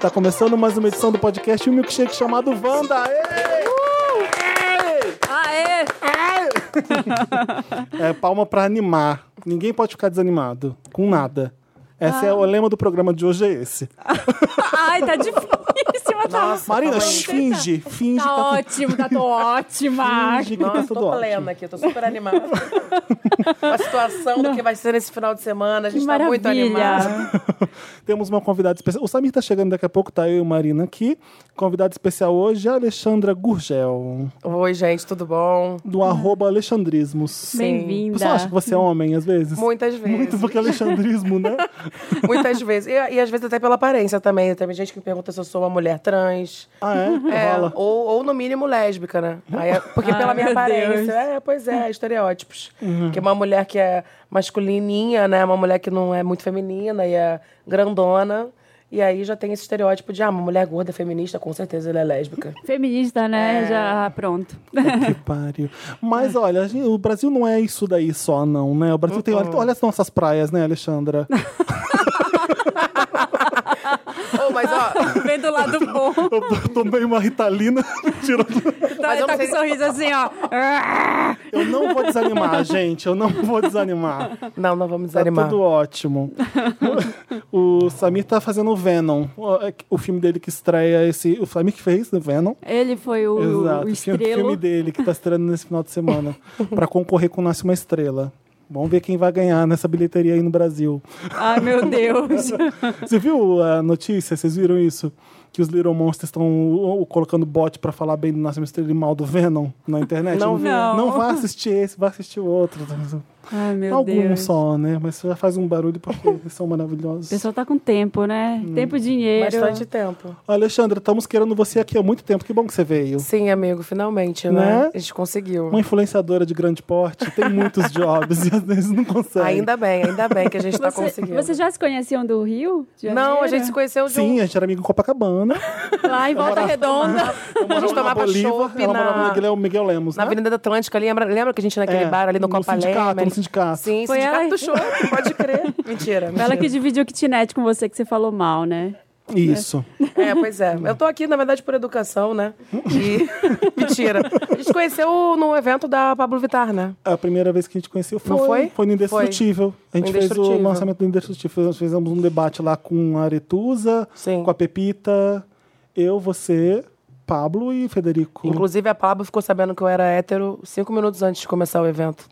Tá começando mais uma edição do podcast Um Milkshake chamado Wanda. Aê! Aê! É palma pra animar. Ninguém pode ficar desanimado com nada. Esse é Ah. o lema do programa de hoje, é esse. Ai, tá difícil. mas tá- Marina, vamos finge, finge, Tá tá, ótimo, Ah, tá tô ótima. finge que tá Nossa, tudo tô ótimo. plena aqui, tô super animada. a situação do que vai ser nesse final de semana, a gente Que tá muito animado. maravilha. Temos uma convidada especial. O Samir tá chegando daqui a pouco, tá eu e Marina aqui. Convidada especial hoje é a Alexandra Gurgel, Oi, gente, tudo bom? do Ah. arroba Alexandrismos. Você acha Bem-vinda. que você é homem, às vezes? Muitas vezes. Muito porque é alexandrismo, né? Muitas vezes. E, e às vezes até pela aparência também. né? Tem gente que me pergunta se eu sou uma mulher trans. Ah, é? É, Rola. ou, ou, no mínimo, lésbica, né? Aí é- porque Ai, pela minha meu aparência. Deus. É, pois é, estereótipos. Que uma mulher que é masculininha, né? Uma mulher que não é muito feminina e é grandona. E aí já tem esse estereótipo de, ah, uma mulher gorda feminista, com certeza ela é lésbica. Feminista, né? Já pronto. Que pariu. Mas olha, a gente- o Brasil não é isso daí só, não, né? O Brasil tem. Olha, olha as nossas praias, né, Alexandra? Oh, mas ó, Vem do lado bom. Eu tomei uma né? ritalina. tirou- Tá, eu tá com não sei um se- sorriso assim, ó. Eu não vou desanimar, gente. Eu não vou desanimar. Não, não vamos Tá desanimar. tudo ótimo. O, o Samir tá fazendo o Venom. O, é, o filme dele que estreia esse. O Samir que fez o Venom. Ele foi o, o O filme, estrelo. filme dele que tá estreando nesse final de semana. pra concorrer com Nasce uma Estrela. Vamos ver quem vai ganhar nessa bilheteria aí no Brasil. Ai, meu Deus. Você viu a notícia? Vocês viram isso? Que os Little Monsters estão uh, uh, colocando bot pra falar bem do Nasce uma Estrela e mal do Venom na internet? Não vi. Não, Não. vai assistir esse, vai assistir o outro. Ai, meu Alguns Deus. só, né? Mas já faz um barulho porque eles são O maravilhosos. pessoal tá com tempo, né? Tempo e dinheiro. Bastante tempo. Alexandra, estamos querendo você aqui há muito tempo. Que bom que você veio. Sim, amigo, finalmente, né? Né? A gente conseguiu. Uma influenciadora de grande porte tem muitos jobs e às vezes não consegue. Ainda bem, ainda bem que a gente tá Você- conseguindo. Vocês já se conheciam do Rio? de Não, a Janeiro? gente se conheceu de Sim, um... a gente era amigo em Copacabana. Lá em Volta Redonda. A gente Na tomava chopp ela morava na na, Guilherme Miguel Lemos, na né? Avenida da Atlântica ali. Lembra, lembra que a gente ia naquele É, bar ali no, no Copa sindicato, Leme? no sindicato. Sim, Foi sindicato ela- do chopp, pode crer. Mentira, mentira. Ela que dividiu o kitnet com você, que você falou mal, né? Isso. É, pois é. Eu tô aqui, na verdade, por educação, né? E... Mentira. A gente se conheceu no evento da Pablo Vittar, né? A primeira vez que a gente conheceu foi, foi? no Indestrutível. A gente No fez o Indestrutível. lançamento do Indestrutível. Nós fizemos um debate lá com a Aretusa, Sim. com a Pepita, eu, você, Pablo e Federico. Inclusive, a Pablo ficou sabendo que eu era hétero cinco minutos antes de começar o evento.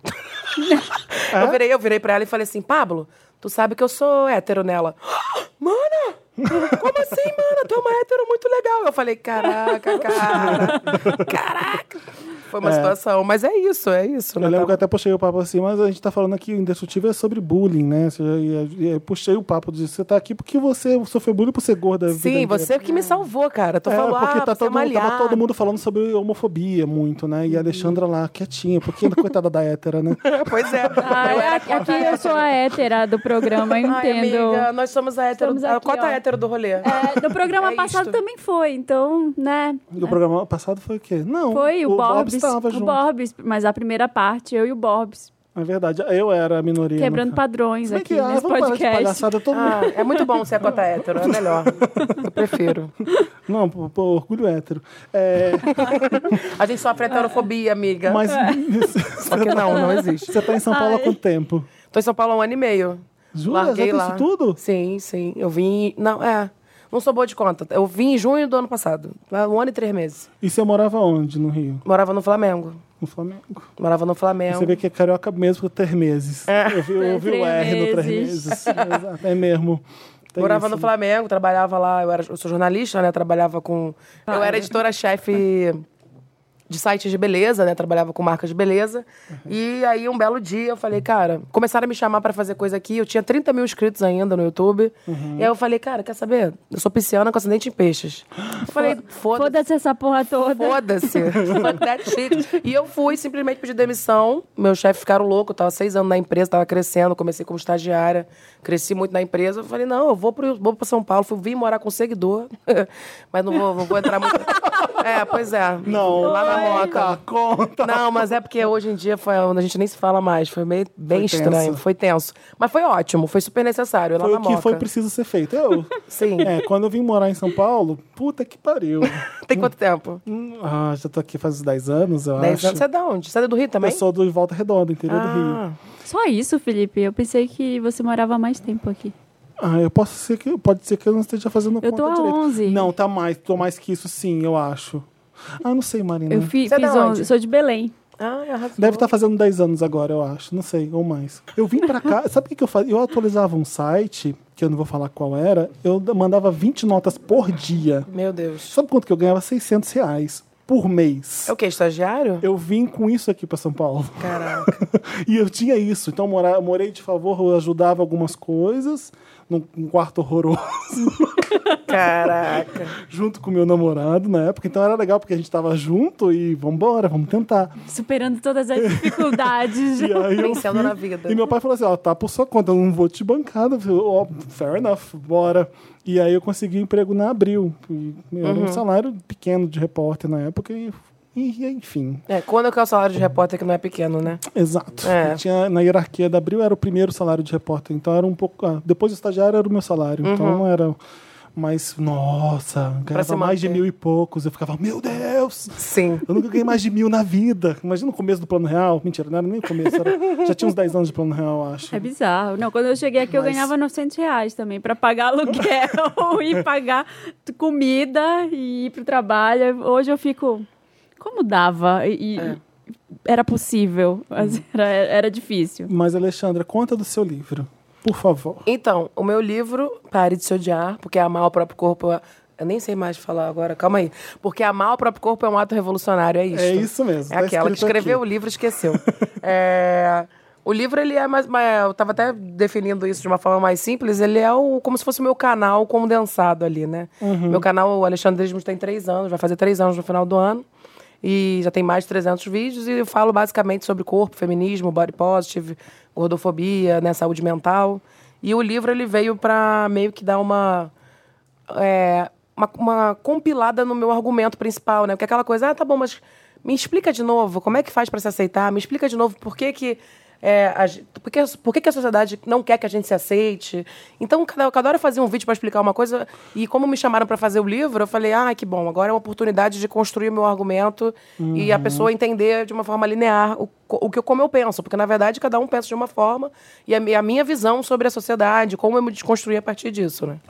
É? eu, virei, eu virei pra ela e falei assim, Pablo, tu sabe que eu sou hétero nela. Mana! Como assim, mana? Tu é uma hétero muito legal. Eu falei, caraca, cara. Caraca. Foi uma situação. Mas é isso, é isso. Eu Né? lembro que eu Tá- até puxei o papo assim, mas a gente tá falando aqui, o Indestrutível é sobre bullying, né? E eu puxei o papo de você tá aqui porque você sofreu bullying por ser gorda. a vida Sim, inteira. você é que me salvou, cara. Tu É, falou, porque ah, tá você é todo, mundo- tava malhado. todo mundo falando sobre homofobia muito, né? E a Alexandra lá, quietinha, porque coitada da hétera, né? Pois é. Ah, eu é, era aqui aqui eu sou a hétera do programa, eu Ai, entendo. amiga, nós somos a hétero. Estamos a aqui, cota ó. hétero do rolê. É, no programa É passado isto. também foi, então, né? O programa passado foi o quê? Não. Foi o, Borbs. estava o junto. Borbs, mas a primeira parte, eu e o Borbs. É verdade, eu era a minoria. Quebrando né? padrões Se bem aqui que, ah, nesse vamos parar de podcast. palhaçada, todo mundo- Ah, é muito bom ser a cota hétero, é melhor. Eu prefiro. Não, pô, pô, orgulho hétero. É, A gente sofre heterofobia, amiga. mas É. Só que não, não existe. você tá em São Paulo há quanto tempo? Tô em São Paulo há um ano e meio. Jura? Já Larguei tem lá. isso tudo? Sim, sim. Eu vim. Não, é. Não sou boa de conta. Eu vim em junho do ano passado. Há Um ano e três meses. E você morava onde no Rio? Morava no Flamengo. No Flamengo. Morava no Flamengo. Você vê que é carioca mesmo por três meses. É. Eu vi, eu vi o Três R no três meses. meses. Exato, é mesmo. Tem Morava isso. no Flamengo, trabalhava lá, eu, era, eu sou jornalista, né? Trabalhava com. Eu era editora-chefe de sites de beleza, né? Trabalhava com marcas de beleza. Uhum. E aí, um belo dia, eu falei, cara, começaram a me chamar pra fazer coisa aqui. Eu tinha 30 mil inscritos ainda no YouTube. Uhum. E aí eu falei, cara, quer saber? Eu sou pisciana com acidente em peixes. Eu falei, foda-se. Foda-se essa porra toda. Foda-se. Fuck that shit. E eu fui, simplesmente pedi demissão. Meus chefes ficaram loucos. Eu tava seis anos na empresa, tava crescendo. Comecei como estagiária, cresci muito na empresa. um Eu falei, não, eu vou pro, vou pro São Paulo. Fui, vim morar com seguidor. Mas não vou, não vou entrar muito. É, pois é. Não, Lá na conta, Moca. conta. Não, mas é porque hoje em dia foi, a gente nem se fala mais. Foi meio, Foi bem estranho. tenso. Foi tenso. Mas foi ótimo, foi super necessário. Lá Foi na o que Moca. foi preciso ser feito. Eu, Sim. é, quando eu vim morar em São Paulo, puta que pariu. Tem quanto tempo? Hum, ah, já tô aqui faz uns 10 anos, eu 10 acho. anos. Você é de onde? Você é do Rio também? Eu sou do Volta Redonda, interior do Rio. Ah, Só isso, Felipe? Eu pensei que você morava mais tempo aqui. Ah, eu posso ser que pode ser que eu não esteja fazendo Eu conta tô a direito. 11. Não, tá mais, tô mais que isso sim, eu acho. Ah, não sei, Marina. Eu fi- Você é da fiz onde? 11. Sou de Belém. ah, arrasou. Deve tá estar fazendo 10 anos agora, eu acho. Não sei, ou mais. Eu vim pra cá, sabe o que, que eu fazia? Eu atualizava um site, que eu não vou falar qual era, eu mandava 20 notas por dia. Meu Deus. Sabe quanto que eu ganhava? 600 reais por mês. É o quê? Estagiário? Eu vim com isso aqui pra São Paulo. Caraca. e eu tinha isso. Então, mora- eu morei de favor, eu ajudava algumas coisas, num num quarto horroroso, Caraca. junto com meu namorado na época. Então, era legal, porque a gente tava junto e vambora, vamos tentar. Superando todas as dificuldades. E aí eu Vencendo fui- na vida. E meu pai falou assim: ó, tá por sua conta, eu não vou te bancar. Eu falei, ó, fair enough, bora. E aí eu consegui um emprego na Abril. E era um salário pequeno de repórter na época e. e, enfim, É, quando é que é o salário de repórter que não é pequeno, né? exato. É. E Tinha, na hierarquia da Abril era o primeiro salário de repórter, então era um pouco. ah, depois do estagiário era o meu salário, então não era. Mas, nossa, Uhum. se ganhava mais de manter. mil e poucos. Eu ficava, meu Deus! Sim. Eu nunca ganhei mais de mil na vida. Imagina o começo do plano real. Mentira, não era nem o começo. era- já tinha uns 10 anos de plano real, eu acho. É bizarro. Não, quando eu cheguei aqui, eu Mas- ganhava 900 reais também pra pagar aluguel e pagar t- comida e ir pro trabalho. Hoje eu fico. Como dava? E, e- É. Era possível. Mas Hum. era, era difícil. Mas, Alexandra, conta do seu livro, por favor. Então, o meu livro, Pare de Se Odiar, porque amar o próprio corpo. é- Eu nem sei mais falar agora, calma aí. Porque amar o próprio corpo é um ato revolucionário, é isso. É isso mesmo, É tá aquela que escrito escreveu aqui. o livro e esqueceu. É, O livro, ele é mais, mais- Eu tava até definindo isso de uma forma mais simples. Ele é o, como se fosse o meu canal condensado ali, né? Meu canal, o Alexandre Desmos, tem três anos, vai fazer três anos no final do ano. E já tem mais de 300 vídeos. E eu falo basicamente sobre corpo, feminismo, body positive, gordofobia, né, saúde mental. E o livro, ele veio pra meio que dar uma é, uma, uma compilada no meu argumento principal, né? Porque aquela coisa, ah, tá bom, mas me explica de novo como é que faz pra se aceitar, me explica de novo por que que. É, a, gen- por, que, por que que a sociedade não quer que a gente se aceite? Então, cada, cada hora eu fazia um vídeo pra explicar uma coisa, e como me chamaram pra fazer o livro, eu falei: ah, que bom, agora é uma oportunidade de construir o meu argumento e a pessoa entender de uma forma linear o, co- o que, eu- como eu penso, porque na verdade cada um pensa de uma forma e a, mi- a minha visão sobre a sociedade, como eu me desconstruí a partir disso. Né?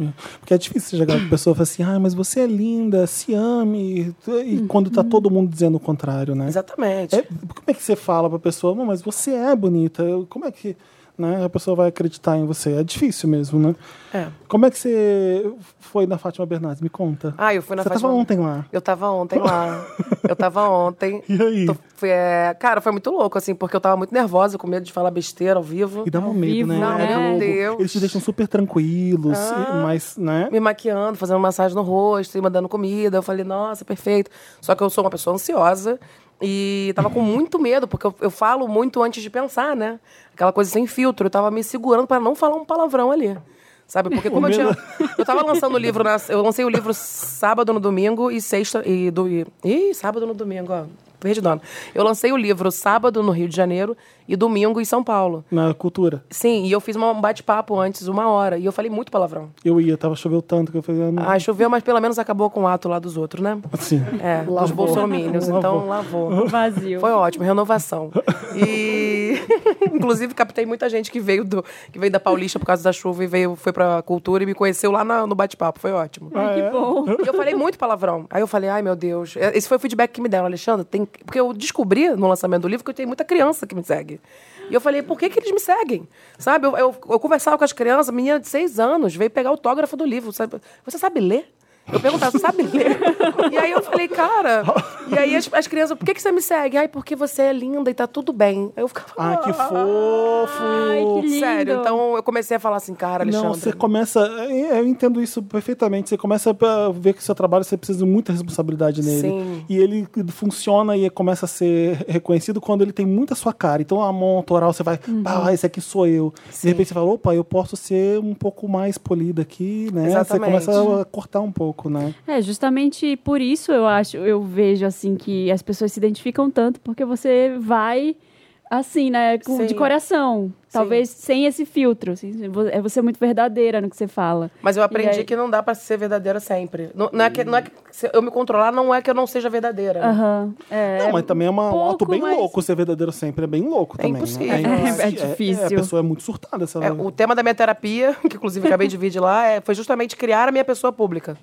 Porque é difícil você chegar pra pessoa e falar assim, ah, mas você é linda, se ame. E quando Uhum. tá todo mundo dizendo o contrário, né? Exatamente. É, como é que você fala pra pessoa, "Não, mas você é bonita? Como é que né, a pessoa vai acreditar em você? É difícil mesmo, né? É. Como é que você foi na Fátima Bernardes? Me conta. Ah, eu fui na você Fátima- tava ontem lá. Eu tava ontem lá. Eu tava ontem. E aí? Tô- fui, é, Cara, foi muito louco, assim, porque eu tava muito nervosa, com medo de falar besteira ao vivo. E dava um medo, vivo, né? né? É Meu Globo. Deus. Eles te deixam super tranquilos, Ah. e- mas, né? Me maquiando, fazendo massagem no rosto e mandando comida. Eu falei, nossa, perfeito. Só que eu sou uma pessoa ansiosa e tava com muito medo, porque eu, eu falo muito antes de pensar, né? Aquela coisa sem filtro. Eu tava me segurando pra não falar um palavrão ali. Sabe? Porque como eu tinha. Eu tava lançando o livro. na- eu lancei o livro sábado no domingo e sexta. E do, e, ih, sábado no domingo, ó. Perdidona. Eu lancei o livro sábado no Rio de Janeiro e domingo em São Paulo. Na cultura. Sim, e eu fiz uma- um bate-papo antes, uma hora. E eu falei muito palavrão. Eu ia, tava choveu tanto que eu falei, ah, não. Ah, choveu, mas pelo menos acabou com o ato lá dos outros, né? Assim. É, dos Lavou. bolsominions. Então, Lavou. lavou. Vazio. Foi ótimo, renovação. E inclusive captei muita gente que veio do que veio da Paulista por causa da chuva e veio foi pra cultura e me conheceu lá na- no bate-papo, foi ótimo. Ai, que bom. E eu falei muito palavrão. Aí eu falei, ai meu Deus. É, Esse foi o feedback que me deram, Alexandre. Tem... Porque eu descobri no lançamento do livro que eu tenho muita criança que me segue. E eu falei, por que, que eles me seguem? Sabe? Eu, eu, eu conversava com as crianças, menina de seis anos, veio pegar autógrafo do livro. Sabe? Você sabe ler? Eu perguntava, sabe ler? E aí eu falei, cara. E aí as, as crianças, por que, que você me segue? Ai, porque você é linda e tá tudo bem. Aí eu ficava. "Ah, Ai, "Ah, que fofo! Ai, que lindo. Sério, então eu comecei a falar assim, cara, Alexandre. Não, você começa. é, Eu entendo isso perfeitamente. Você começa a ver que o seu trabalho você precisa de muita responsabilidade nele. Sim. E ele funciona e começa a ser reconhecido quando ele tem muita sua cara. Então a mão autoral você vai, Uhum. ah, esse aqui sou eu. De repente você fala, opa, eu posso ser um pouco mais polida aqui, né? Exatamente. Você começa a cortar um pouco. pouco, né? É, justamente por isso eu acho, eu vejo assim que as pessoas se identificam tanto, porque você vai assim, né, com- Sim. de coração, talvez sem esse filtro, assim, vo- é você muito verdadeira no que você fala. Mas eu aprendi E aí- que não dá pra ser verdadeira sempre. Não, não é que, não é que se eu me controlar não é que eu não seja verdadeira. né? Aham. É, Não, mas também é uma- um ato pouco, bem mas- louco ser verdadeiro sempre. É bem louco É também. né? impossível. É impossi- difícil. a pessoa é muito surtada. Se ela... É, o tema da minha terapia, que inclusive acabei de vir de lá, é, foi justamente criar a minha pessoa pública.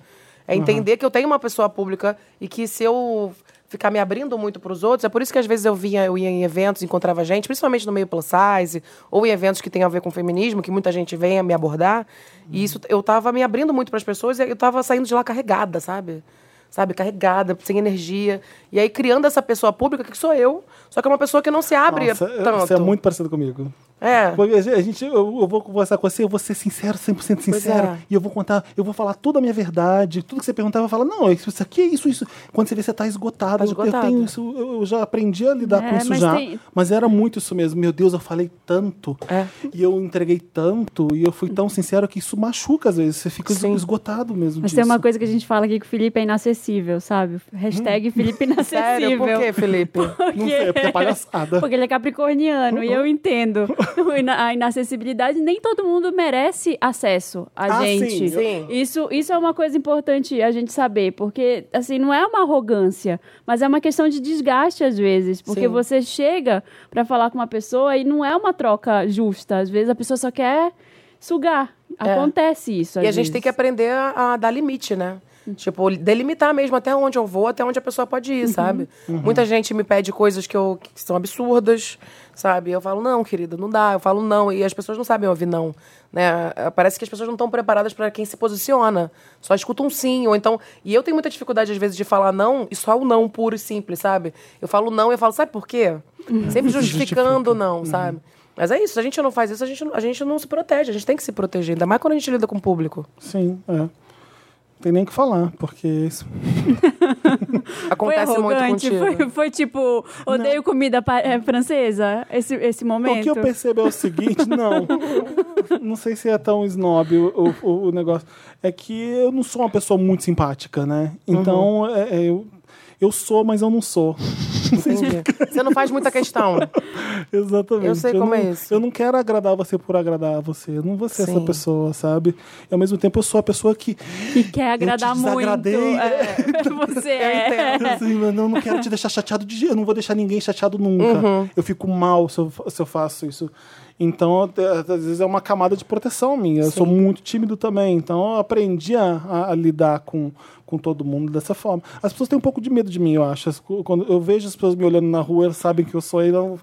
É Uhum. entender que eu tenho uma pessoa pública e que se eu ficar me abrindo muito para os outros, é por isso que às vezes eu vinha, eu ia em eventos, encontrava gente, principalmente no meio plus size, ou em eventos que tem a ver com feminismo, que muita gente vem a me abordar, e isso eu tava me abrindo muito para as pessoas e eu tava saindo de lá carregada, sabe? Sabe, carregada, sem energia. E aí criando essa pessoa pública que sou eu, só que é uma pessoa que não se abre Nossa, tanto. Você é muito parecido comigo. É. Porque a gente- a gente, eu, eu vou conversar com você, eu vou ser sincero, 100% sincero. Pois é. E eu vou contar, eu vou falar toda a minha verdade. Tudo que você perguntar, eu vou falar, não, isso, isso aqui é isso, isso. Quando você vê, você tá esgotado. Tá eu- Eu, esgotado. tenho isso, eu eu já aprendi a lidar É, com isso mas já. tem- Mas era muito isso mesmo. Meu Deus, eu falei tanto. É. E eu entreguei tanto. E eu fui tão sincero que isso machuca às vezes. Você fica Sim. esgotado mesmo Mas disso. tem uma coisa que a gente fala aqui que o Felipe é inacessível, sabe? Hashtag Felipe inacessível. Hum. Sério, por quê, Felipe? Não sei, é porque é palhaçada. Porque ele é capricorniano Hum. e eu entendo. O ina- A inacessibilidade, nem todo mundo merece acesso a Ah, gente. sim, sim. Isso, isso é uma coisa importante a gente saber, porque assim, não é uma arrogância, mas é uma questão de desgaste às vezes, porque Sim. você chega pra falar com uma pessoa e não é uma troca justa, às vezes a pessoa só quer sugar. É. Acontece isso. E a gente tem que aprender a, a dar limite, né? Tipo, delimitar mesmo até onde eu vou, até onde a pessoa pode ir, sabe? Muita gente me pede coisas que, eu, que são absurdas, sabe? Eu falo, não, querida, não dá. Eu falo, não. E as pessoas não sabem ouvir não, né? Eh, Parece que as pessoas não estão preparadas para quem se posiciona. Só escuta um sim, ou então... E eu tenho muita dificuldade, às vezes, de falar não, e só o não puro e simples, sabe? Eu falo não e eu falo, sabe por quê? Sempre justificando o não, sabe? Mas é isso, se a gente não faz isso, a gente, não- a gente não se protege, a gente tem que se proteger, ainda mais quando a gente lida com o público. Sim, é. Não tem nem o que falar, porque isso. Acontece foi muito arrogante, contigo. Foi, foi tipo, odeio comida pa- eh, francesa, esse, esse momento. O que eu percebo é o seguinte, não. Não sei se é tão snob o, o- o negócio. É que eu não sou uma pessoa muito simpática, né? Então, é- é, eu, eu sou, mas eu não sou. Entendi. Você não faz muita questão. Exatamente. Eu sei como não, é isso. Eu não quero agradar você por agradar você. Eu não vou ser essa Sim. pessoa, sabe? E, ao mesmo tempo, eu sou a pessoa que. que quer agradar muito. desagradei. É, você é. entendo. Assim, eu não, não quero te deixar chateado de jeito- Eu não vou deixar ninguém chateado nunca. Eu fico mal se eu, fa- se eu faço isso. Então, até- às vezes é uma camada de proteção minha. Eu sou muito tímido também. Então, eu aprendi a, a- a lidar com, com todo mundo dessa forma. As pessoas têm um pouco de medo de mim, eu acho. As- Quando eu vejo as pessoas me olhando na rua, elas sabem que eu sou e, não-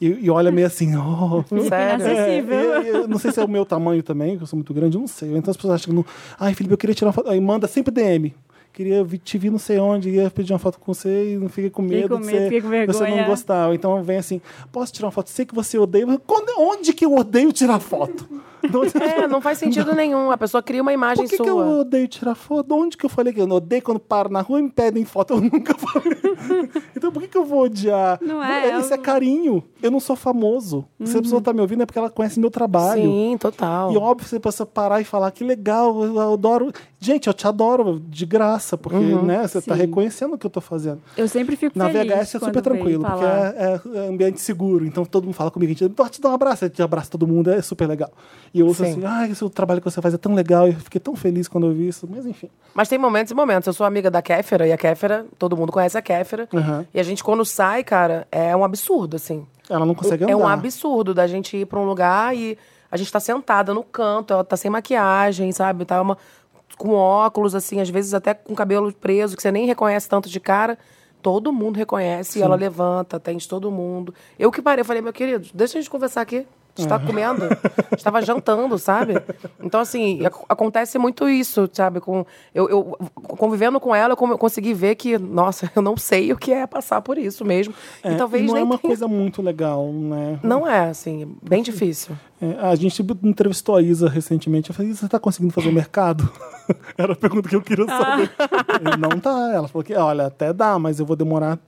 e, e olha meio assim, oh, Sério. é, Acessível. e- e eu não sei se é o meu tamanho também, que eu sou muito grande, eu não sei. Então as pessoas acham que não. Ai, Felipe, eu queria tirar uma foto. Aí manda sempre DM. Queria vi- te vir não sei onde, ia pedir uma foto com você e não fica com medo, com de medo, você- fica com de você vergonha. não gostar. Ou Então vem assim, posso tirar uma foto? Sei que você odeia, mas quando- onde que eu odeio tirar foto? De onde- É, não faz sentido nenhum. A pessoa cria uma imagem Por que, sua. que eu odeio tirar foto? De Onde que eu falei que eu não odeio quando paro na rua e me pedem foto? Eu nunca falei. Então por que, que eu vou odiar? Não é, Uhum. Isso eu- é carinho. Eu não sou famoso. Se a pessoa tá me ouvindo é porque ela conhece meu trabalho. Sim, total. E óbvio, você precisa parar e falar que legal, eu eu adoro. Gente, eu te adoro de graça, porque Uhum. né, você está Sim. reconhecendo o que eu tô fazendo. Eu sempre fico Na feliz. VHS é quando super vem tranquilo, porque falar. é, é ambiente seguro. Então todo mundo fala comigo, a gente "Ó, te dá um abraço, eu te abraço todo mundo, é super legal. E eu ouço Sim. assim, ah, esse trabalho que você faz é tão legal, e eu fiquei tão feliz quando eu vi isso, mas enfim. Mas tem momentos e momentos. Eu sou amiga da Kéfera, e a Kéfera, todo mundo conhece a Kéfera. Uhum. E a gente, quando sai, cara, é um absurdo, assim. Ela não consegue andar. É um absurdo da gente ir pra um lugar e a gente tá sentada no canto, ela tá sem maquiagem, sabe? Tá uma, com óculos, assim, às vezes até com cabelo preso, que você nem reconhece tanto de cara. Todo mundo reconhece e ela levanta, atende todo mundo. Eu que parei, eu falei, meu querido, deixa a gente conversar aqui. A gente É. tá comendo, a gente tava jantando, sabe? Então, assim, ac- acontece muito isso, sabe? Com, eu, eu- convivendo com ela, eu come- consegui ver que, nossa, eu não sei o que é passar por isso mesmo. É, e talvez não nem é uma tenha coisa muito legal, né? não é, assim, bem difícil. É, a gente entrevistou a Isa recentemente. Eu falei, Isa, você tá conseguindo fazer o mercado? Era a pergunta que eu queria saber. Eu, Não tá. Ela falou que, olha, até dá, mas eu vou demorar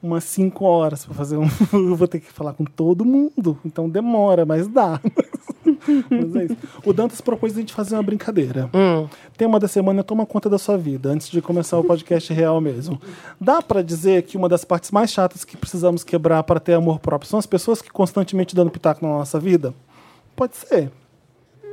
umas cinco horas para fazer um. Eu vou ter que falar com todo mundo. Então demora, mas dá. Mas é isso. O Dantas propôs a gente fazer uma brincadeira. Tema da semana é toma conta da sua vida, antes de começar o podcast real mesmo. Dá pra dizer que uma das partes mais chatas que precisamos quebrar para ter amor próprio são as pessoas que constantemente dando pitaco na nossa vida? Pode ser.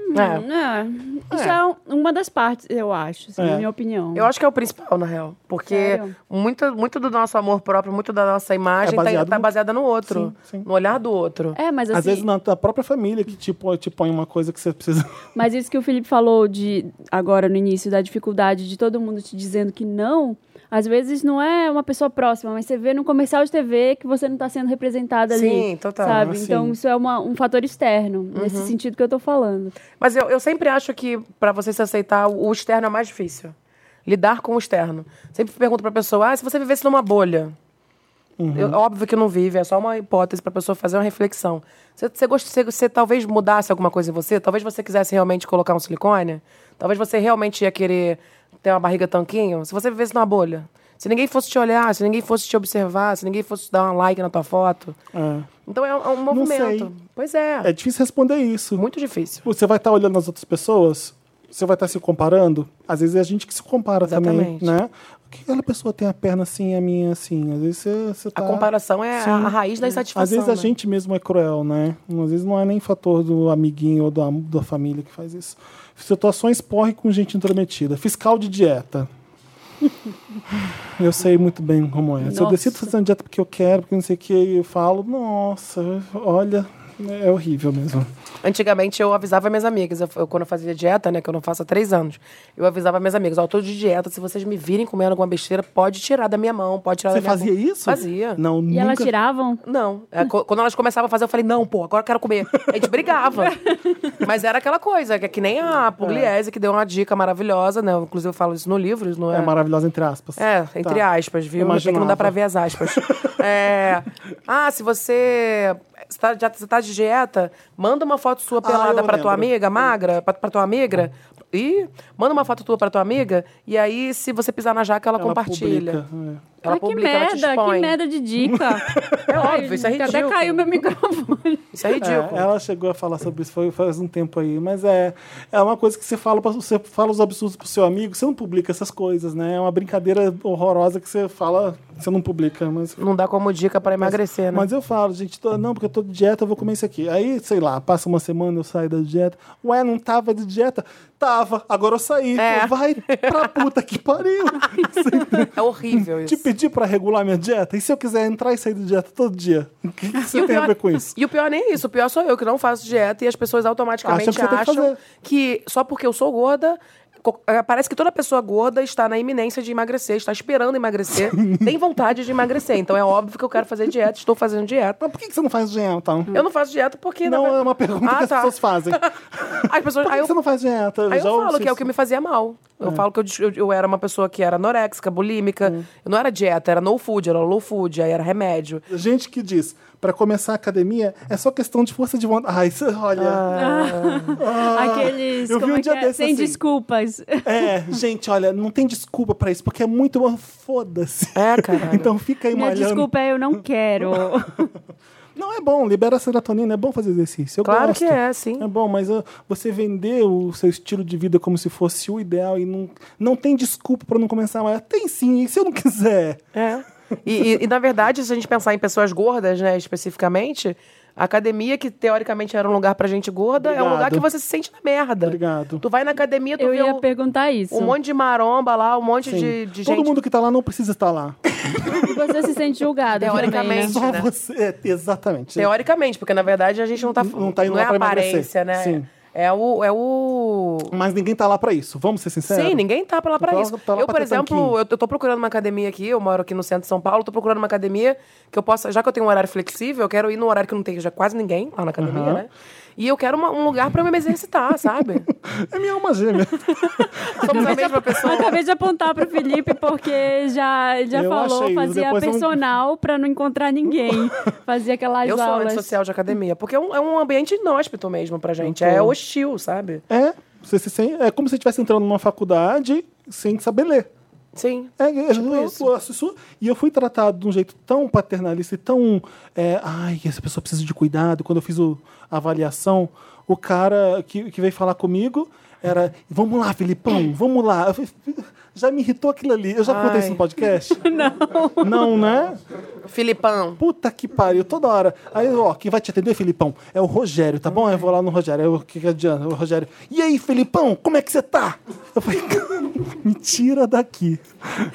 Uhum. É. É, Isso é um- uma das partes, eu acho, assim, É. na minha opinião. Eu acho que é o principal, na real. Porque Sério? muito, muito do nosso amor próprio, muito da nossa imagem É tá- baseado tá, no- baseada no outro. Sim, sim. No olhar do outro. É, mas assim, Às vezes na na própria família que te, põe- te põe uma coisa que você precisa. mas isso que o Felipe falou de agora no início da dificuldade de todo mundo te dizendo que não, às vezes não é uma pessoa próxima, mas você vê num comercial de TV que você não tá sendo representada ali. Sim, Uhum. total. Sabe? Ah, sim. Então isso é uma- um fator externo, nesse sentido que eu tô falando. Mas eu, eu sempre acho que pra você se aceitar, o o externo é mais difícil. Lidar com o externo. Sempre pergunto pra pessoa, ah, se você vivesse numa bolha. Uhum. Eu- óbvio que não vive, é só uma hipótese pra pessoa fazer uma reflexão. Você, você, gost- você, você talvez mudasse alguma coisa em você, talvez você quisesse realmente colocar um silicone, talvez você realmente ia querer ter uma barriga tanquinho, se você vivesse numa bolha. Se ninguém fosse te olhar, se ninguém fosse te observar, se ninguém fosse dar um like na tua foto. É, Então é um, é um movimento. sei. Pois é, é difícil responder isso. muito difícil. Você vai estar olhando as outras pessoas, você vai estar se comparando. Às vezes é a gente que se compara também, Exatamente. né? Por que aquela pessoa tem a perna assim, a minha assim? Às vezes você, você A tá- comparação é Sim. a, a raiz da insatisfação. Às vezes a né? gente mesmo é cruel, né? Às vezes não é nem fator do amiguinho ou do am- da família que faz isso. Situações porre com gente intrometida. Fiscal de dieta. Eu sei muito bem como é. Se eu Nossa. decido fazer uma dieta porque eu quero, porque não sei o que, eu falo, nossa, olha, é horrível mesmo. Antigamente eu avisava minhas amigas, eu, eu- quando eu fazia dieta, né, que eu não faço há três anos, eu avisava minhas amigas, ó, eu tô de dieta, se vocês me virem comendo alguma besteira, pode tirar da minha mão, pode tirar Você da minha fazia boca." isso? é Fazia. Não, E nunca. elas tiravam? Não. É, co- quando elas começavam a fazer, eu falei, não, pô, agora eu quero comer. A gente brigava. Mas era aquela coisa, que, que nem É. a Pugliese, que deu uma dica maravilhosa, né? Eu, inclusive eu falo isso no livro, isso não É é? maravilhosa, entre aspas. É, entre Tá. aspas, viu? Eu Mas é que não dá imaginava. pra ver as aspas. É, ah, se você você tá, já, você tá de dieta, manda uma foto sua pelada Ah, eu pra tua lembro. Uhum. amiga magra, pra, pra tua amiga. Ih, manda uma foto tua pra tua amiga, e aí se você pisar na jaca, ela, Ela compartilha. publica, é. Ela ah, que publica, ela te merda, expõe. que merda de dica. É Ai, óbvio, isso é Até ridículo. caiu meu microfone. Isso é ridículo. É, ela chegou a falar sobre isso foi, faz um tempo aí, mas é, é uma coisa que você fala, pra- você fala os absurdos pro seu amigo, você não publica essas coisas, né? É uma brincadeira horrorosa que você fala, você não publica, mas. Não dá como dica pra emagrecer, É, né? Mas eu falo, gente, tô- não, porque eu tô de dieta, eu vou comer isso aqui. Aí, sei lá, passa uma semana, eu saio da dieta. Ué, não tava de dieta? Tava, agora eu saí. É. Pô, Vai pra puta que pariu. É horrível isso. Te pedi pra regular minha dieta? E se eu quiser entrar e sair da dieta todo dia? O que, que E você o tem a pior- ver com isso? E o pior nem é isso. O pior sou eu que não faço dieta e as pessoas automaticamente Acham que você tem que acham fazer. que, só porque eu sou gorda. co- eh, Parece que toda pessoa gorda está na iminência de emagrecer, está esperando emagrecer, tem vontade de emagrecer. Então é óbvio que eu quero fazer dieta, estou fazendo dieta. Mas por que que você não faz dieta, então? Eu não faço dieta porque. na Não, verdade- é uma pergunta Ah, que as tá. pessoas fazem. As pessoas. Por que Aí eu, você não faz dieta? aí eu Já falo ouvi que é o isso. É. que me fazia mal. Eu falo que eu, des- eu- eu era uma pessoa que era anoréxica, bulímica. Hum. Eu não era dieta, era no food, era low food, aí era remédio. Gente que diz, pra começar a academia, é só questão de força de vontade. Ai, isso- olha. Ah. Ah. Aqueles. eu vi como um é dia que é? desse Sem assim. desculpas. É, gente, olha, não tem desculpa pra isso, porque é muito. Foda-se. É, caralho. Então fica aí Minha malhando. desculpa é eu não quero. Não, é bom, libera a serotonina, é bom fazer exercício. Eu Claro gosto. que é, sim. É bom, mas ah, você vender o seu estilo de vida como se fosse o ideal e não, não tem desculpa pra não começar amanhã. Tem sim, e se eu não quiser? É. E, e- e, na verdade, se a gente pensar em pessoas gordas, né, especificamente, a academia, que teoricamente era um lugar pra gente gorda, é um Obrigado. lugar que você se sente na merda. Obrigado. Tu vai na academia, tu Eu vê ia um, perguntar isso. um monte de maromba lá, um monte Sim. de, de Todo gente. mundo que tá lá não precisa estar lá. E você se sente julgada também, né? Teoricamente. Só né? você. é, exatamente. Teoricamente, porque na verdade a gente não tá. Não tá indo não lá é pra aparência, emagrecer. né? Sim. É o. É o... Mas ninguém tá lá pra isso, vamos ser sinceros? Sim, ninguém tá pra lá pra Tá lá- isso. tá lá eu, pra por ter exemplo, tanquinho. eu eu tô procurando uma academia aqui, eu moro aqui no centro de São Paulo, tô procurando uma academia que eu possa, já que eu tenho um horário flexível, eu quero ir num horário que não tem já quase ninguém lá na academia, Aham. né? E eu quero uma- um lugar pra eu me exercitar, sabe? É minha alma gêmea. Somos a mesma pessoa. Acabei de apontar pro Felipe porque já, ele já Eu falou, achei isso, fazia depois eu- personal pra não encontrar ninguém. Fazia aquelas Eu sou aulas. antissocial de academia, porque é um, é um ambiente inóspito mesmo pra gente. Eu tô- É hostil, sabe? é, você se sente, é como se você estivesse entrando numa faculdade sem saber ler. Sim. É, é, Tipo eu- isso. eu assisto- e eu fui tratado de um jeito tão paternalista e tão. é, Ai, essa pessoa precisa de cuidado. Quando eu fiz o- a avaliação, o cara que, que veio falar comigo era: Vamos lá, Filipão, vamos lá. Eu falei, Já me irritou aquilo ali. Eu já contei Ai. isso no podcast? Não. Não, né? Filipão. Puta que pariu, toda hora. Aí, ó, quem vai te atender, Filipão? É o Rogério, tá bom? Aí Eu vou lá no Rogério. Aí, o que que adianta? O Rogério. E aí, Filipão, como é que você tá? Eu falei, me tira daqui.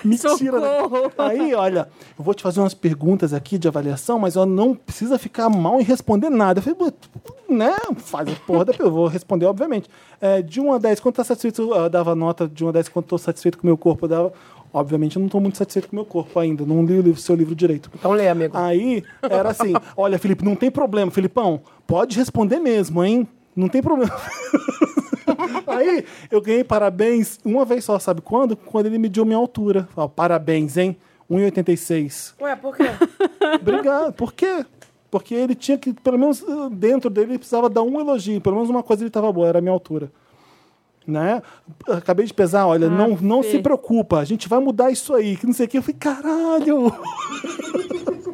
Me tira Socorro. daqui. Aí, olha, eu vou te fazer umas perguntas aqui de avaliação, mas ó, não precisa ficar mal em responder nada. Eu falei, "Pô, né? Faz a porra da eu vou responder, obviamente. É, de 1 a 10, quanto tá satisfeito? Eu dava nota de 1 a 10, quanto tô satisfeito com o meu corpo? Eu dava. Obviamente, eu não tô muito satisfeito com o meu corpo ainda. Não li o livro- seu livro direito. Então lê, amigo. Aí era assim: olha, Felipe, não tem problema, Filipão, pode responder mesmo, hein? Não tem problema. Aí eu ganhei parabéns uma vez só, sabe quando? Quando ele mediu minha altura. Ó, parabéns, hein? 1,86. Ué, por quê? Obrigado. Por quê? Porque ele tinha que, pelo menos eh, dentro dele, ele precisava dar um elogio. Pelo menos uma coisa ele estava boa, era a minha altura. Né? Acabei de pesar, olha, não, não Fê. se preocupa, a gente vai mudar isso aí, que não sei o que. Eu falei, caralho!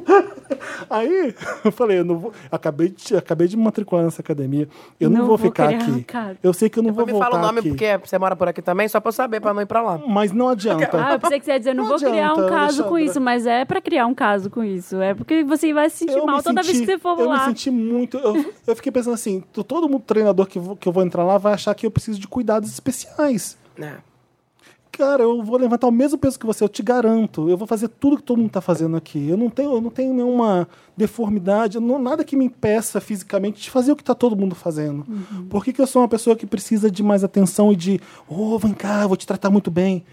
aí eu falei, eu não vou. Acabei de, acabei de me matricular nessa academia. Eu não, Não vou, vou ficar querer aqui. arrancar. Eu sei que eu não Depois vou me voltar fala o nome, aqui. porque você mora por aqui também, só pra eu saber, pra não ir pra lá. Mas não adianta. Ah, eu pensei que você ia dizer, eu não, Não vou criar um adianta, caso com Alexandra. isso, mas é pra criar um caso com isso. É porque você vai se sentir me mal toda vez que senti- você for eu lá. me senti muito. Eu, eu fiquei pensando assim: to- todo mundo treinador que, eu vou- que eu vou entrar lá vai achar que eu preciso de cuidados especiais. É. Cara, eu vou levantar o mesmo peso que você, eu te garanto. Eu vou fazer tudo que todo mundo tá fazendo aqui. Eu não tenho, eu não tenho nenhuma deformidade, eu não- nada que me impeça fisicamente de fazer o que tá todo mundo fazendo. Uhum. Por que, que eu sou uma pessoa que precisa de mais atenção e de, ô, vem cá, eu vou te tratar muito bem?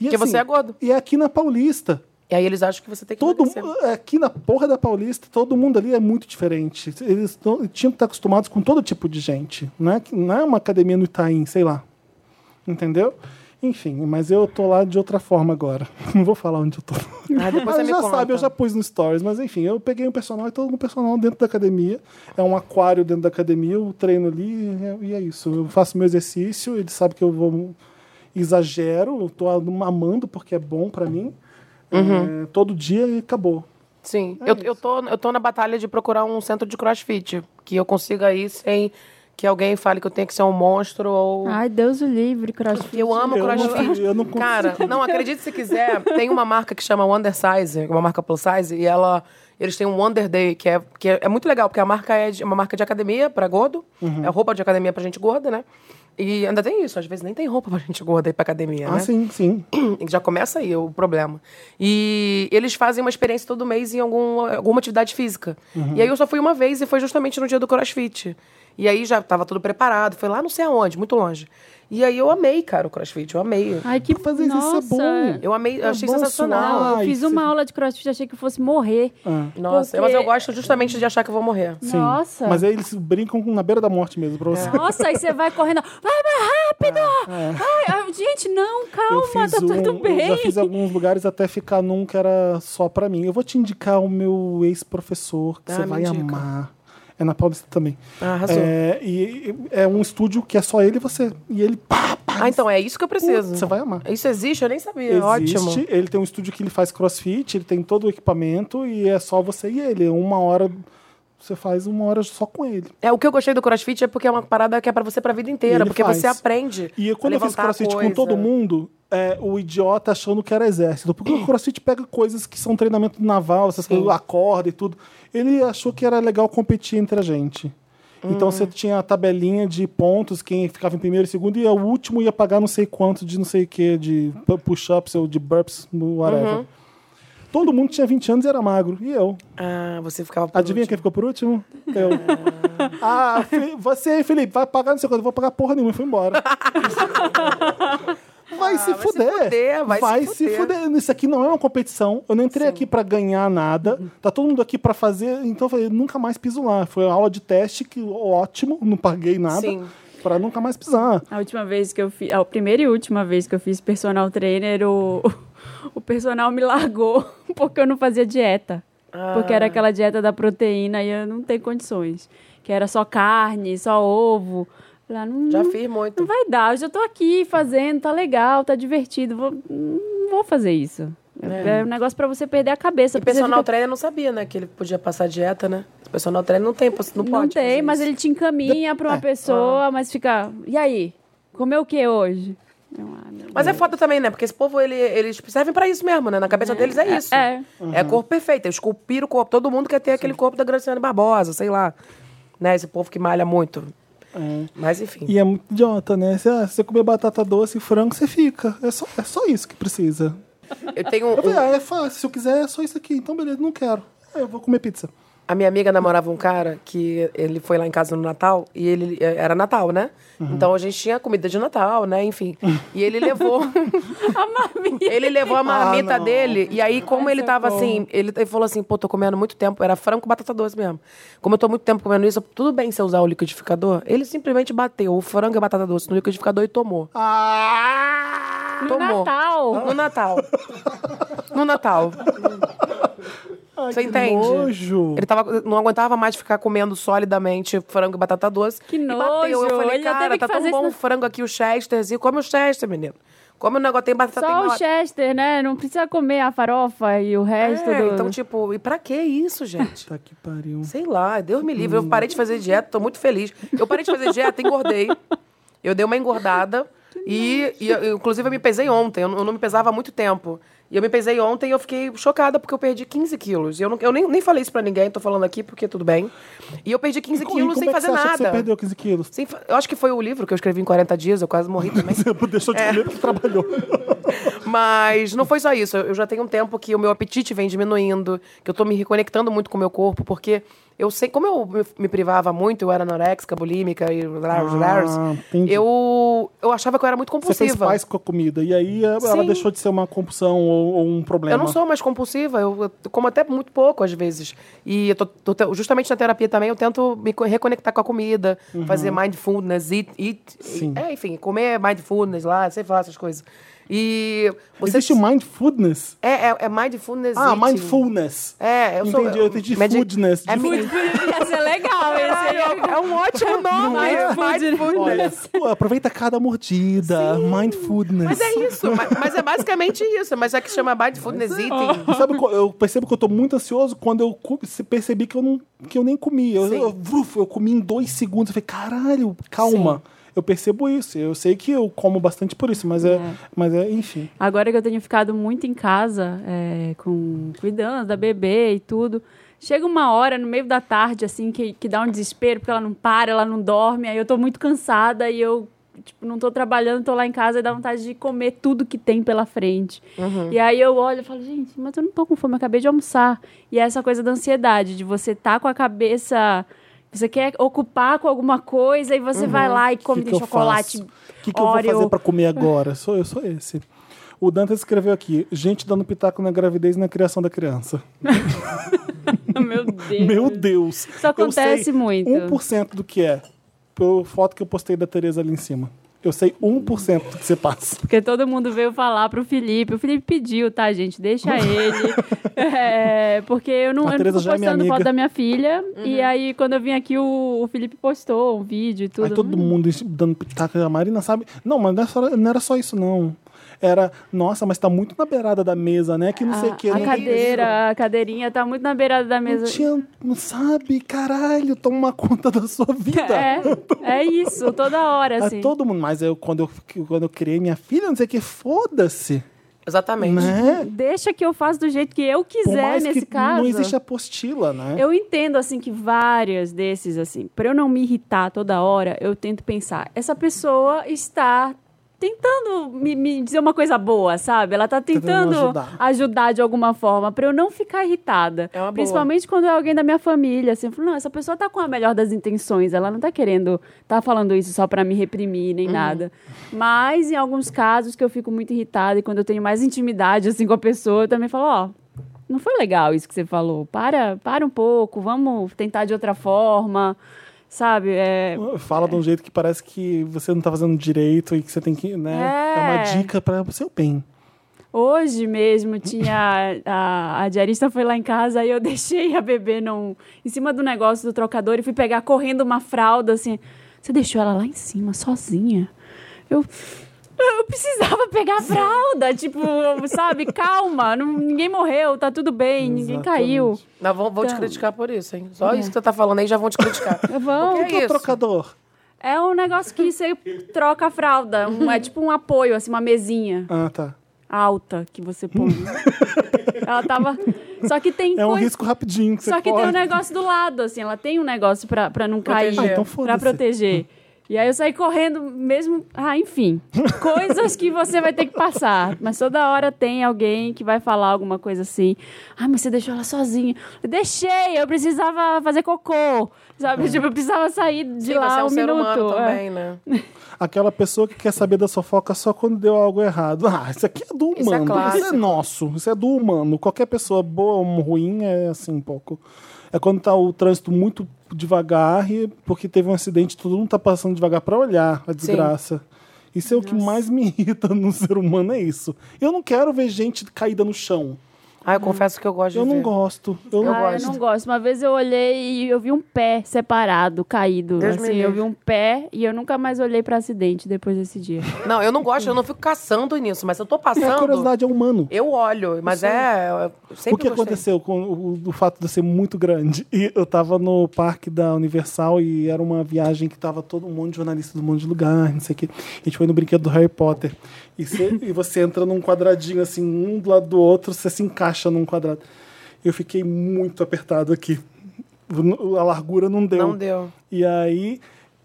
E, Porque você é gordo. E é aqui na Paulista. E aí eles acham que você tem que Todo emagrecer. mu- aqui na porra da Paulista, todo mundo ali é muito diferente. Eles tão- tinham que estar acostumados com todo tipo de gente. Não é, que- não é uma academia no Itaim, sei lá. Entendeu? Enfim, mas eu tô lá de outra forma agora. Não vou falar onde eu tô. Ah, depois Mas você me já conta. sabe, eu já pus no Stories, mas enfim, eu peguei um personal e tô com um personal dentro da academia. É um aquário dentro da academia, eu treino ali e é- e é isso. Eu faço meu exercício, ele sabe que eu vou exagero, eu tô amando porque é bom pra mim. Uhum. É, todo dia e acabou. Sim. É eu, isso. eu, tô, eu tô na batalha de procurar um centro de crossfit. Que eu consiga ir sem que alguém fale que eu tenho que ser um monstro ou. Ah, Ai, Deus o livre, Porque crossfit. Eu amo Eu não- crossfit. eu não consigo. Cara, não, acredite se quiser. Tem uma marca que chama Undersize, uma marca plus size, e ela. Eles têm um Wonder Day, que é, que é, é muito legal, porque a marca é de- uma marca de academia pra gordo. Uhum. É roupa de academia pra gente gorda, né? E ainda tem isso, às vezes nem tem roupa pra gente gorda ir pra academia, Ah, né? sim, sim. Já começa aí o problema. E eles fazem uma experiência todo mês em algum, alguma atividade física. Uhum. E aí eu só fui uma vez e foi justamente no dia do CrossFit. E aí já tava tudo preparado, foi lá não sei aonde, muito longe. E aí eu amei, cara, o CrossFit, eu amei. Ai, que Fazer isso é nossa. bom. Eu amei, eu achei é bom sensacional. suar. Eu Ai, fiz uma cê- aula de crossfit, achei que eu fosse morrer. Ah, Nossa, Porque- mas eu gosto justamente de achar que eu vou morrer. sim. Nossa. Mas aí eles brincam com- na beira da morte mesmo, pra É. você. Nossa, aí você vai correndo. Vai mais rápido! Ai, ai, gente, não, É, Ah, Eu calma, fiz tá tudo um- bem. Eu já fiz alguns lugares até ficar num que era só pra mim. Eu vou te indicar o meu ex-professor, que Ah, você me vai indica. amar. É na Paulista também. Ah, arrasou. é, e e é um estúdio que é só ele e você. E ele, pá, pá, Ah, então é isso que eu preciso. você vai amar. Isso existe? Eu nem sabia. Existe, Ótimo. ele tem um estúdio que ele faz crossfit, ele tem todo o equipamento e é só você e ele. Uma hora, você faz uma hora só com ele. É, o que eu gostei do CrossFit é porque é uma parada que é pra você pra vida inteira, Ele porque faz. você aprende. E eu- quando a eu fiz levantar crossfit com coisa. todo mundo, é, o idiota achando que era exército. Porque o crossfit pega coisas que são treinamento naval, essas coisas, a corda e tudo. Ele achou que era legal competir entre a gente. Uhum. Então você tinha a tabelinha de pontos, quem ficava em primeiro e segundo, e o último ia pagar não sei quanto de não sei o que, de pu- push-ups ou de burps, whatever. Uhum. Todo mundo tinha 20 anos e era magro. E eu. Ah, você ficava. por Tá Adivinha último. quem ficou por último? Eu. ah, Fi- você aí, Felipe, vai pagar não sei quanto. Eu vou pagar porra nenhuma e fui embora. Ah, Vai, se, vai se fuder. fuder, vai se fuder. Isso aqui não é uma competição. Eu não entrei aqui pra ganhar nada. Tá todo mundo aqui pra fazer. Então eu falei, nunca mais piso lá. Foi uma aula de teste que ótimo, não paguei nada. Sim. Pra nunca mais pisar. A última vez que eu fiz. A primeira e última vez que eu fiz personal trainer, o, o personal me largou porque eu não fazia dieta. Porque Ah. era aquela dieta da proteína e eu não tenho condições. Que era só carne, só ovo. Lá, não, Já não- fiz muito. Não vai dar, eu já tô aqui fazendo, tá legal, tá divertido. Vou, não vou fazer isso. É, um negócio pra você perder a cabeça. E porque você personal fica- trainer não sabia, né? Que ele podia passar dieta, né? O personal trainer não tem, não pode. Não fazer tem, isso. mas ele te encaminha pra uma pessoa, mas fica. E aí? Comeu o que hoje? Eu, ah, meu Mas é foda também, né? Porque esse povo, ele, eles servem pra isso mesmo, né? Na cabeça deles é isso. é. Uhum. É corpo perfeito. É esculpir o corpo. Todo mundo quer ter aquele corpo da Graciane Barbosa, sei lá. Né? Esse povo que malha muito. Mas enfim. E é muito idiota, né? Se ah, se você comer batata doce e frango, você fica. É só, é só isso que precisa. Eu tenho um- Eu falei, ah, é fácil. Se eu quiser, é só isso aqui. Então, beleza, não quero. Ah, Eu vou comer pizza. A minha amiga namorava um cara que ele foi lá em casa no Natal e ele eh, era Natal, né? Uhum. Então a gente tinha comida de Natal, né? Enfim. E ele levou A maminha. ele levou a marmita Ah, não. dele e aí como ele é tava assim, ele ele falou assim, pô, tô comendo muito tempo, era frango com batata doce mesmo. Como eu tô muito tempo comendo isso, tudo bem se eu usar o liquidificador? Ele simplesmente bateu o frango e a batata doce no liquidificador e tomou. Ah! No tomou. Natal. No Natal. No Natal. Ai, Você que entende? Nojo. Ele tava, não aguentava mais ficar comendo solidamente frango e batata doce. Que E bateu. Eu nojo, falei, ele já cara, teve que tá tão fazer bom isso o no- frango aqui, o Chesterzinho. Come o Chester, menino. Come o negócio, tem batata, tem Só o nota. Chester, né? Não precisa comer a farofa e o resto É, do... então, tipo, e pra que isso, gente? Tá que pariu. Sei lá, Deus me livre. Eu parei de fazer dieta, tô muito feliz. Eu parei de fazer dieta, engordei. Eu dei uma engordada. E, e eu- inclusive, eu me pesei ontem. Eu não, eu não me pesava há muito tempo. E eu me pesei ontem e eu fiquei chocada porque eu perdi 15 quilos. E Eu, não, eu nem, nem falei isso pra ninguém, tô falando aqui porque tudo bem. E eu perdi 15 E co- e quilos como sem é que fazer você acha nada. Que você perdeu 15 quilos. Sem fa- eu acho que foi o livro que eu escrevi em 40 dias, eu quase morri também. Você deixou É. de comer porque trabalhou. Mas não foi só isso. Eu já tenho um tempo que o meu apetite vem diminuindo, que eu tô me reconectando muito com o meu corpo, porque eu sei, como eu me- me privava muito, eu era anorexica, bulímica e blá, blá, blá, Ah, entendi. eu, eu achava que eu era muito Você fez compulsiva. paz com a comida. E aí eh, ela Sim. deixou de ser uma compulsão ou, ou um problema. Eu não sou mais compulsiva, eu eu como até muito pouco às vezes. E eu tô, tô te- justamente na terapia também eu tento me co- reconectar com a comida, fazer mindfulness, eat, Uhum. eat, Sim. é, enfim, comer mindfulness lá, sei lá essas coisas. E você Existe o mindfulness? é, é, é mindfulness. Ah, eating. mindfulness. É, eu sou. Entendi, eu entendi Medi- foodness, de É, food. mi- Ia ser legal esse. é um ótimo nome. Não é? Olha, pô, aproveita cada mordida. Mindfulness. Mas é isso, mas, mas é basicamente isso. Mas é que chama mindfulness eating. E sabe, co- eu percebo que eu tô muito ansioso quando eu cu- se- percebi que eu, não, que eu nem comi. Eu, Sim. eu, vruf, eu comi em dois segundos. Eu falei, caralho, calma. Eu percebo isso. Eu sei que eu como bastante por isso, mas é, mas é enfim. Agora que eu tenho ficado muito em casa, é, com, cuidando da bebê e tudo, chega uma hora no meio da tarde, assim, que, que dá um desespero, porque ela não para, ela não dorme, aí eu tô muito cansada e eu, tipo, não tô trabalhando, tô lá em casa e dá vontade de comer tudo que tem pela frente. Uhum. E aí eu olho e falo, gente, mas eu não tô com fome, eu acabei de almoçar. E é essa coisa da ansiedade, de você tá com a cabeça... Você quer ocupar com alguma coisa e você vai lá e come Uhum. que tem que eu chocolate. faço? O que, que eu vou Oreo. fazer pra comer agora? Sou eu, sou esse. O Dantas escreveu aqui: gente dando pitaco na gravidez e na criação da criança. Meu Deus. Meu Deus! Uhum. Isso acontece muito. 1% do que é. Pela foto que eu postei da Tereza ali em cima. Eu sei 1% do que você passa. Porque todo mundo veio falar pro Felipe. O Felipe pediu, tá, gente? Deixa ele. É, porque eu não, A eu não Tereza tô já é minha postando foto amiga. da minha filha. E aí, quando eu vim aqui, o, o Felipe postou um vídeo e tudo. Aí todo mundo enche- dando pitaco. A Marina sabe. Não, mas não, é só- não era só isso, não. Era, nossa, mas tá muito na beirada da mesa, né? Que não sei o que. a né? cadeira, a cadeirinha tá muito na beirada da Não, mesa. tinha, não sabe? Caralho, toma conta da sua vida. É, é isso, toda hora, A assim. todo mundo. Mas eu, quando, eu, quando eu criei minha filha, não sei o que, foda-se. Exatamente. Né? Deixa que eu faça do jeito que eu Por quiser mais é, nesse que caso. não existe apostila, né? Eu entendo, assim, que várias desses, assim, pra eu não me irritar toda hora, eu tento pensar, essa pessoa está tentando me, me dizer uma coisa boa, sabe? Ela tá Tentando tentando ajudar. ajudar. de alguma forma, pra eu não ficar irritada. É uma boa. Principalmente quando é alguém da minha família, assim, eu falo, não, essa pessoa tá com a melhor das intenções, ela não tá querendo, tá falando isso só pra me reprimir, nem nada. Mas em alguns casos que eu fico muito irritada e quando eu tenho mais intimidade, assim, com a pessoa, eu também falo, ó, não foi legal isso que você falou. Para, para um pouco, vamos tentar de outra forma, sabe? É, Fala de um jeito que parece que você não tá fazendo direito e que você tem que, né? É. É, uma dica para o seu bem. hoje mesmo tinha a, a diarista foi lá em casa e eu deixei a bebê num, em cima do negócio do trocador e fui pegar correndo uma fralda assim. Você deixou ela lá em cima sozinha? Eu Eu precisava pegar a fralda, tipo, sabe? Calma, não- ninguém morreu, tá tudo bem, ninguém caiu. Exatamente. Mas vão, vão te Então. criticar por isso, hein? Só isso que você tá falando aí já vão te criticar. Vão. Porque Que é isso. trocador. É um negócio que você troca a fralda, um- é tipo um apoio, assim, uma mesinha Ah, tá. alta que você põe. Ela tava. Só que tem É um coisa- risco rapidinho que você Então, Só que tem corre. um negócio do lado, assim, ela tem um negócio pra, pra não cair, Proteger. Ah, então pra foda-se. proteger. E aí eu saí correndo mesmo, ah, enfim, coisas que você vai ter que passar. Mas toda hora tem alguém que vai falar alguma coisa assim. Ah, mas você deixou ela sozinha. Eu deixei, eu precisava fazer cocô, É. sabe? Tipo, eu precisava sair de Sim, lá você é um, ser minuto. humano é. também, né? Aquela pessoa que quer saber da fofoca só quando deu algo errado. Ah, isso aqui é do Isso é humano. Isso é, clássico. nosso. Isso é do humano. Qualquer pessoa boa ou ruim é assim um pouco. É quando tá o trânsito muito devagar e porque teve um acidente, todo mundo tá passando devagar pra olhar a desgraça. Isso é o que mais me irrita no ser humano, é isso. Eu não quero ver gente caída no chão. Ah, Hum. eu confesso que eu gosto Eu de não ver. gosto. Eu não Ah, gosto. eu não gosto. Uma vez eu olhei e eu vi um pé separado, caído. Deus me assim, eu livre. vi um pé e eu nunca mais olhei pra acidente depois desse dia. Não, eu não gosto, eu não fico caçando nisso, mas se eu tô É a passando, curiosidade é humano. eu olho. Mas é. eu sempre o que gostei. aconteceu com o, o fato de eu ser muito grande? E eu tava no parque da Universal e era uma viagem que tava todo mundo, jornalista do mundo de lugar, não sei o quê. A gente foi no brinquedo do Harry Potter. E, cê- e você entra num quadradinho assim, um do lado do outro, você se encaixa num quadrado. Eu fiquei muito apertado aqui. A largura não deu. Não deu. E aí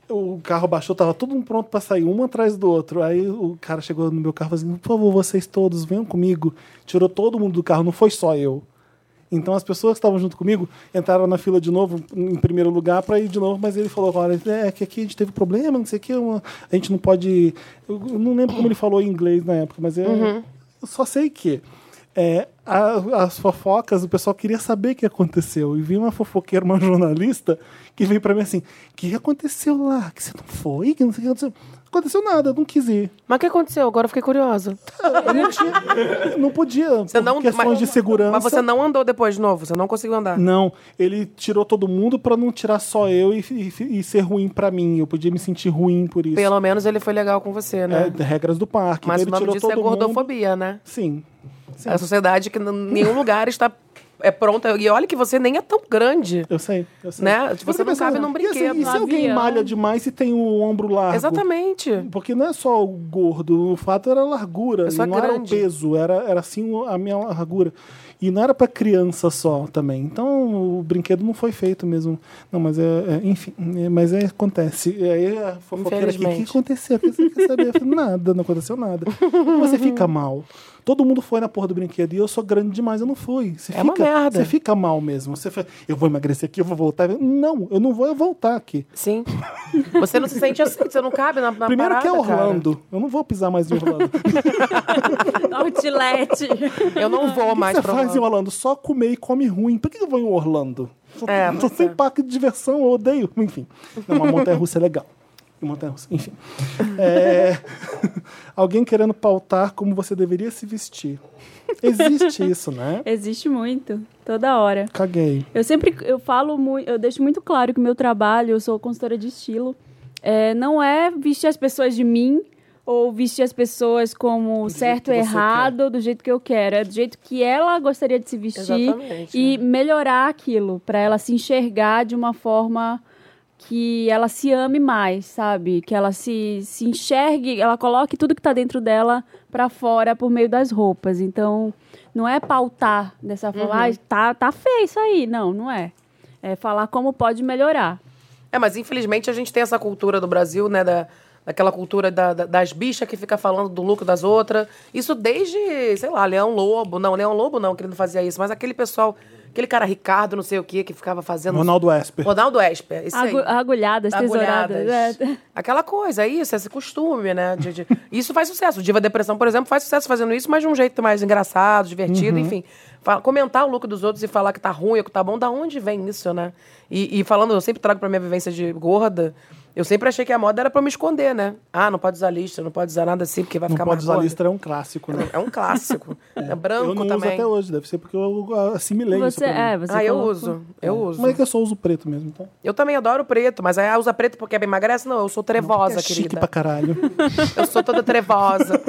o carro baixou, tava todo mundo pronto pra sair, um atrás do outro. Aí o cara chegou no meu carro e falou assim: por favor, vocês todos, venham comigo. Tirou todo mundo do carro, não foi só eu. Então as pessoas que estavam junto comigo entraram na fila de novo, em primeiro lugar, para ir de novo, mas ele falou, olha, é que aqui a gente teve problema, não sei o que, uma- a gente não pode. Eu não lembro como ele falou em inglês na época, mas eu, eu só sei que. é, a- as fofocas, o pessoal queria saber o que aconteceu. E vi uma fofoqueira, uma jornalista, que veio para mim assim: o que aconteceu lá? Que você não foi? Que não sei o que aconteceu. Aconteceu nada, eu não quis ir. Mas o que aconteceu? Agora eu fiquei curiosa. Eu não, tinha, eu não podia, por questões é de segurança. Mas você não andou depois de novo, você não conseguiu andar. Não, ele tirou todo mundo pra não tirar só eu e, e- e ser ruim pra mim. Eu podia me sentir ruim por isso. Pelo menos ele foi legal com você, né? É, regras do parque. mas o Então ele tirou nome disso é todo mundo. gordofobia, né? Sim. Sim. É a sociedade que em nenhum lugar está é pronta. E olha que você nem é tão grande. Eu sei, eu sei. Né? Eu Você fico não pensando, cabe num e assim, brinquedo, E se num alguém avião. malha demais e tem o ombro largo? Exatamente. Porque não é só o gordo, o fato era a largura, É só e não era o grande. peso, era, era sim o- a minha largura. E não era pra criança só também. Então o brinquedo não foi feito mesmo. Não, mas é, é- enfim, é, mas é, acontece. E aí a fofoqueira aqui, o que Infelizmente. aconteceu? O que você quer saber? Eu falei, nada, não aconteceu nada. Como Você fica mal. Todo mundo foi na porra do brinquedo e eu sou grande demais, eu não fui. Você É uma fica- merda. Você fica mal mesmo. Você fala, eu vou emagrecer aqui, eu vou voltar. Não, eu não vou voltar aqui. Sim. Você não se sente assim, você não cabe na, na Primeiro que é parada, cara. Orlando. Eu não vou pisar mais em Orlando. Outlet. Eu não vou mais você pra faz em Orlando. Orlando? Só comer e come ruim. Por que eu vou em Orlando? Só, É, só pois tem é. parque de diversão, eu odeio. Enfim, não, uma montanha-russa é legal. E Montanha-russa, enfim. É, Alguém querendo pautar como você deveria se vestir. Existe isso, né? Existe muito, toda hora. Caguei. Eu sempre eu falo muito, eu deixo muito claro que o meu trabalho, eu sou consultora de estilo, é, não é vestir as pessoas de mim ou vestir as pessoas como jeito certo que ou você errado, do jeito que eu quero, é do jeito que ela gostaria de se vestir Exatamente. né? e melhorar aquilo pra ela se enxergar de uma forma que ela se ame mais, sabe? Que ela se, se enxergue, ela coloque tudo que tá dentro dela pra fora por meio das roupas. Então, não é pautar dessa forma, Uhum. "Ai, tá, tá feio isso aí. Não, não é. É falar como pode melhorar. É, mas infelizmente a gente tem essa cultura do Brasil, né? Da, daquela cultura da- da- das bichas que fica falando do lucro das outras. Isso desde, sei lá, Leão Lobo. Não, Leão Lobo não, que ele não fazia isso. Mas aquele pessoal, aquele cara Ricardo, não sei o quê, que ficava fazendo. Ronaldo Esper. Ronaldo Esper. Isso Agu- aí. agulhadas, tesouradas. Agulhadas. é. Aquela coisa, é isso, esse costume, né? de- Uhum. de- Isso faz sucesso. O Diva Depressão, por exemplo, faz sucesso fazendo isso, mas de um jeito mais engraçado, divertido, enfim. fala- comentar o look dos outros e falar que tá ruim ou que tá bom, da onde vem isso, né? E, e falando, eu sempre trago pra minha vivência de gorda, eu sempre achei que a moda era pra eu me esconder, né? Ah, não pode usar listra, não pode usar nada assim, porque vai Não ficar pode mais usar gorda. listra, é um clássico, né? É um clássico. é branco Eu não uso também. até hoje, deve ser porque eu assimilei isso. Você, pra mim. é, você ah, eu colocou- uso. Eu uso. Mas é que eu só uso preto mesmo, então. Eu também adoro preto, mas aí ah, usa preto porque é bem emagrece? Não, eu sou trevosa, é chique querida. pra caralho. Eu sou toda trevosa.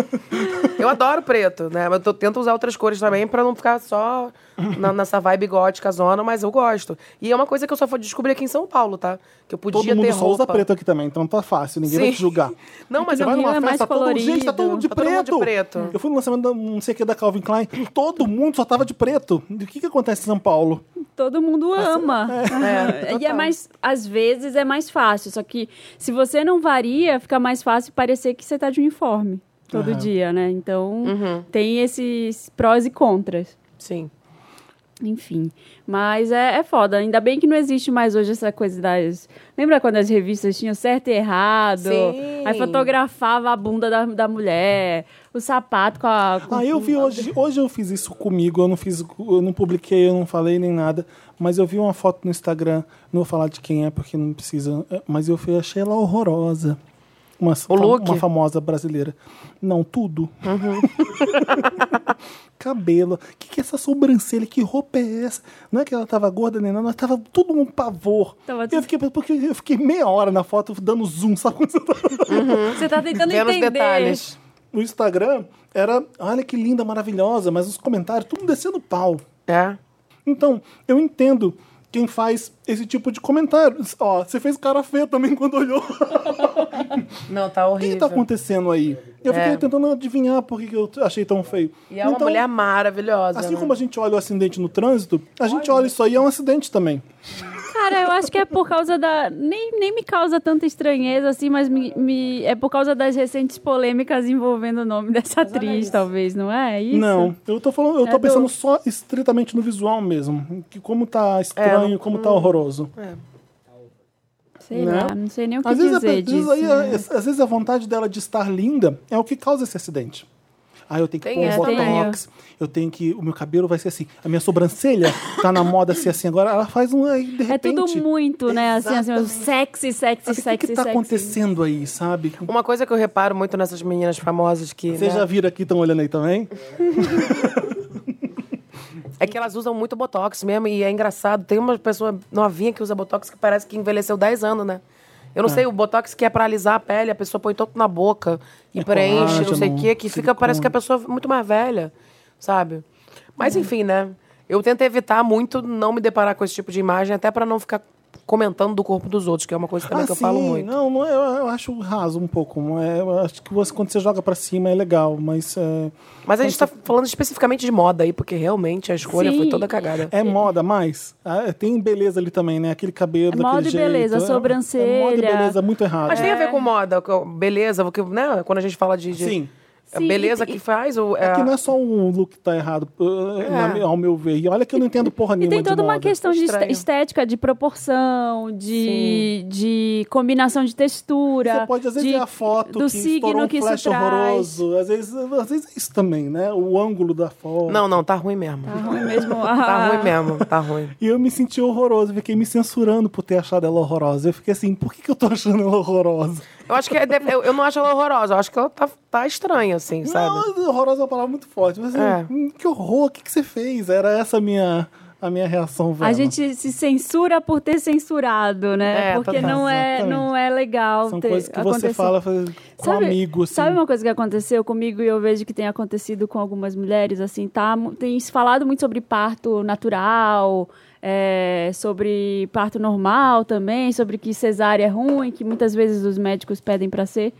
eu adoro preto, né? Mas eu tô- tento usar outras cores também pra não ficar só na- nessa vibe gótica zona, mas eu gosto. E é uma coisa que eu só fui descobrir aqui em São Paulo, tá? Que eu podia Todo mundo ter só usa roupa. preto aqui também, então tá fácil, ninguém vai Sim. te julgar. Não, mas Você eu vai numa Rio é mais festa, todo mundo, gente, tá todo mundo de colorido, tá todo mundo preto. de preto. Eu fui no lançamento da não sei o que da Calvin Klein, todo mundo só tava de preto. E o que que acontece em São Paulo? Todo mundo ama. É, e é total. mais, às vezes é mais fácil, só que se você não varia, fica mais fácil parecer que você tá de uniforme todo Aham. dia, né? Então Uhum. tem esses prós e contras. Sim. Enfim, mas é, é foda. Ainda bem que não existe mais hoje essa coisa das. Lembra quando as revistas tinham certo e errado? Sim. Aí fotografava a bunda da, da mulher, o sapato com a. com- Ah, eu vi hoje, hoje eu fiz isso comigo, eu não fiz, eu não publiquei, eu não falei nem nada, mas eu vi uma foto no Instagram, não vou falar de quem é porque não precisa, é, mas eu fui- achei ela horrorosa. Uma, fam- look? uma famosa brasileira. Não, tudo. Cabelo. Que que é essa sobrancelha? Que roupa é essa? Não é que ela tava gorda nem nada, mas tava tudo um pavor. Tava eu, tudo- fiquei, porque eu fiquei meia hora na foto dando zoom, sabe quando você tá... Você tá tentando Vendo os entender. detalhes. No Instagram era, olha que linda, maravilhosa, mas os comentários, tudo descendo pau. É. Então, eu entendo quem faz esse tipo de comentário. Ó, você fez cara feia também quando olhou. O Não, tá que, horrível. que tá acontecendo aí? Eu fiquei É. tentando adivinhar por que que eu achei tão feio. Então, E é uma mulher maravilhosa. Assim né? como a gente olha o acidente no trânsito, a gente olha isso aí e é um acidente também. Cara, eu acho que é por causa da. Nem, nem me causa tanta estranheza assim, mas me, me- é por causa das recentes polêmicas envolvendo o nome dessa atriz, talvez, não é? É isso? Não, eu tô falando, eu É tô pensando do- só estritamente no visual mesmo, que como tá estranho, É, hum. como tá horroroso. Sei Né? lá, não sei nem o que Às vezes, a, dizer pe- diz disso. aí, né? a- às vezes a vontade dela de estar linda é o que causa esse acidente. Ah, eu tenho que Tem pôr um essa botox, eu tenho que. O meu cabelo vai ser assim. A minha sobrancelha tá na moda ser assim agora. Ela faz um. Aí, de É repente. tudo muito, né? Assim, assim, Exatamente. sexy, sexy, Ah, sexy, O que, que tá sexy. acontecendo aí, sabe? Uma coisa que eu reparo muito nessas meninas famosas que. Vocês né, já viram aqui, estão olhando aí também? É que elas usam muito botox mesmo, e é engraçado. Tem uma pessoa novinha que usa botox que parece que envelheceu 10 anos, né? Eu não sei, o botox que é pra alisar a pele, a pessoa põe todo na boca e É preenche, não sei o colágeno, quê, que fica, silicone. parece que a pessoa é muito mais velha, sabe? É. Mas enfim, né? Eu tento evitar muito não me deparar com esse tipo de imagem, até pra não ficar comentando do corpo dos outros, que é uma coisa também Ah, que eu sim, falo muito. Não, não é- eu, acho raso um pouco. não é- eu acho que você, quando você joga pra cima é legal, mas é, Mas a gente tá falando especificamente de moda aí, porque realmente a escolha Sim. foi toda cagada. é moda mais. Ah, tem beleza ali também, né? Aquele cabelo, É daquele moda e jeito. beleza, é- É moda e sobrancelha. beleza, muito errado. Mas tem a ver com moda, com beleza, porque, né? Quando a gente fala de. de- é. Sim. A Sim, É beleza e- que faz o. É, Que não é só um look que tá errado, uh, na mi- ao meu ver. E olha que eu não entendo porra É. E nenhuma tem de toda uma moda. questão de Estranho. estética, de proporção, de, de combinação de textura. Você pode, às vezes, de- ver a foto do que estourou signo um que isso flash traz. horroroso. Às vezes, às vezes é isso também, né? O ângulo da foto. Não, não, tá ruim mesmo. Tá ruim mesmo. Tá Ah, ruim mesmo, tá ruim. E eu me senti horroroso. Fiquei me censurando por ter achado ela horrorosa. Eu fiquei assim, por que, que eu tô achando ela horrorosa? Eu acho que é def- eu, eu não acho ela horrorosa, eu acho que ela tá, tá estranha, assim, sabe? Não, horrorosa é uma palavra muito forte. Mas, assim, É. hum, que horror, o que, que você fez? Era essa a minha, a minha reação, velho. A gente se censura por ter censurado, né? É, Porque total. não é, tá, Exatamente. não é legal São ter coisas que acontecer. você fala faz- com amigo, assim. sabe uma coisa que aconteceu comigo e eu vejo que tem acontecido com algumas mulheres, assim, tá? mu- Tem se falado muito sobre parto natural, é, sobre parto normal também, sobre que cesárea é ruim, que muitas vezes os médicos pedem pra ser.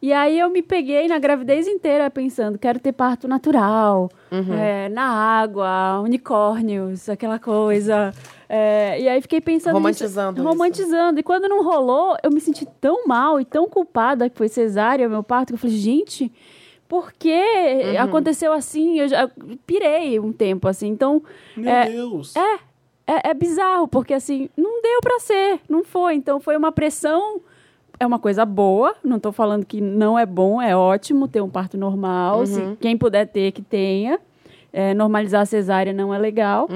E aí eu me peguei na gravidez inteira pensando, quero ter parto natural, Uhum. é, na água, unicórnios, aquela coisa. É, e aí fiquei pensando... nisso- Romantizando isso. romantizando. E quando não rolou, eu me senti tão mal e tão culpada que foi cesárea, o meu parto, que eu falei, gente, por que Uhum. aconteceu assim? Eu já eu pirei um tempo, assim. Então, Meu é, Deus. é, é bizarro, porque assim, não deu pra ser, não foi. Então foi uma pressão. É uma coisa boa, não tô Uhum. falando que não é bom, é ótimo ter um parto normal. Se quem puder ter, que tenha. é, normalizar a cesárea não é legal.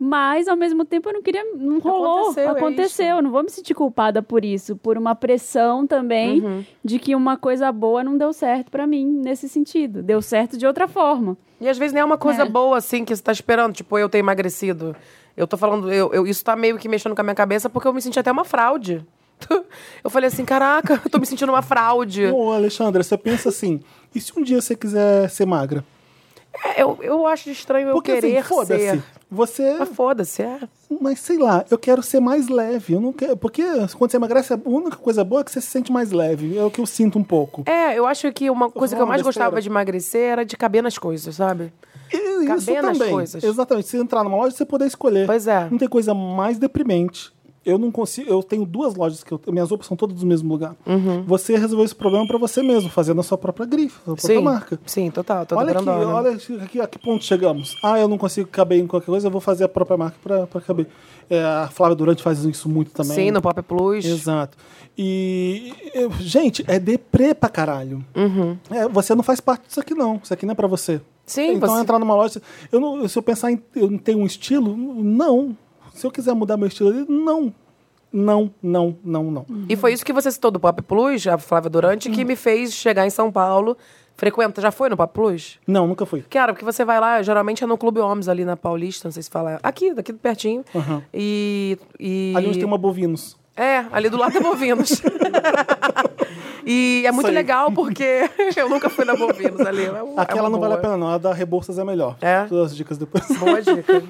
Mas, ao mesmo tempo, eu não queria. Não rolou. Uhum. Aconteceu, é Aconteceu. eu não vou me sentir culpada por isso. Por uma pressão também Uhum. de que uma coisa boa não deu certo pra mim, nesse sentido. Deu certo de outra forma. E às vezes nem é uma coisa É. boa, assim, que você tá esperando. Tipo, eu ter emagrecido. Eu tô falando, eu, eu- isso tá meio que mexendo com a minha cabeça porque eu me senti até uma fraude. Eu falei assim, caraca, eu tô me sentindo uma fraude. Ô, Alexandra, você pensa assim, e se um dia você quiser ser magra? É, eu, eu acho estranho eu Porque querer assim, foda-se. ser. Você, Mas foda-se, é. mas sei lá, eu quero ser mais leve. Eu não quero, porque quando você emagrece, a única coisa boa é que você se sente mais leve. É o que eu sinto um pouco. É, eu acho que uma coisa que eu falando mais besteira. gostava de emagrecer era de caber nas coisas, sabe? E isso Caber nas também. coisas. Exatamente. Se entrar numa loja, você poder escolher. Pois é. Não tem coisa mais deprimente. Eu não consigo. Eu tenho duas lojas que eu, minhas roupas são todas do mesmo lugar. Uhum. Você resolveu esse problema pra você mesmo, fazendo a sua própria grife, a sua Sim. própria marca. Sim, total, toda Olha aqui, grandona. olha aqui, a que ponto chegamos. Ah, eu não consigo caber em qualquer coisa, eu vou fazer a própria marca pra, pra caber. É, a Flávia Durante faz isso muito também. Sim, no Pop Plus. Exato. E, eu- gente, é deprê pra caralho. É, você não faz parte disso aqui, não. Isso aqui não é pra você. Uhum. Sim, Então, você- entrar numa loja... Eu não, se eu pensar em... Eu não tenho um estilo? Não. Se eu quiser mudar meu estilo, ali, não. Não, não, não, não. E foi isso que você citou do Pop Plus, a Flávia Durante, que me fez chegar em São Paulo. Frequenta, já foi no Pop Plus? Não, nunca fui. Cara, porque você vai lá, geralmente é no Clube Homens ali na Paulista, não sei se fala. Aqui, daqui pertinho. Aham. E, e. Ali onde tem um uma bovinos. É, ali do lado da Bovinos. e é muito Sei. legal porque eu nunca fui na Bovinos ali. É uma- é Aquela uma não vale a boa. pena, não. A da Rebouças é melhor. É? Todas as dicas depois. Boa dica.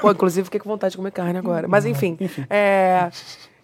Pô, inclusive fiquei com vontade de comer carne agora. Mas enfim. é,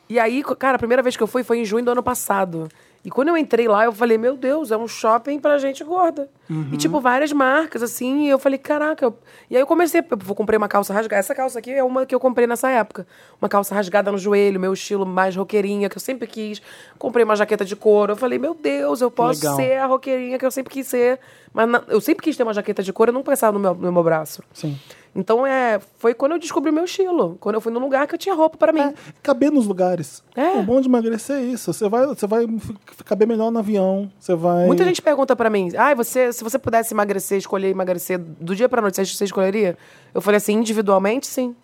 E aí, co- cara, a primeira vez que eu fui foi em junho do ano passado. E quando eu entrei lá, eu falei, meu Deus, é um shopping pra gente gorda. E, tipo, várias marcas, assim, e eu falei, caraca. eu- E aí eu comecei, eu vou- comprei uma calça rasgada. Essa calça aqui é uma que eu comprei nessa época. Uma calça rasgada no joelho, meu estilo mais roqueirinha, que eu sempre quis. Comprei uma jaqueta de couro. Eu falei, meu Deus, eu posso Legal. ser a roqueirinha que eu sempre quis ser. Mas na- eu sempre quis ter uma jaqueta de couro, eu não pensava no meu, no meu braço. Sim. Então é, foi quando eu descobri o meu estilo. Quando eu fui num lugar que eu tinha roupa pra mim. É, caber nos lugares. É. O bom de emagrecer é isso. Você vai, você vai f- caber melhor no avião. Você vai. Muita gente pergunta pra mim: "Ai, você, se você pudesse emagrecer, escolher emagrecer do dia pra noite, você você escolheria?" Eu falei assim, individualmente, sim.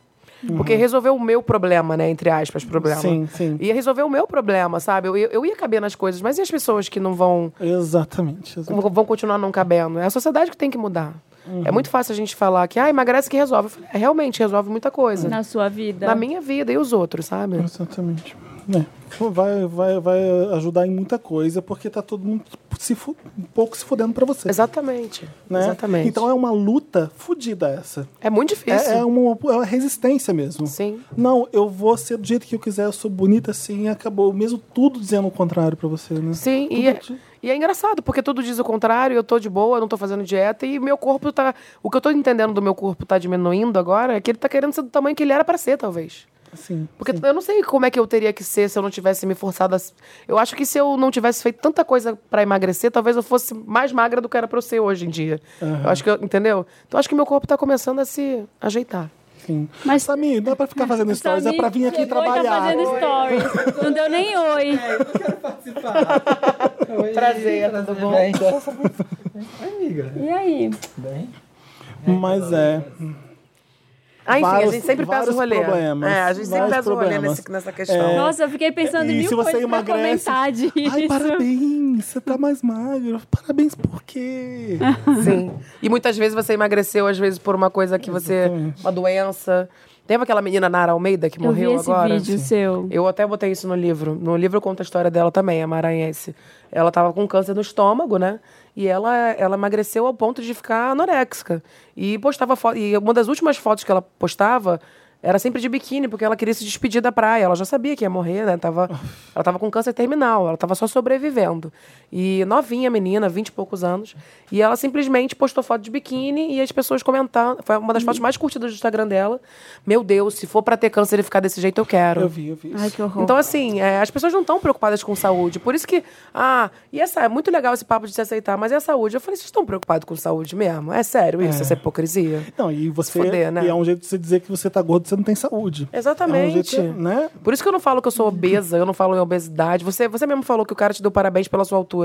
Porque resolveu o meu problema, né? Entre aspas, problema. Uhum. Sim, sim. Ia resolver o meu problema, sabe? Eu, eu ia caber nas coisas, mas e as pessoas que não vão Exatamente. vão- vão continuar não cabendo. É a sociedade que tem que mudar. Uhum. É muito fácil a gente falar que, ah, emagrece que resolve. Eu falei, "É, realmente, resolve muita coisa. Na sua vida. Na minha vida e os outros, sabe? Exatamente. É. Vai, vai, vai ajudar em muita coisa, porque tá todo mundo se fu- um pouco se fudendo pra você. Exatamente. né? Exatamente. Então é uma luta fudida essa. É muito difícil. É, é uma, é uma resistência mesmo. Sim. Não, eu vou ser do jeito que eu quiser, eu sou bonita assim, acabou. Mesmo tudo dizendo o contrário pra você, né? Sim, Tudo e é, te- e é engraçado, porque tudo diz o contrário, eu tô de boa, eu não tô fazendo dieta, e meu corpo tá. O que eu tô entendendo do meu corpo tá diminuindo agora é que ele tá querendo ser do tamanho que ele era pra ser, talvez. Assim. Porque eu não sei como é que eu teria que ser se eu não tivesse me forçado a. Eu acho que se eu não tivesse feito tanta coisa pra emagrecer, talvez eu fosse mais magra do que era pra eu ser hoje em dia. Eu acho que, eu, entendeu? Então acho que meu corpo tá começando a se ajeitar. Sim. Mas- Samir, não é pra ficar fazendo stories, é Samir pra vir aqui chegou e tá trabalhar. fazendo stories. Não deu nem oi. participar. Oi, Prazer, tudo bom? Bem, Oi, amiga. E aí? Bem? Mas é. Ah, enfim, Vários- a gente sempre pesa o vários rolê. problemas, é, a gente sempre vários pesa o rolê problemas. nesse- nessa questão. É. Nossa, eu fiquei pensando em E mil se você coisas emagrece. pra comentar disso. Ai, parabéns, você tá mais magro. Parabéns por quê? Sim. E muitas vezes você emagreceu, às vezes, por uma coisa que você. Uma doença. Lembra aquela menina Nara Almeida que Eu vi morreu esse agora? vídeo seu. Eu até botei isso no livro. No livro conta a história dela também, a maranhense. Ela tava com câncer no estômago, né? E ela, ela emagreceu ao ponto de ficar anoréxica. E postava foto. E uma das últimas fotos que ela postava era sempre de biquíni, porque ela queria se despedir da praia. Ela já sabia que ia morrer, né? Tava, ela tava com câncer terminal, ela tava só sobrevivendo. E novinha, menina, vinte e poucos anos. E ela simplesmente postou foto de biquíni e as pessoas comentaram. Foi uma das fotos mais curtidas do Instagram dela. Meu Deus, se for pra ter câncer e ficar desse jeito, eu quero. Eu vi, eu vi. Ai, que horror. Então, assim, é, as pessoas não estão preocupadas com saúde. Por isso que. Ah, e essa é muito legal esse papo de se aceitar, mas é a saúde. Eu falei, vocês estão preocupados com saúde mesmo? É sério isso? Essa hipocrisia? Não, e você. Foder, né? E é um jeito de você dizer que você tá gordo, você não tem saúde. É um Exatamente. jeito, né? Por isso que eu não falo que eu sou obesa, eu não falo em obesidade. Você, você mesmo falou que o cara te deu parabéns pela sua altura.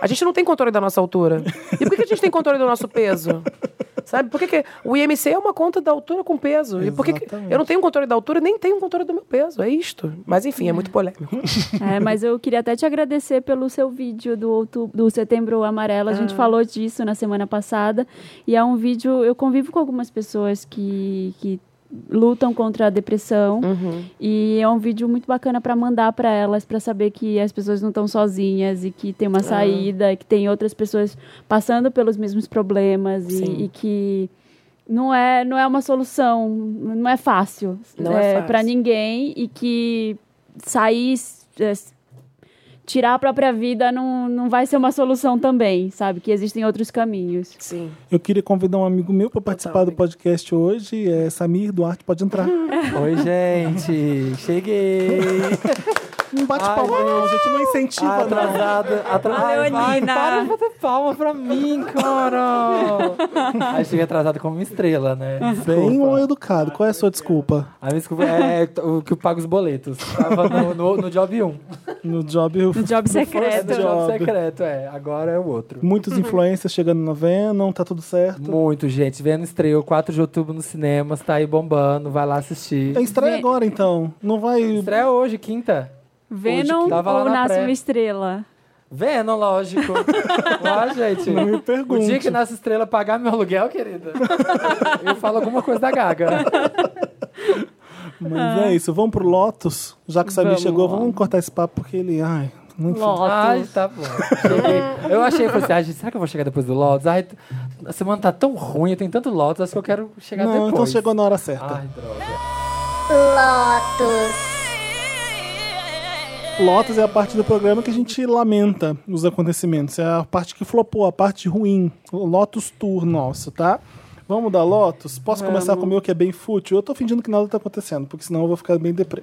A gente não tem controle da nossa altura. E por que, que a gente tem controle do nosso peso? Sabe? Por que, que o IMC é uma conta da altura com peso? E por que, que Exatamente. eu não tenho controle da altura nem tenho controle do meu peso? É isto. Mas enfim, é muito polêmico. É, mas eu queria até te agradecer pelo seu vídeo do, outu- do Setembro Amarelo. A Ah. gente falou disso na semana passada. E é um vídeo. Eu convivo com algumas pessoas que, que lutam contra a depressão. Uhum. E é um vídeo muito bacana para mandar para elas, para saber que as pessoas não estão sozinhas e que tem uma Ah. saída, e que tem outras pessoas passando pelos mesmos problemas Sim. e, e que. Não é, não é uma solução, não é fácil Não é fácil. para ninguém e que sair, é, tirar a própria vida não, não vai ser uma solução também, sabe? Que existem outros caminhos. Sim. Eu queria convidar um amigo meu para participar do amigo. podcast hoje. É Samir Duarte, pode entrar. Oi, gente. Cheguei. Não bate Ai, palma, não, gente. Não incentiva, Ai, não. Atrasada. Atrasada. Leonina. Ai, para de bater palma pra mim, cara. Aí cheguei atrasada como uma estrela, né? Bem Desculpa. mal educado. Qual é a sua desculpa? A minha desculpa é o que eu pago os boletos. Tava no, no, no job 1. No job, eu- No job É do secreto. job Job. secreto, é. Agora é o outro. muitos influencers chegando na Venom, tá tudo certo. Muito, gente. Vendo estreou 4 de outubro nos cinemas, tá aí bombando, vai lá assistir. É estreia agora, então. Não vai. Estreia hoje, quinta. Venom tava lá ou na Nasce pré. uma Estrela? Vendo, lógico. Ó, gente. Não me O pergunte. dia que Nasce Estrela pagar meu aluguel, querida, eu falo alguma coisa da Gaga. Mas é isso. Vamos pro Lotus. Já que o Samir Vamos chegou, lá. vamos cortar esse papo, porque ele. Ai, não Ai, tá bom. Cheguei. Eu achei, falei assim, ah, gente, será que eu vou chegar depois do Lotus? Ai, t- a semana tá tão ruim, eu tenho tanto Lotus, acho que eu quero chegar Não, depois. Ah, então chegou na hora certa. Ai, droga. Lotus é a parte do programa que a gente lamenta os acontecimentos. É a parte que flopou, a parte ruim. O Lotus Tour nosso, tá? Vamos dar Lotus? Posso começar com o meu que é bem fútil? Eu tô fingindo que nada tá acontecendo, porque senão eu vou ficar bem deprê.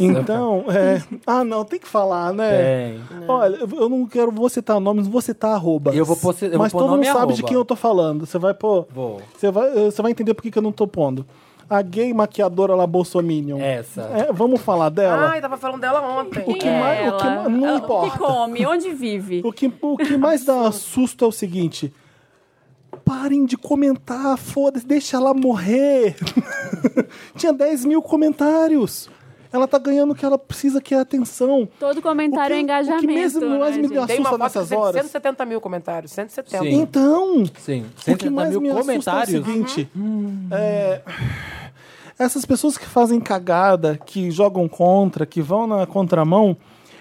Então, é... Ah, não, tem que falar, né? Bem. Olha, eu- eu não quero, vou citar nomes, não vou citar arroba. Eu vou pôr ci- eu vou Mas pôr todo mundo nome e sabe arroba. de quem eu tô falando. Você vai pôr... Vou. Você vai, eh, você vai entender por que que eu não tô pondo. A gay maquiadora lá, Bolsominion. Essa. É, vamos falar dela? Ai, tava falando dela ontem. O que mais- o que mais- não importa. O que come? Onde vive? O que, o que mais dá susto é o seguinte. Parem de comentar, foda-se, deixa ela morrer. Tinha 10 mil comentários. Ela tá ganhando o que ela precisa, que é atenção. Todo comentário é O que- o que engajamento. mesmo né, mais me gente? assusta Tem uma foto nessas de horas. 170 mil comentários. 170. Sim. Então, Sim, o que 170 mais mil me assusta é o comentários. seguinte. Uhum. é, essas pessoas que fazem cagada, que jogam contra, que vão na contramão,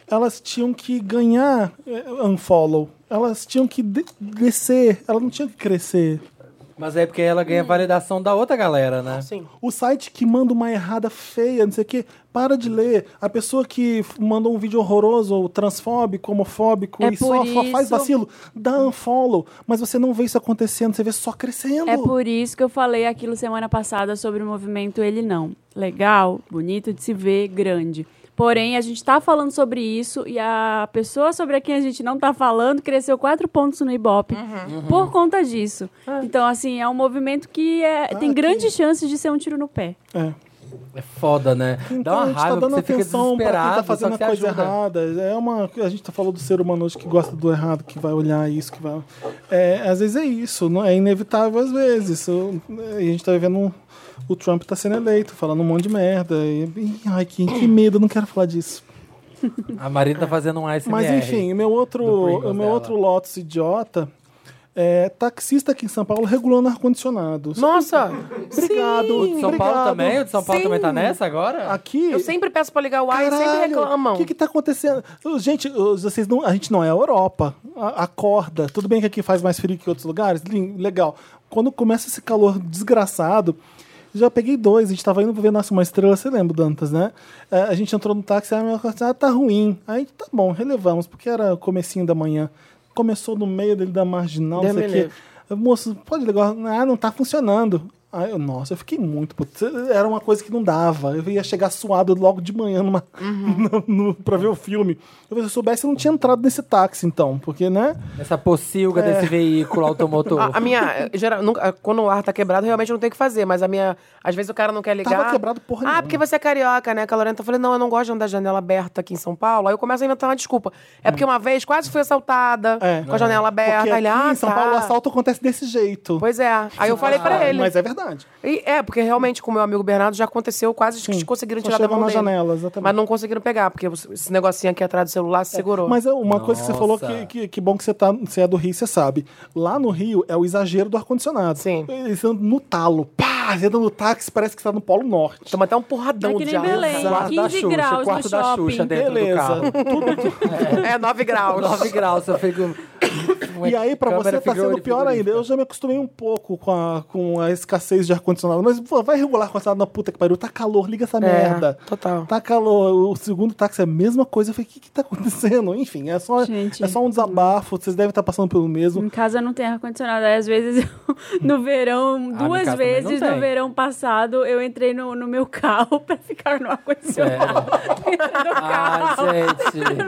elas tinham que ganhar é, unfollow. Elas tinham que de- descer, elas não tinham que crescer. Mas é porque ela ganha validação da outra galera, né? Sim. O site que manda uma errada feia, não sei o quê, para de ler. A pessoa que f- mandou um vídeo horroroso, ou transfóbico, homofóbico, É e só, por só faz isso- vacilo, dá unfollow. Mas você não vê isso acontecendo, você vê só crescendo. É por isso que eu falei aquilo semana passada sobre o movimento Ele Não. Legal, bonito de se ver, grande. Porém, a gente tá falando sobre isso e a pessoa sobre quem a gente não tá falando cresceu quatro pontos no Ibope Uhum. por conta disso. Então, assim, é um movimento que é- Ah, tem grandes chances de ser um tiro no pé. É. É foda, né? Dá Então, a uma gente tá raiva, dando você fica atenção pra quem desesperado, tá só fazendo que a você coisa ajuda. errada. É uma, a gente tá falando do ser humano hoje que gosta do errado, que vai olhar isso, que vai... É, às vezes é isso, não é inevitável às vezes. Eu- é, e a gente tá vivendo um- O Trump tá sendo eleito, falando um monte de merda. E, e- ai, que, que medo, eu não quero falar disso. A Marina tá fazendo um ASMR. Mas enfim, o meu outro, do Pringles o meu dela. outro Lotus idiota é taxista aqui em São Paulo regulando ar-condicionado. Nossa, Obrigado. O de São Paulo obrigado. também? O de São Paulo Sim. também tá nessa agora? Aqui. eu sempre peço pra ligar o ar e sempre reclamam. O que, que tá acontecendo? Ô, Gente, ô, vocês não, a gente não é a Europa. A- Acorda. Tudo bem que aqui faz mais frio que outros lugares. lin- Legal. Quando começa esse calor desgraçado. Já peguei dois, a gente tava indo ver Nasce uma Estrela, você lembra, Dantas, né? É, a gente entrou no táxi, aí meu ah, tá ruim. Aí tá bom, relevamos, porque era comecinho da manhã. Começou no meio dele da marginal, não Deus sei o me quê. livre. Moço, pode ligar? Ah, não tá funcionando. Ai, eu- nossa, eu fiquei muito puto. Era uma coisa que não dava. Eu ia chegar suado logo de manhã numa, Uhum. no, no- pra ver o filme. Eu falei, se eu soubesse, eu não tinha entrado nesse táxi, então. Porque, né? Essa pocilga desse veículo automotor. A, a minha, eh, geral, nunca- quando o ar tá quebrado, realmente não tem o que fazer, mas a minha. Às vezes o cara não quer ligar. Tava quebrado porra Ah, nenhuma. porque você é carioca, né? Que a Lorenta eu falei, não, eu não gosto de andar de janela aberta aqui em São Paulo. Aí eu começo a inventar uma desculpa. É porque uma vez quase fui assaltada É. com a janela aberta. Porque Aí ele, aqui ah, em São tá. Paulo o assalto acontece desse jeito. Pois é. Aí eu falei pra ele. Mas é verdade. E é, porque realmente com o meu amigo Bernardo já aconteceu, quase que conseguiram Só tirar da chegou mão na dele. janela, exatamente. Mas não conseguiram pegar, porque esse negocinho aqui atrás do celular segurou. Mas é uma coisa que você falou Nossa. que, que, que bom que você, tá, você é do Rio, você sabe. Lá no Rio é o exagero do ar-condicionado. Sim. Eles andam no talo. Pá! Você anda no táxi, parece que você tá no Polo Norte. Toma até um porradão É que de nem ar. Belém. Quarto da 15 graus Xuxa, no quarto da Xuxa shopping. dentro do Beleza. carro. É, 9 graus. 9 graus, eu fico. é E aí, pra você, tá sendo pior ainda. Eu já me acostumei um pouco com a, com a escassez de ar-condicionado. Mas pô, vai regular ar-condicionado na puta que pariu. Tá calor, liga essa merda. total. Tá calor. O segundo táxi é a mesma coisa. Eu falei, o que que tá acontecendo? Enfim, é só, Gente. é só um desabafo. Vocês devem estar passando pelo mesmo. Em casa não tem ar-condicionado. Aí, às vezes, eu- no verão, Ah, em duas casa também vezes não tem. no verão passado, eu entrei no, no meu carro pra ficar no ar-condicionado. É. Dentro Ah, do Ai, carro. gente.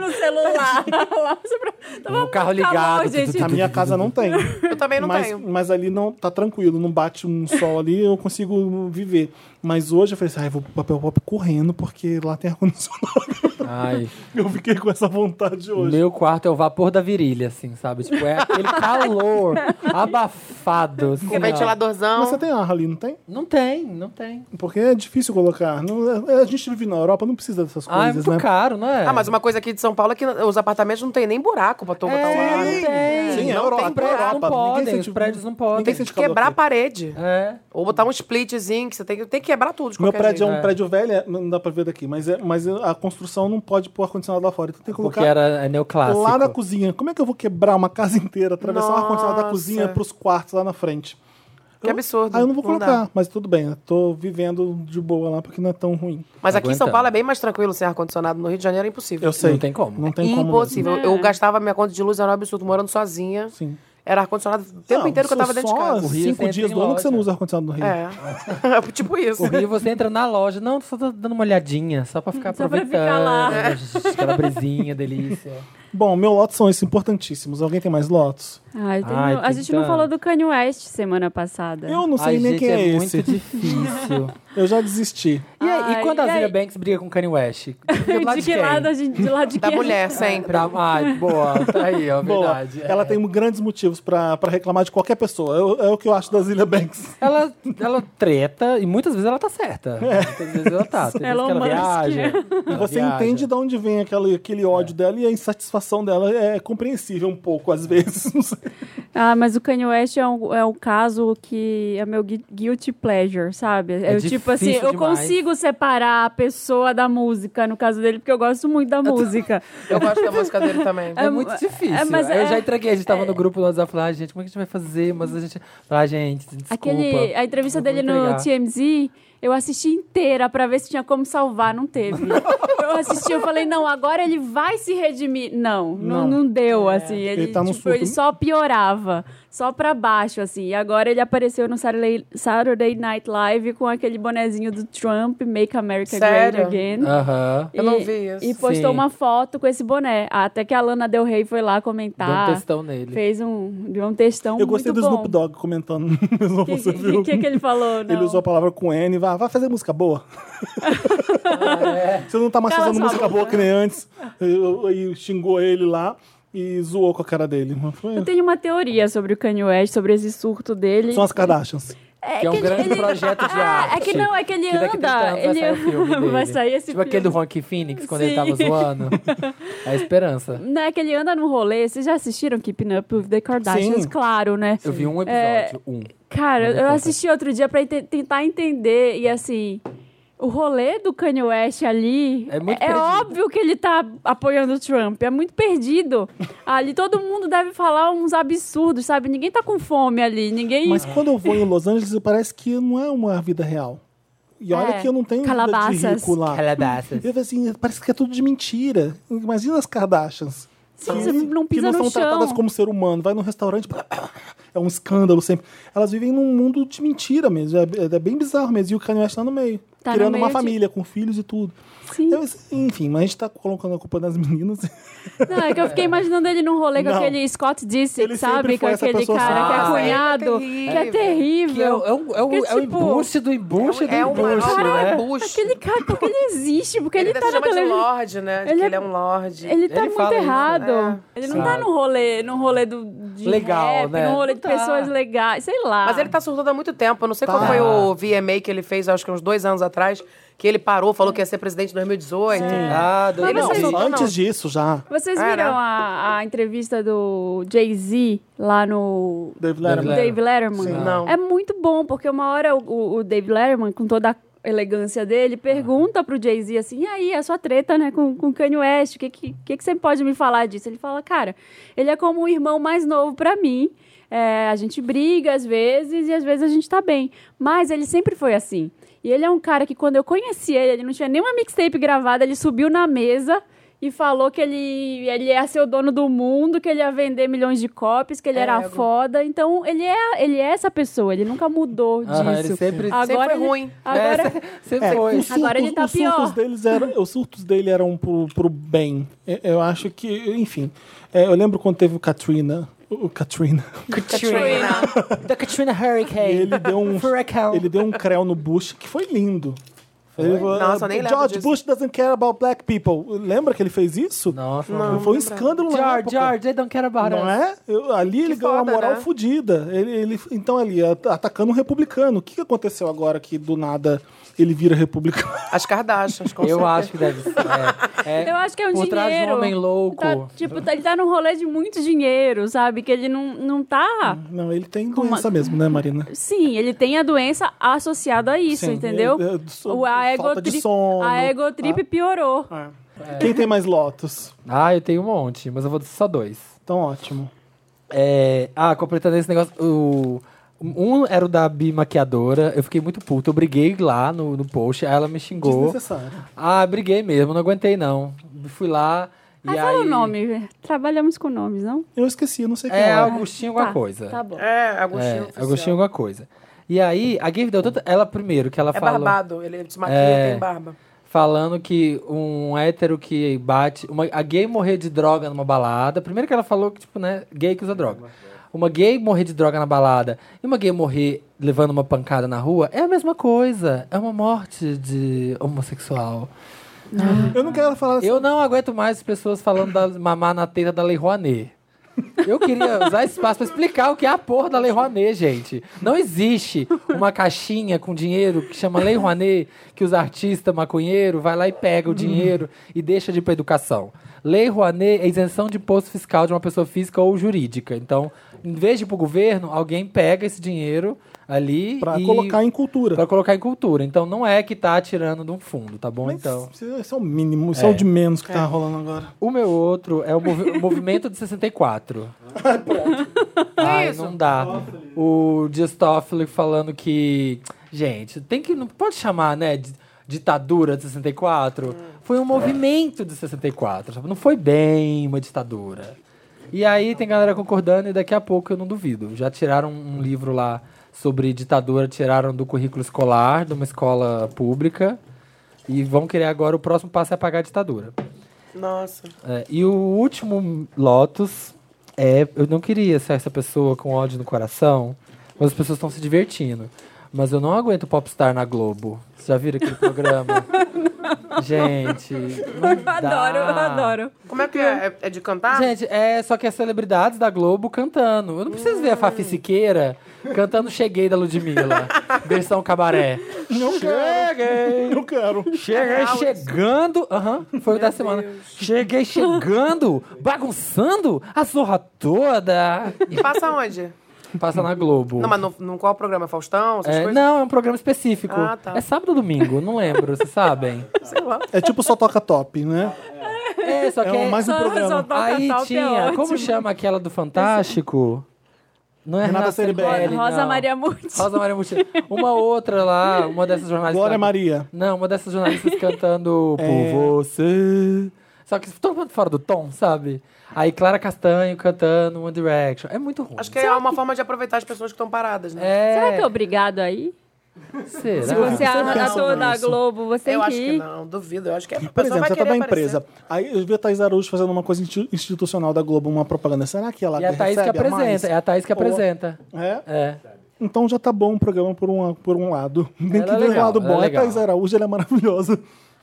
No celular. Lá, só pra- Tava O Um carro muito ligado, calor, gente. tudo, Na tá- minha casa não tem. Eu também não mas, tenho. Mas ali não tá tranquilo, não bate um sol ali, eu consigo viver. Mas hoje eu falei assim, ah, eu vou pro papel pop correndo, porque lá tem ar-condicionado. Ai. Eu fiquei com essa vontade hoje. Meu quarto é o vapor da virilha, assim, sabe? Tipo, é aquele calor abafado. Assim, Porque ó. ventiladorzão. Mas você tá- tem ar ali, não tem? Não tem, não tem. Porque é difícil colocar. Não- é- a gente vive na Europa, não precisa dessas Ah, é coisas, muito né? caro, não é? Ah, mas uma coisa aqui de São Paulo é que os apartamentos não tem nem buraco pra tu É, botar um ar. É, não tem. Sim, é Não Europa. tem é pra- Europa. não podem, Ninguém os sente- prédios não podem. Ninguém Tem sente calor Quebrar a aqui. parede. É. Ou botar um splitzinho, que você tem que, tem que quebrar tudo. de Meu qualquer prédio é jeito. um É. prédio velho, é- não dá pra ver daqui, mas, é, mas a construção não pode pôr ar-condicionado lá fora. Então tem que Porque colocar era é neoclássico. lá na cozinha. Como é que eu vou quebrar uma casa inteira, atravessar um ar-condicionado da Nossa. cozinha pros quartos lá na frente? Que absurdo. Ah, eu não vou Não dá. colocar, mas tudo bem. Eu tô vivendo de boa lá porque não é tão ruim. Mas aqui em São Aguentando. Paulo é bem mais tranquilo sem ar-condicionado. No Rio de Janeiro é impossível. Eu sei. Não tem como. Não tem como. impossível. É. Eu gastava minha conta de luz, era um absurdo, morando sozinha. Sim. Era ar-condicionado o tempo Não, inteiro que eu tava são dentro de só casa. O Rio cinco sempre dias tem do ano que você não loja. usa ar-condicionado no Rio. É. É tipo isso. O Rio, você entra na loja. Não, só tô dando uma olhadinha, só pra ficar Só pra aproveitando. ficar lá. Aquela brisinha, delícia. Bom, meu lote são esses importantíssimos. Alguém tem mais lotos? Ai, tem- Ai, a tem gente não tanto. falou do Kanye West semana passada. Eu não sei Ai, nem gente, quem é, é esse. muito difícil. Eu já desisti. E, aí, e Ai, quando a e Zilia aí? Banks briga com Kanye West? Fica do lado de que quem? lado a gente. De lado de Da quem? mulher, sempre. Pra- Ai, boa. Tá aí, ó, Boa. verdade. Ela É. tem grandes motivos pra pra reclamar de qualquer pessoa. É o- É, o que eu acho da Zilia Banks. Ela, ela treta e muitas vezes ela tá certa. Muitas vezes ela tá. Tem vezes Elon que ela Musk. viaja. É. E ela você viaja. É. entende de onde vem aquele, aquele ódio dela e a insatisfação dela é compreensível um pouco, às vezes. Não sei. Ah, mas o Kanye West é um, é um caso que é meu gui- guilty pleasure, sabe? É eu, tipo assim, difícil eu demais. consigo separar a pessoa da música, no caso dele, porque eu gosto muito da música. Eu gosto da música dele também. É É muito mu- difícil. é, mas eu é- já entreguei, a gente tava no grupo do WhatsApp falei, ah, gente, como é que a gente vai fazer? Mas a gente. Ah, gente, desculpa. Aquele, a entrevista Eu vou dele entregar. no TMZ, eu assisti inteira pra ver se tinha como salvar, não teve. eu assisti, eu falei, não, agora ele vai se redimir. Não, Não. não, não deu, assim. Ele, Ele tá no tipo, surto. ele só piorava, só pra baixo, assim. E agora ele apareceu no Saturday, Saturday Night Live com aquele bonezinho do Trump, Make America Sério? Great Again. Aham. Eu não vi isso. E postou Sim. uma foto com esse boné. Até que a Lana Del Rey foi lá Deu um comentar. textão nele. Ah, Fez um, deu um textão Eu gostei do muito bom. Snoop Dogg comentando. Mas não O que, você viu. que, que, que ele falou? Não. Ele usou a palavra com N, vai, vai fazer música boa. Ah, é. Você não tá mais Cala fazendo sua música boa que nem antes. E xingou ele lá e zoou com a cara dele. Foi- Eu tenho uma teoria sobre o Kanye West, sobre esse surto dele. São as Kardashians. Que é um grande projeto de é, arte. É que não, é que ele Que daqui a 30 anda. anos ele vai sair o filme dele. vai sair esse Tipo aquele do filme. Rock Phoenix, quando ele Sim. tava zoando. É a esperança. Não é que ele anda num rolê. Vocês já assistiram Keeping Up with the Kardashians? Sim. Claro, né? Eu vi um É, episódio, um. Cara, Mas me eu conta. assisti outro dia pra ente- tentar entender e assim. O rolê do Kanye West ali É muito perdido. óbvio que ele tá apoiando o Trump, é muito perdido. ali todo mundo deve falar uns absurdos, sabe? Ninguém tá com fome ali, ninguém. Mas quando eu vou em Los Angeles, parece que não é uma vida real. E olha É. que eu não tenho vida de Calabasas. rico lá. Calabasas. Eu falei assim, parece que é tudo de mentira. Imagina as Kardashians. Sim, você não que pisa não no são tratadas chão. como ser humano. Vai num restaurante, é um escândalo sempre. Elas vivem num mundo de mentira mesmo. É, é bem bizarro mesmo. E o Kanye West tá no meio. Tá no criando meio uma de- família, com filhos e tudo. Sim. Eu- enfim, mas a gente tá colocando a culpa nas meninas. Não, é que eu fiquei imaginando ele num rolê com Não. aquele Scott Disick, Ele sabe? sempre Com foi essa aquele pessoa cara que é assim. cunhado, Ah, é que é Que é, o- terrível. é, o- é, o- Porque, é o tipo, embuste do embuste do É um embuste, cara, é né? bucho. Aquele cara, porque ele existe, porque ele, Ele tá se na chama de televisão. Lorde, né? De Ele que é- ele é um Lorde. Ele tá Ele muito fala isso, errado. né? Ele não tá Sabe. num rolê, num rolê do, de Legal, rap, né? num rolê Não de tá. pessoas legais, sei lá. Mas ele tá surtando há muito tempo. Eu não sei Tá. qual foi o VMA que ele fez, acho que uns dois anos atrás, que ele parou, falou que ia ser presidente em 2018. Ah, do Mas não, Não, vocês- sim. antes não. disso já. Vocês É, viram né? a, a entrevista do Jay-Z lá no Dave Letterman. Letterman. Dave Letterman? Sim. Não. É muito bom, porque uma hora o- o, o Dave Letterman, com toda a elegância dele, pergunta pro Jay-Z assim, e aí, a sua treta, né, com, com Kanye West, o que, que, que que você pode me falar disso? Ele fala, cara, ele é como um irmão mais novo pra mim, É, a gente briga às vezes e às vezes a gente tá bem, mas ele sempre foi assim. E ele é um cara que quando eu conheci ele, ele não tinha nenhuma mixtape gravada, ele subiu na mesa e falou que ele, ele ia ser o dono do mundo, que ele ia vender milhões de copies, que ele era Ego. foda. Então, ele é, ele é essa pessoa, ele nunca mudou disso. Aham, Ah, ele sempre- agora Sempre foi ele- tá ruim. Agora, É, sempre É, foi. os surtos, Agora ele tá os surtos pior. deles eram, os surtos dele eram pro, pro bem. Eu, eu acho que, enfim. É, eu lembro quando teve o Katrina. O o Katrina. Da Katrina Hurricane. Ele deu um, Huracão. ele deu um creu no Bush que foi lindo. Ele falou, Nossa, eu nem lembro George disso. Bush doesn't care about black people. Lembra que ele fez isso? Nossa, foi um escândalo na George, época. George, they don't care about Não us. é? Eu- ali ele ganhou foda, uma moral né? fodida. Ele, ele- então ali, at- atacando um republicano. O que que aconteceu agora que do nada ele vira republicano? As Kardashians, com Eu certeza. acho que deve ser. É, é eu acho que é um por dinheiro. trás de um homem louco. Tá, tipo, tá- ele tá num rolê de muito dinheiro, sabe? Que ele não, não tá... Hum. Não, ele tem uma- doença mesmo, né, Marina? Sim, ele tem a doença associada a isso, Sim, entendeu? é- é do so- O- a falta de egotri- sono. A egotrip piorou. É. Quem tem mais Lotus? Ah, eu tenho um monte, mas eu vou dizer só dois. Então ótimo. É, ah, completando esse negócio, o, um era o da bi maquiadora, eu fiquei muito puto, eu briguei lá no, no post, aí ela me xingou. Desnecessário. Ah, briguei mesmo, não aguentei não. Fui lá e Aí aí... fala o nome. Trabalhamos com nomes, não? Eu esqueci, eu não sei quem É, é. Agostinho alguma Tá, coisa. Tá bom. É, É, Agostinho. oficial. Agostinho alguma coisa. E aí, a Gabe deu tanta... Ela primeiro, que ela É falou... barbado, ele se maquia, É. tem barba. falando que um hétero que bate. Uma, a gay morrer de droga numa balada. Primeiro que ela falou que, tipo, né, gay que usa droga. Uma gay morrer de droga na balada e uma gay morrer levando uma pancada na rua é a mesma coisa. É uma morte de homossexual. Eu não quero falar assim. Eu não aguento mais as pessoas falando da mamar na teta da Lei Rouanet. Eu queria usar esse espaço pra explicar o que é a porra da Lei Rouanet, gente. Não existe uma caixinha com dinheiro que chama Lei Rouanet, que os artistas maconheiros vai lá e pega Hum. o dinheiro e deixa de ir pra educação. Lei Rouanet é isenção de imposto fiscal de uma pessoa física ou jurídica. Então, em vez de ir pro governo, alguém pega esse dinheiro ali Pra e... colocar em cultura. Pra colocar em cultura. Então não é que tá tirando de um fundo, tá bom? Mas então. isso- Isso é o mínimo, isso é, o de menos que tá rolando agora. O meu outro é o movi- o movimento de 64. Ai, isso? não dá. O Dias Toffoli falando que. Gente, tem que. Não pode chamar, né? de- ditadura de 64. Foi um movimento de 64. sabe? Não foi bem uma ditadura. E aí tem galera concordando e daqui a pouco eu não duvido. Já tiraram um livro lá sobre ditadura, tiraram do currículo escolar, de uma escola pública. E vão querer agora o próximo passo é apagar a ditadura. Nossa. É, e o último Lotus é. Eu não queria ser essa pessoa com ódio no coração, mas as pessoas estão se divertindo. Mas eu não aguento Popstar na Globo. Vocês já viram aquele programa? Gente. não Eu adoro, eu dá. adoro. Como é que é? É- É de cantar? Gente, é só que as celebridades da Globo cantando. Eu não preciso ver a Hum. Fafi Siqueira cantando Cheguei da Ludmilla, versão cabaré. Cheguei! Eu quero. Cheguei assim. chegando. Aham, foi o da semana. Cheguei chegando, bagunçando a zorra toda. E passa onde? Passa na Globo. Não, mas no, no qual programa? Faustão? Essas É, coisas? não, é um programa específico. Ah, tá. É sábado ou domingo? Não lembro, vocês sabem? Sei lá. É tipo só toca top, né? É, só que. É um- é- mais um Só- só programa. toca Aí top, é tinha. como ótimo. chama aquela do Fantástico? Não é Renata Renata Ceribelli. Ceribelli, Rosa não. Maria Monte. Rosa Maria Muti. Uma outra lá, uma dessas jornalistas. Glória Maria. É. Não, uma dessas jornalistas cantando Por É. Você. Só que todo mundo fora do tom, sabe? Aí Clara Castanho cantando One Direction. É muito ruim. Acho que é uma forma de aproveitar as pessoas que estão paradas, né? É. Será que é obrigado aí? Será? Se você é Você pensa ator da nisso? Globo, você eu tem acho que que ir. não, duvido. Eu acho que a pessoa Por exemplo, vai você tá querer da aparecer. empresa. Aí eu vi a Thaís Araújo fazendo uma coisa insti- institucional da Globo, uma propaganda. Será que ela E a Thaís que recebe a mais? apresenta. É a Thaís que Ou- apresenta. É? É. Então já tá bom o programa por um, por um lado. Tem Ela que é ver o legal, lado ela é bom. a legal. Thaís Araújo, ela é maravilhosa.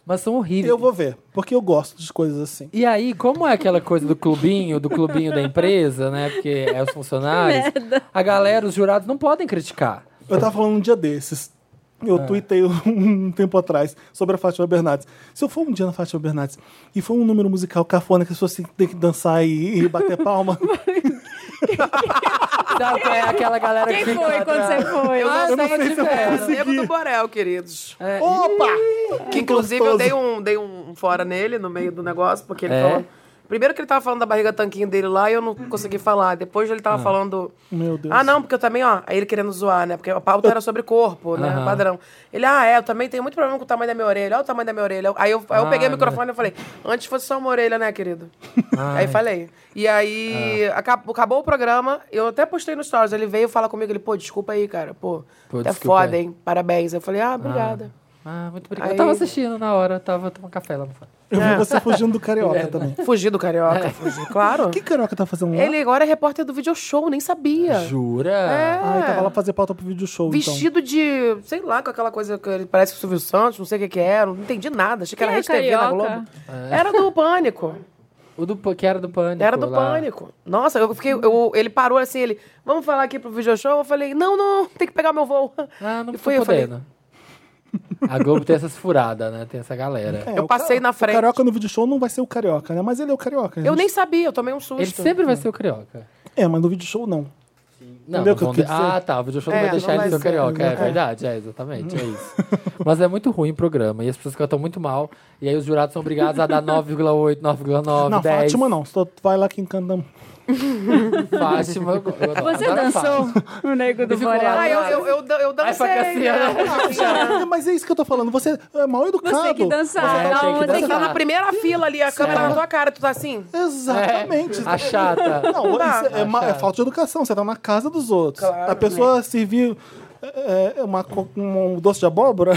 Mas são horríveis. Eu vou ver, porque eu gosto de coisas assim. E aí, como é aquela coisa do clubinho, do clubinho da empresa, né? Porque é os funcionários. A galera, os jurados não podem criticar. Eu tava falando um dia desses. Eu tuitei um tempo atrás sobre a Fátima Bernardes. Se eu for um dia na Fátima Bernardes e for um número musical cafona que as pessoas têm que dançar e, e bater palma, Sabe, é aquela galera Quem que fica foi lá quando você atrás. foi? Eu, Ah, não, tava sei se eu de era velho. Nego do Borel, queridos. É, opa! Que inclusive gostoso. eu dei um, dei um fora nele no meio do negócio, porque ele É? falou. Primeiro que ele tava falando da barriga tanquinho dele lá e eu não consegui falar. Depois ele Ah. tava falando. Meu Deus. Ah, não, porque eu também, ó. Aí ele querendo zoar, né? Porque a pauta era sobre corpo, né? Aham. Padrão. Ele, ah, é, eu também tenho muito problema com o tamanho da minha orelha. Olha o tamanho da minha orelha. Aí eu, aí eu Ah, peguei o não. microfone e falei, antes fosse só uma orelha, né, querido? Ai. Ah. Aí falei. E aí acabou, acabou o programa, eu até postei no Stories. Ele veio falar comigo, ele, pô, desculpa aí, cara. Pô, Pô, é desculpa foda, aí. hein? Parabéns. Eu falei, ah, obrigada. Ah, muito obrigado. Aí- Eu tava assistindo na hora, eu tava tomando café lá no fundo. Eu É. vi você fugindo do carioca também. Fugir do carioca, fugir, claro. O que carioca tá fazendo lá? Ele agora é repórter do video show, nem sabia. Jura? É. Ah, ele tava lá fazer pauta pro vídeo show. então. Vestido de, sei lá, com aquela coisa que ele parece com o Silvio Santos, não sei o que que era, não entendi nada, achei que Quem era é Rede TV na carioca? Globo. Era do Pânico. O do, pan- que era do Pânico. Era do lá. Pânico. Nossa, eu fiquei, eu- ele parou assim, ele, vamos falar aqui pro video show? Eu falei, não, não, tem que pegar meu voo. Ah, não E fui eu falei, podendo. A Globo tem essas furadas, né? Tem essa galera. então. É, eu o passei ca- na frente. O carioca no vídeo show não vai ser o carioca, né? Mas ele é o carioca. eu gente. nem sabia, eu tomei um susto. Ele sempre vai ser o carioca. É, mas no vídeo show não. Entendeu Não, o não que eu vão quis de- dizer? Ah, tá. O video show É, não vai não deixar vai ele ser o ser, carioca. é. É verdade, é exatamente, é isso. Mas é muito ruim o programa. E as pessoas cantam muito mal. E aí os jurados são obrigados a dar 9,8, 9,9, Não, 10. Fátima não. Só vai lá quem canta. Fátima. eu- eu adoro. Você Adoro a dançou no Nego do Ele ficou lá, Borel? Ah, eu, eu, eu, eu dancei. Ai, foi a né? É, mas é isso que eu tô falando. Você é mal educado. Você tem que dançar. Você tem não, que você Você tem tá na primeira fila ali, a câmera Certo. na tua cara, tu tá assim... Exatamente. Fátima. A chata. Não, isso É. dá. é, ma- é Achar. falta de educação. Você tá na casa dos outros. Claro, né? a pessoa servir é, é, uma co- um doce de abóbora.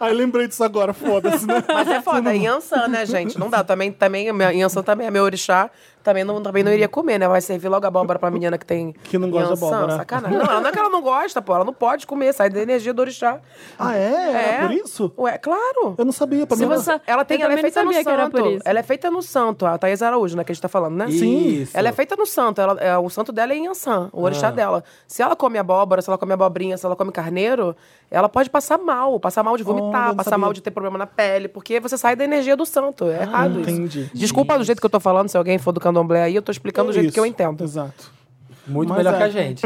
Aí lembrei disso agora, foda-se, né? Mas é foda, é Yansan, né, gente? Não dá. Também, também, minha- Yansan também é meu orixá. Também não, também não iria comer, né? Vai servir logo abóbora pra menina que tem. Que não gosta de Yansan, abóbora. Sacanagem. Não, não é que ela não gosta, pô. Ela não pode comer, sai da energia do orixá. Ah, é? É. Era por isso? Ué, claro. Eu não sabia. Pra Se mim, era- você- Ela, tem, Eu ela também é não feita no sabia que era por santo. isso. Ela é feita no santo, a Thaís Araújo, né? Que a gente tá falando, né? Sim. Isso. Ela é feita no santo, ela- é, o santo dela é Yansan, o orixá Ah. dela. Se ela come abóbora, se ela come abobrinha, se ela come carneiro, ela pode passar mal, passar mal de Olha, vomitar, não passar sabia. Ah, mal de ter problema na pele, porque você sai da energia do santo. É errado entendi. É isso. Desculpa do jeito que eu tô falando, se alguém for do candomblé aí, eu tô explicando do jeito Isso, que eu entendo. Exato. Muito Mas melhor é. que a gente.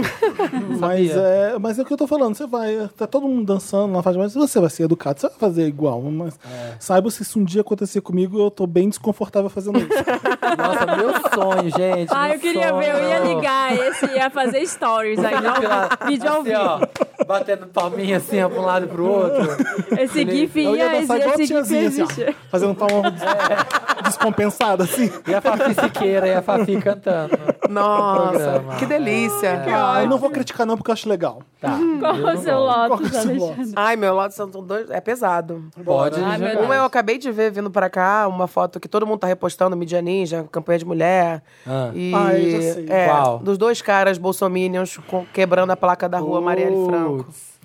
Mas é, mas é o que eu tô falando, você vai, tá todo mundo dançando na faixa, mas você vai ser educado, você vai fazer igual. Mas É. saiba se isso um dia acontecer comigo, eu tô bem desconfortável fazendo isso. Nossa, meu sonho, gente. Ah, meu eu queria ver, eu ia sonho. ligar esse, ia fazer stories aí, Felipe lá, ó, vídeo ao assim, vivo. ó, batendo palminha assim, ó, pra um lado e pro outro. Esse GIF eu ia ia, dançar igual a esse GIF tiazinha, assim, ó, existe. fazendo um palma É. descompensada, assim. E a Fafi Siqueira e a Fafi cantando. Nossa, Programa. que delícia. Ah, eu não vou criticar não, porque eu acho legal. Tá. Qual eu o não seu gosto. Lotus, Qual o seu Alexandre? Ai, meu lado santo dois é pesado. Pode né? Ai, meu jogar. Deus. Uma é eu acabei de ver vindo pra cá, uma foto que todo mundo tá repostando, mídia ninja, campanha de mulher. Ah. E, Ah, eu já sei. É, Qual? Dos dois caras bolsominions com- quebrando a placa da rua Marielle Franco. Putz.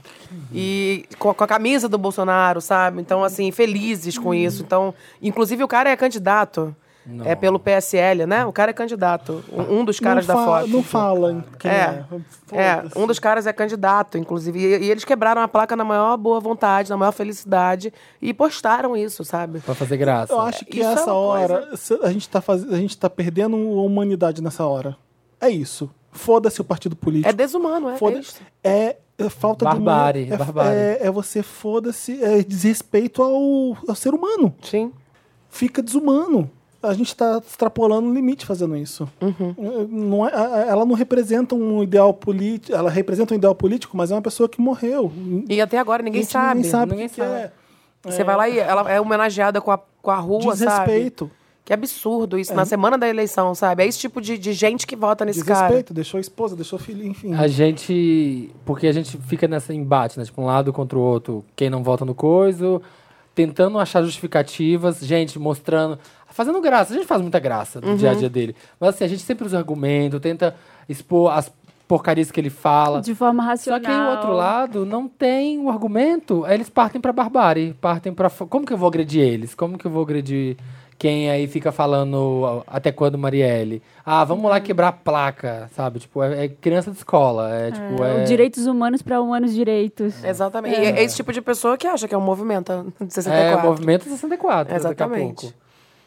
E com, com a camisa do Bolsonaro, sabe? Então, assim, felizes com isso. Então, inclusive, o cara é candidato. É pelo PSL, né? O cara é candidato. Um, um dos caras não da fala, foto. Não fala quem é. É. É, Foda-se. um dos caras é candidato, inclusive. E, e eles quebraram a placa na maior boa vontade, na maior felicidade. E postaram isso, sabe? Pra fazer graça. Eu acho que Isso é essa uma hora, se- a gente, tá faz... a gente tá perdendo a humanidade nessa hora. É isso. Foda-se o partido político. É desumano, é. é Foda-se. isso. É, é falta Barbárie, de. humani- É, barbárie. É, é você foda-se, é desrespeito ao, ao ser humano. Sim. Fica desumano. A gente está extrapolando o limite fazendo isso. Uhum. É, Não é, a- a- ela não representa um ideal político. Ela representa um ideal político, mas é uma pessoa que morreu. E até A agora ninguém gente sabe. Ninguém sabe. ninguém o que que é. sabe. Você vai lá e ela é homenageada com a, com a rua, sabe? Desrespeito. Que absurdo isso, na semana da eleição, sabe? É esse tipo de, de gente que vota nesse cara. Desrespeito. Deixou a esposa, deixou o filho, enfim. A gente. Porque a gente fica nesse embate, né? Tipo, um lado contra o outro. Quem não vota no coiso, tentando achar justificativas, gente mostrando. Fazendo graça. A gente faz muita graça no dia a dia dele. Mas assim, a gente sempre usa argumento, tenta expor as porcarias que ele fala. De forma Só racional. que aí o outro lado não tem o argumento, aí eles partem pra barbárie, partem pra. fo- Como que eu vou agredir eles? Como que eu vou agredir quem aí fica falando ó, até quando Marielle? Ah, vamos Uhum. lá quebrar a placa, sabe? Tipo, é, é criança de escola, é tipo. O É, Direitos humanos para humanos direitos. Exatamente. E é esse tipo de pessoa que acha que é um movimento de 64. é movimento 64, Exatamente. daqui a pouco.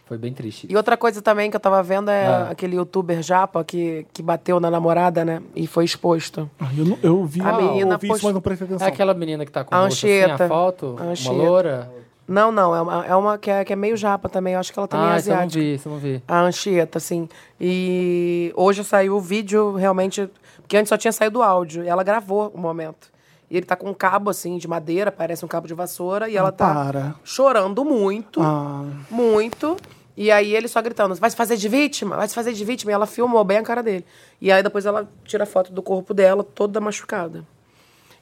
Foi bem triste. E outra coisa também que eu tava vendo é aquele youtuber japa que, que bateu na namorada, né? E foi exposto. Ah, Eu, não- eu vi, A menina eu vi post- isso, mas não prestei atenção. É aquela menina que tá com A o rosto assim, a Anchieta. foto, A uma Anchieta. loura. Não, não, é uma, é uma que, é, que é meio japa também. Eu acho que ela também é Ah, isso eu não asiática. vi, isso eu não vi. A Anchieta, assim. E hoje saiu o vídeo, realmente. Porque antes só tinha saído o áudio. E ela gravou o momento. E ele tá com um cabo, assim, de madeira, parece um cabo de vassoura. E ela tá para. chorando muito, Ah, muito. E aí ele só gritando: vai se fazer de vítima, vai se fazer de vítima. E ela filmou bem a cara dele. E aí depois ela tira a foto do corpo dela, toda machucada.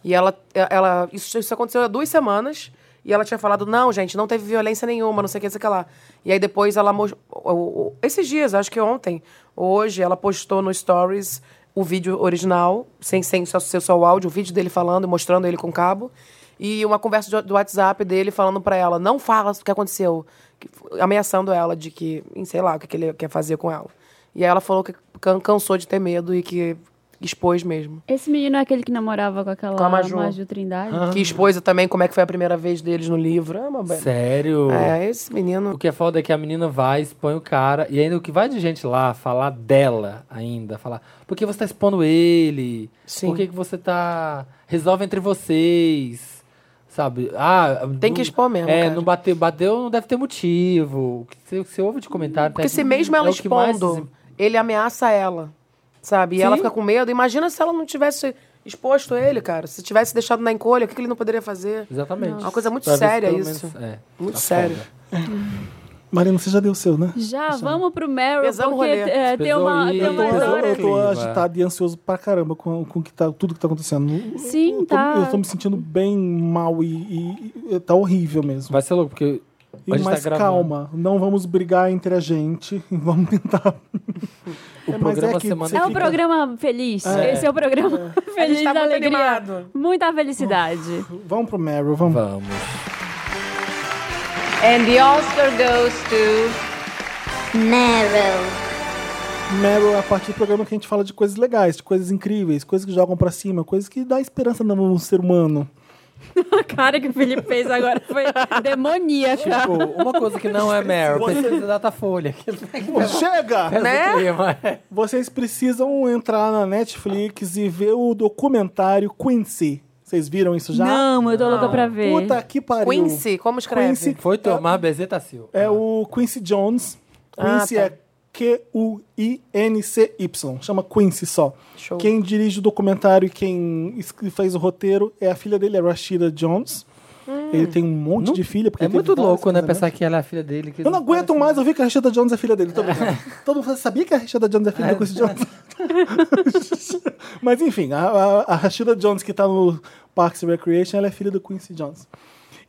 E ela. ela isso, isso aconteceu há duas semanas. E ela tinha falado, não, gente, não teve violência nenhuma, não sei o que, não sei o que lá. E aí depois ela. mos- o- o- Esses dias, acho que ontem, hoje, ela postou no Stories o vídeo original, sem, sem só, ser só o áudio, o vídeo dele falando, mostrando ele com cabo. E uma conversa de- do WhatsApp dele falando pra ela, não fala o que aconteceu. que f- Ameaçando ela de que, em sei lá, o que, que ele quer fazer com ela. E aí ela falou que can- cansou de ter medo e que expôs mesmo. Esse menino é aquele que namorava com aquela Com a Maju. Trindade. Ah. Que expôs também como é que foi a primeira vez deles no livro. É, uma be- Sério? é esse menino. O que é foda é que a menina vai, expõe o cara, e ainda o que vai de gente lá falar dela ainda, falar, por que você tá expondo ele? Sim. Por que, que você tá. Resolve entre vocês. Sabe? Ah, Tem não- que expor mesmo, É, cara. não bateu, bateu, não deve ter motivo. O que você, o que você ouve de comentário. Porque tá- se mesmo ela é o que mais expondo, se- ele ameaça ela. Sabe? E ela Sim. fica com medo. Imagina se ela não tivesse exposto ele, cara. Se tivesse deixado na encolha, o que que ele não poderia fazer? Exatamente. É Uma coisa muito Pra ver se séria pelo isso. menos- é, Muito tá sério. foda. Marina, você já deu o seu, né? Já, vamos pro Meryl, Pesamos porque rolê. é, tem, Pesou uma, aí, tem umas Mas Mas eu, olha eu horas... que tô lindo, agitado e ansioso pra caramba com, com que tá, tudo que tá acontecendo. Eu- Sim, eu tô, tá. Eu tô me sentindo bem mal e, e- e tá horrível mesmo. Vai ser louco, porque. a E gente tá mais gravando. calma, não vamos brigar entre a gente, vamos tentar. O Mas programa é que semana você É um fica- programa feliz. Esse é o programa feliz tá da muito alegria. animado. Muita felicidade. Vamos pro Meryl, vamos. Vamos. And the Oscar goes to Meryl. Meryl é a partir do programa que a gente fala de coisas legais, de coisas incríveis, coisas que jogam pra cima, coisas que dá esperança no ser humano. A cara que o Felipe fez agora foi demoníaca. Tipo, uma coisa que não é Meryl, precisa da Datafolha. Chega! Né? Clima. Vocês precisam entrar na Netflix e ver o documentário Quincy. Vocês viram isso já? Não, eu tô louca pra ver. Puta que pariu. Quincy, como escreve? Quincy Foi tomar Bezeta Silva. Então, é o Quincy Jones. Quincy Ah, tá. é Q-U-I-N-C-Y. Chama Quincy só. Show. Quem dirige o documentário e quem es- fez o roteiro é a filha dele, a Rashida Jones. Hum. Ele tem um monte de filha. Porque É ele teve muito vários louco, né? casamentos. Pensar que ela é a filha dele. que Eu não aguento mais ouvir que a Rashida Jones é filha dele. Tô brincando. Todo mundo sabia que a Rashida Jones é filha do Quincy Jones. Mas enfim, a, a, a Rashida Jones que tá no Parks and Recreation, ela é filha do Quincy Jones.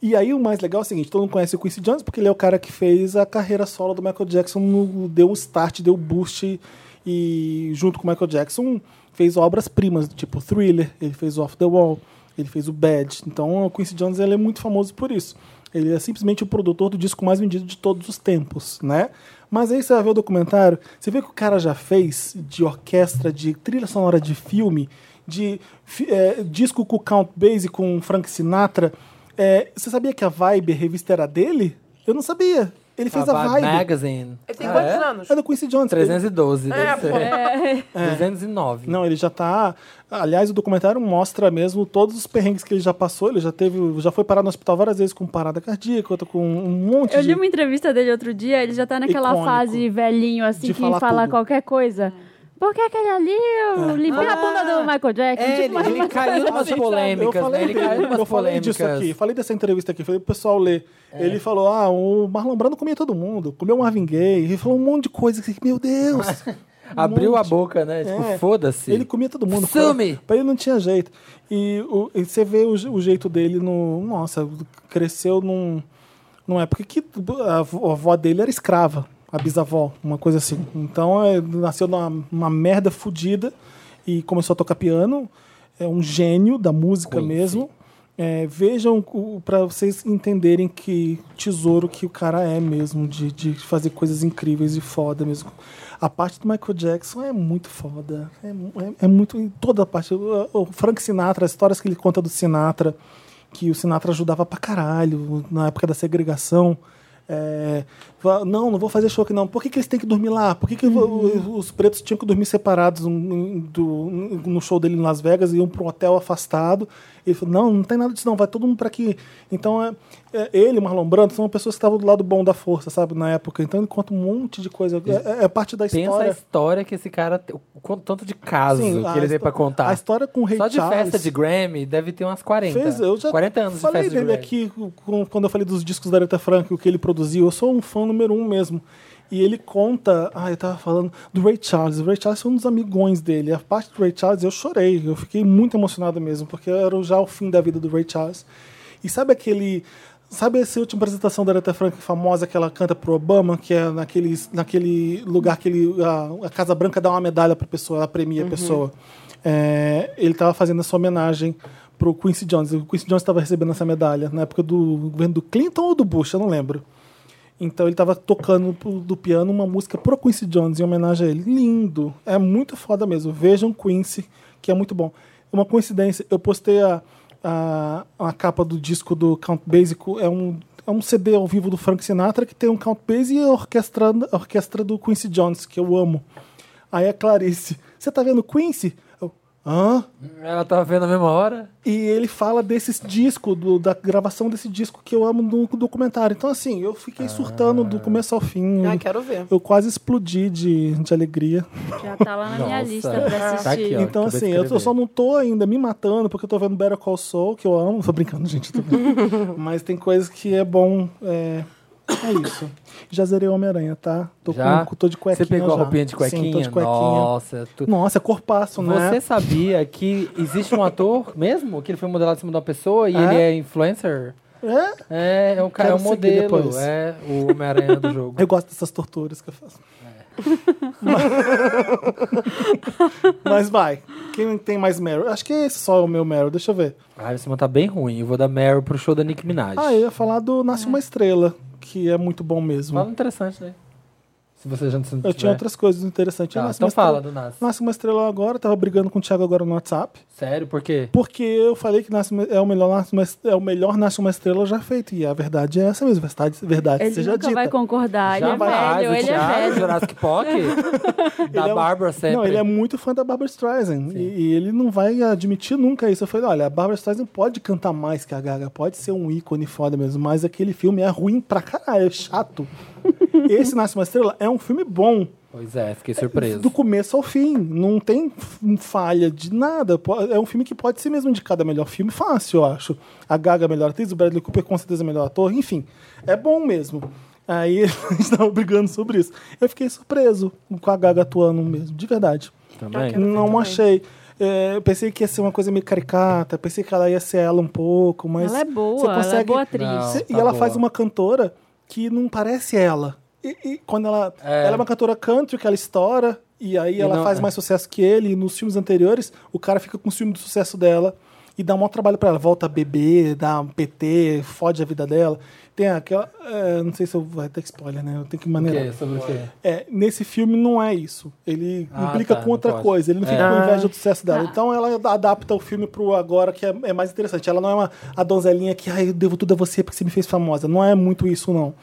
E aí o mais legal é o seguinte, todo mundo conhece o Quincy Jones porque ele é o cara que fez a carreira solo do Michael Jackson, no- deu o start, deu o boost e junto com o Michael Jackson fez obras-primas, tipo Thriller, ele fez Off the Wall, ele fez o Bad. Então o Quincy Jones ele é muito famoso por isso. Ele é simplesmente o produtor do disco mais vendido de todos os tempos, né? Mas aí você vai ver o documentário, você vê que o cara já fez de orquestra, de trilha sonora de filme, de fi- eh, disco com Count Basie, com Frank Sinatra. Eh, você sabia que a Vibe, a revista, era dele? Eu não sabia. Ele fez a Vibe Vibe. Magazine. Ele tem Ah, quantos é? anos? É do Quincy Jones. Ele- 312, deve ser. É, 309. Não, ele já tá. Aliás, o documentário mostra mesmo todos os perrengues que ele já passou. Ele já teve. Já foi parar no hospital várias vezes com parada cardíaca, outra com um monte eu de. li uma entrevista dele outro dia, ele já tá naquela Icônico. fase velhinho, assim, De que falar fala tudo. É. qualquer coisa. Por que aquele ali eu Ah. limpei a bunda do Michael Jackson? É, tipo, ele, mas- ele caiu umas polêmicas, eu falei, né? Ele dele, caiu umas eu falei polêmicas. É. disso aqui, falei dessa entrevista aqui, falei pro pessoal ler. Ele falou: ah, o Marlon Brando comia todo mundo, comeu Marvin Gaye, ele falou um monte de coisa que, meu Deus! Ah, Abriu monte. a boca, né? Tipo, É. foda-se. Ele comia todo mundo. Some! Pra, pra ele não tinha jeito. E, o- e você vê o, je- o jeito dele no. Nossa, cresceu num, numa época que a, avó- a avó dele era escrava, a bisavó, uma coisa assim. Então é, nasceu numa uma merda fodida e começou a tocar piano. É um gênio da música Quincy. mesmo. É, vejam o- pra vocês entenderem que tesouro que o cara é mesmo, de, de fazer coisas incríveis e foda mesmo. A parte do Michael Jackson é muito foda. É, mu- é- é muito. em Toda a parte. O, o Frank Sinatra, as histórias que ele conta do Sinatra, que o Sinatra ajudava pra caralho na época da segregação. É, fa- não, não vou fazer show aqui não. Por que, que eles têm que dormir lá? Por que, que Uhum. o- os pretos tinham que dormir separados um- do- no show dele em Las Vegas e iam para um hotel afastado? Ele falou: não, não tem nada disso, não. Vai todo mundo para aqui. Então, é, é, ele, Marlon Brando, são pessoas que estavam do lado bom da força, sabe, na época. Então, ele conta um monte de coisa. É, é- é parte da Pensa a história. história que esse cara. te- O quanto- tanto de caso Sim, que a ele tem histó- pra contar. a história com o Ray Só de Charles. festa de Grammy deve ter umas 40. Fez, eu já 40 anos de falei festa de dele Grammy. aqui com- quando eu falei dos discos da Aretha Franklin, o que ele produziu. Eu sou um fã número um mesmo. E ele conta, ah, eu tava falando do Ray Charles. O Ray Charles foi um dos amigões dele. A parte do Ray Charles eu chorei, eu fiquei muito emocionado mesmo, porque era já o fim da vida do Ray Charles. E sabe aquele. Sabe essa última apresentação da Aretha Franklin famosa que ela canta pro Obama, que é naquele, naquele lugar que ele, a, a Casa Branca dá uma medalha pra pessoa, ela premia Uhum. a pessoa? É, ele estava fazendo essa homenagem pro Quincy Jones. O Quincy Jones estava recebendo essa medalha na época do governo do Clinton ou do Bush, eu não lembro. Então ele estava tocando pro- do piano uma música pro Quincy Jones em homenagem a ele. Lindo, é muito foda mesmo. Vejam Quincy, que é muito bom. Uma coincidência, eu postei a, a, a capa do disco do Count Basie, co- é um, é um CD ao vivo do Frank Sinatra que tem um Count Basie e a orquestra, a orquestra do Quincy Jones, que eu amo. Aí a Clarice, você tá vendo Quincy? Eu, hã? Ela tava vendo a mesma hora. E ele fala desse disco, do- da gravação desse disco que eu amo no documentário. Então, assim, eu Ah. fiquei surtando do começo ao fim. Ah, quero ver. Eu quase explodi de, de alegria. Já tá lá na minha Nossa. lista pra assistir. Tá aqui, ó. então, acabei de assim, eu, tô- escrever. só não tô ainda me matando, porque eu tô vendo Better Call Saul, que eu amo. Tô brincando, gente. Tô brincando. Mas tem coisas que é bom. É, é isso. Já zerei Homem-Aranha, tá? Tô, Já? Com, tô de cuequinha. Você pegou a já. roupinha de cuequinha? Sim, tô de cuequinha. Nossa, tu... Nossa, corpaço, né? Você sabia que existe um ator mesmo? Que ele foi modelado em cima de uma pessoa e É? ele é influencer? É? É, é um, cara, é Quero um seguir modelo. depois. É o Homem-Aranha do jogo. Eu gosto dessas torturas que eu faço. É. Mas... Mas vai. Quem tem mais Meryl? Acho que é esse só o meu Meryl. Deixa eu ver. Ah, esse mano tá bem ruim. Eu vou dar Meryl pro show da Nick Minaj. Ah, eu ia falar do Nasce Uma Estrela, que é muito bom mesmo. É. Fala interessante, né? Se você já não se não Eu tinha tiver. outras coisas interessantes. Ah, Nasce então Uma Estrela- fala do Nas. Nasce Uma Estrela agora. Tava brigando com o Thiago agora no WhatsApp. Sério, por quê? Porque eu falei que nasce, Uma- é, o melhor, nasce uma, Est- é o melhor Nasce Uma Estrela já feito. E a verdade é essa mesmo. Verdade, verdade Ele seja nunca dita. vai concordar. ele é Jamais, velho, o ele Thiago, é velho. Jurassic Park, da Ele é um- Bárbara sempre. Não, ele é muito fã da Barbara Streisand. E, e ele não vai admitir nunca isso. Eu falei, olha, a Barbara Streisand pode cantar mais que a Gaga, pode ser um ícone foda mesmo, mas aquele filme é ruim pra caralho, é chato. Esse Nasce Uma Estrela é um filme bom, Pois é, fiquei surpreso. do começo ao fim. Não tem f- falha de nada. Po- É um filme que pode ser mesmo indicado a melhor filme fácil, eu acho. A Gaga é a melhor atriz, o Bradley Cooper com certeza é o melhor ator, enfim. É bom mesmo. Aí a gente tava brigando sobre isso. Eu fiquei surpreso com a Gaga atuando mesmo, de verdade. Também. Não achei. É, eu pensei que ia ser uma coisa meio caricata, pensei que ela ia ser ela um pouco, mas. Ela é boa, você ela é boa atriz. Não, Você- e tá ela boa. faz uma cantora que não parece ela. E, e quando ela. É. Ela é uma cantora country que ela estoura, e aí E ela não- é. faz mais sucesso que ele. E nos filmes anteriores, o cara fica com ciúme do sucesso dela e dá um maior trabalho pra ela. Volta a beber, dá um PT, fode a vida dela. Tem aquela. é, não sei se eu vai ter spoiler, né? Eu tenho que O maneirar. quê? Sobre o quê? É, nesse filme não é isso. Ele Ah, implica tá, com outra não pode. coisa. Ele não fica É. com inveja do sucesso Tá. dela. Então ela adapta o filme pro agora, que é, é mais interessante. Ela não é uma, a donzelinha que, ai, eu devo tudo a você porque você me fez famosa. Não é muito isso, não.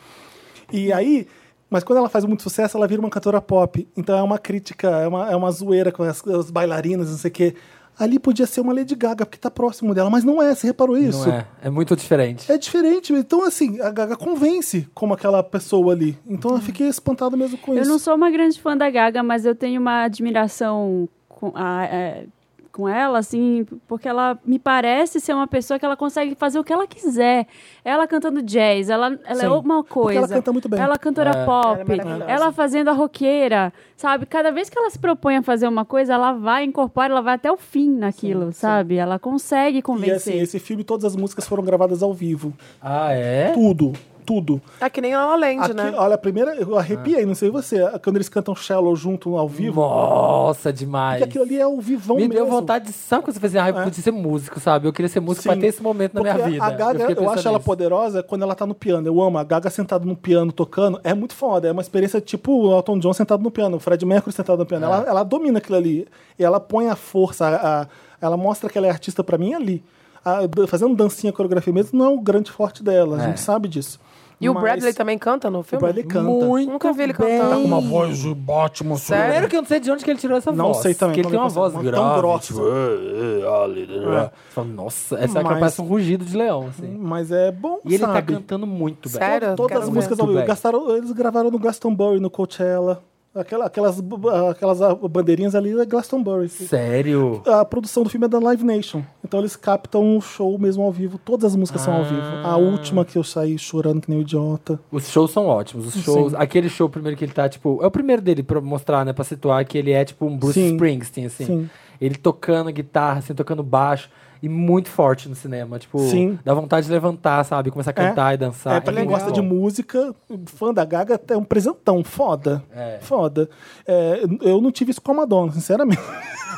E aí, Mas quando ela faz muito sucesso, ela vira uma cantora pop. Então é uma crítica, é uma, é uma zoeira com as, as bailarinas, não sei o quê. Ali podia ser uma Lady Gaga, porque tá próximo dela, mas não é, você reparou isso? Não é. É muito diferente. É diferente. Então, assim, a Gaga convence como aquela pessoa ali. Então eu fiquei espantado mesmo com Hum. Eu isso. não sou uma grande fã da Gaga, mas eu tenho uma admiração com, a- é, com ela, assim, porque ela me parece ser uma pessoa que ela consegue fazer o que ela quiser. Ela cantando jazz, ela, ela Sim, é uma porque coisa. ela canta muito bem. Ela cantora Ela é pop, ela, maravilhosa. fazendo a roqueira, sabe? Cada vez que ela se propõe a fazer uma coisa, ela vai incorporar, ela vai até o fim naquilo, sabe? Ela consegue E assim, convencer. esse filme, todas as músicas foram gravadas ao vivo. Ah, é? Tudo, tudo. Tá que nem a La La Land, Aqui, né? Olha, a primeira, eu arrepiei, não sei você, quando eles cantam Shallow junto ao vivo, Nossa, demais. porque aquilo ali é o vivão Me mesmo. É. deu vontade de. Sabe quando você fez? Ah, eu podia ser músico, sabe? Eu queria ser músico Sim. pra ter esse momento na Porque minha vida. A Gaga, fiquei eu, acho pensando ela nisso. poderosa quando ela tá no piano. Eu amo. A Gaga sentada no piano, tocando, é muito foda. É uma experiência tipo o Elton John sentado no piano, o Fred Mercury sentado no É. piano. Ela, ela domina aquilo ali. E ela põe a força, a- a- ela mostra que ela é artista pra mim ali. A- d- fazendo dancinha, coreografia mesmo, não é o grande forte dela. A É. gente sabe disso. E o Mas Bradley também canta no O filme? Bradley canta. Muito Nunca vi ele bem. cantar. Tá com uma voz de Batman. Primeiro que eu não sei de onde que ele tirou essa Não voz. sei também Que ele como tem uma ele voz consegue, grave. mas tão grossa. Tipo, "Eh, eh, ali, eh, eh". Você fala, Nossa, essa é que Mas- parece um rugido de leão, assim. Mas é bom, E ele sabe? tá cantando muito bem. Sério? Eu Todas quero as ver. músicas ao Muito vivo. bem. Gastaram, eles gravaram no Glastonbury, no Coachella. Aquela- aquelas, bu- aquelas ah, bandeirinhas ali é Glastonbury. Sério? A produção do filme é da Live Nation. Então eles captam o show mesmo ao vivo. Todas as músicas são ao vivo. Ah. A última que eu saí chorando que nem um idiota. Os shows são ótimos. Os shows. Aquele show primeiro que ele tá, tipo. É o primeiro dele pra mostrar, né? Pra situar que ele é tipo um Bruce Sim. Springsteen, assim. Sim. Ele tocando guitarra, assim, tocando baixo. E muito forte no cinema. Tipo, Sim. dá vontade de levantar, sabe? Começar a cantar e dançar. é, pra quem muito gosta de bom. música, fã da Gaga, é um presentão. Foda. É. Foda. É, eu não tive isso com a Madonna, sinceramente.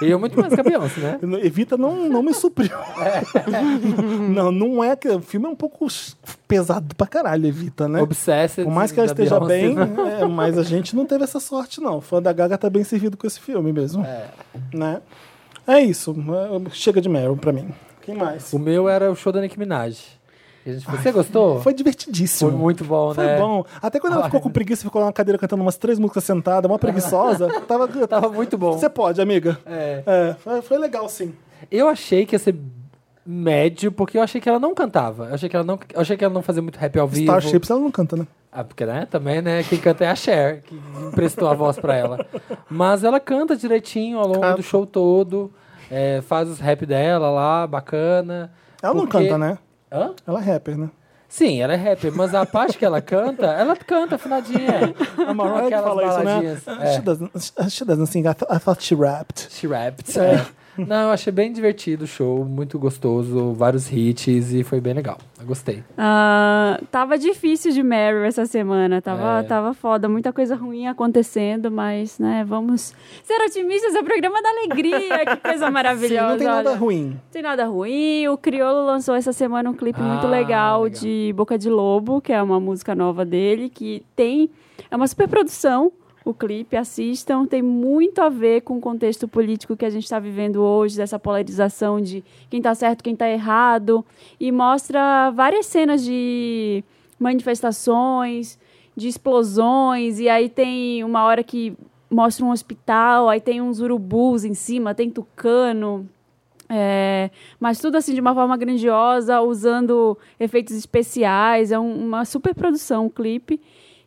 E eu muito mais que a Beyoncé, né? Evita não, não me supriu. É. não, não é que. O filme é um pouco pesado pra caralho, Evita, né? Obsessed. Por mais que ela da esteja Beyoncé, bem, né? é, mas a gente não teve essa sorte, não. O fã da Gaga tá bem servido com esse filme mesmo. É. Né? É isso. É, Chega de Meryl pra mim. Quem mais? O meu era o show da Nicki Minaj. E a gente falou, Você gostou? Foi divertidíssimo. Foi muito bom, Foi né? bom. Até quando ela ficou com preguiça, ficou lá na cadeira cantando umas três músicas sentada, uma preguiçosa. tava, tá, Tava muito Tá bom. Você pode, amiga. É. foi, foi legal, sim. Eu achei que ia ser médio, porque eu achei que ela não cantava. Eu achei que ela não, eu achei que ela não fazia muito rap ao vivo. Starships, ela não canta, né? Ah, porque, né, também, né? Quem canta é a Cher, que emprestou a voz pra ela. Mas ela canta direitinho ao longo do show todo. é, faz os rap dela lá, bacana. Ela não Porque- canta, né? Hã? Ela é rapper, né? Sim, ela é rapper, mas a parte que ela canta, ela canta afinadinha. A Mariah que Aquelas fala isso, né? baladinhas, é. She, doesn't, she doesn't sing. I thought, I thought she rapped. She rapped. É. Não, eu achei bem divertido o show, muito gostoso, vários hits e foi bem legal. Eu gostei. Ah, tava difícil de Meryl essa semana, tava, É. tava foda, muita coisa ruim acontecendo, mas, né, vamos ser otimistas, é o programa da alegria, que coisa Sim, maravilhosa. não tem nada olha. ruim. Não tem nada ruim, o Criolo lançou essa semana um clipe Ah, muito legal, legal. de Boca de Lobo, que é uma música nova dele, que tem, é uma super produção, o clipe, assistam, tem muito a ver com o contexto político que a gente está vivendo hoje, dessa polarização de quem está certo, quem está errado, e mostra várias cenas de manifestações, de explosões, e aí tem uma hora que mostra um hospital, aí tem uns urubus em cima, tem tucano. é, mas tudo assim de uma forma grandiosa, usando efeitos especiais, é um- uma super produção, um clipe.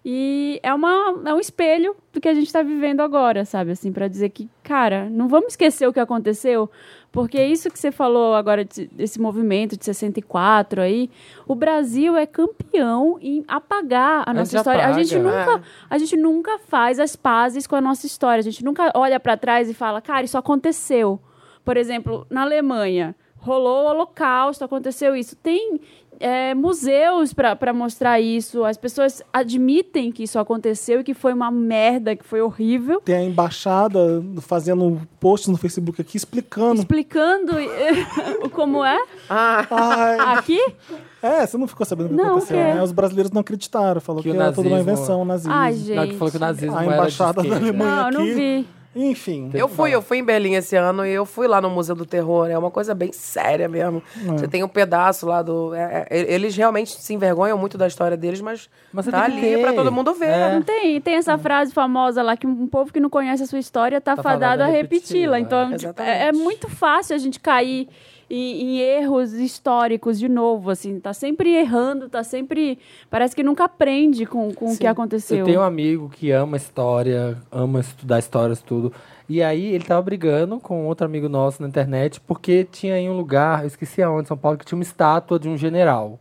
E é, uma, é um espelho do que a gente está vivendo agora, sabe? Assim, para dizer que, cara, não vamos esquecer o que aconteceu, porque isso que você falou agora de- desse movimento de 64 aí, o Brasil é campeão em apagar a Mas nossa história. A gente apaga. né? nunca, a gente nunca faz as pazes com a nossa história. A gente nunca olha para trás e fala, cara, isso aconteceu. Por exemplo, na Alemanha, rolou o Holocausto, aconteceu isso. Tem é, museus para mostrar isso. As pessoas admitem que isso aconteceu e que foi uma merda, que foi horrível. Tem a embaixada fazendo posts no Facebook aqui explicando. Explicando o como é Ah. Ai, aqui. é, você não ficou sabendo o que Não, aconteceu, o quê? né? Os brasileiros não acreditaram, falou que, Que o era toda uma nazismo- invenção, nazismo. Ai, Ela que falou que gente. o nazismo a era de embaixada da esquerda. Alemanha Não, não aqui vi. Enfim. Eu fui, eu fui em Berlim esse ano e eu fui lá no Museu do Terror. É uma coisa bem séria mesmo. É. Você tem um pedaço lá do. é- é- eles realmente se envergonham muito da história deles, mas, Mas você tá tem que ali ter. pra todo mundo ver. É. Não tem, tem essa frase famosa lá que um povo que não conhece a sua história tá, Tá fadado fadado a a repeti-la. repeti-la, né? Então, é. tipo, é, é muito fácil a gente cair em, em erros históricos de novo, assim, tá sempre errando, tá sempre. Parece que nunca aprende com, com o que aconteceu. Eu tenho um amigo que ama história, ama estudar histórias, tudo. E aí ele tava brigando com outro amigo nosso na internet porque tinha aí um lugar, eu esqueci aonde, em São Paulo, que tinha uma estátua de um general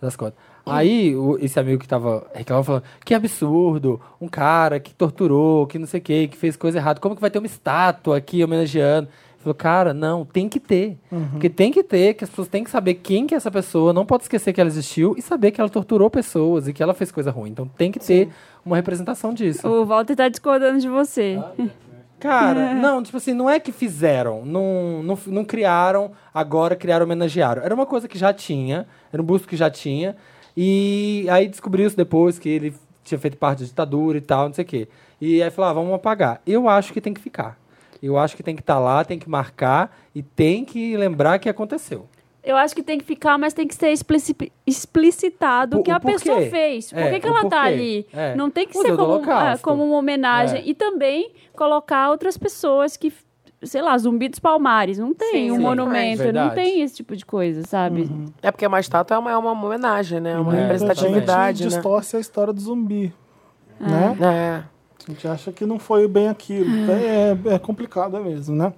das contas. Aí o- esse amigo que tava reclamando falando, que absurdo, um cara que torturou, que não sei o que, que fez coisa errada, como que vai ter uma estátua aqui homenageando? Ele Falou, cara, não, tem que ter. Porque tem que ter, que as pessoas têm que saber quem que é essa pessoa, não pode esquecer que ela existiu e saber que ela torturou pessoas e que ela fez coisa ruim. Então tem que ter uma representação disso. O Walter tá discordando de você. Cara, não, tipo assim, não é que fizeram, não, não, não criaram, agora criaram, homenagearam. Era uma coisa que já tinha, era um busto que já tinha. E aí descobriu-se depois que ele tinha feito parte da ditadura e tal, não sei o quê. E aí falou, ah, vamos apagar. Eu acho que tem que ficar. Eu acho que tem que estar lá, tem que marcar e tem que lembrar que aconteceu. Eu acho que tem que ficar, mas tem que ser explici- explicitado o Por- que a o porquê. pessoa fez. Por É, que, que o ela tá porquê. ali? É. Não tem que Museu ser do como, Holocausto. ah, como uma homenagem. É. E também colocar outras pessoas que, sei lá, zumbi dos palmares. Não tem Sim, um sim, monumento, não É verdade. Uhum. tem esse tipo de coisa, sabe? É porque uma estátua é uma, é uma homenagem, né? É uma Muita representatividade, gente né? distorce a história do zumbi. Né? É. A gente acha que não foi bem aquilo. É, é complicado mesmo, né?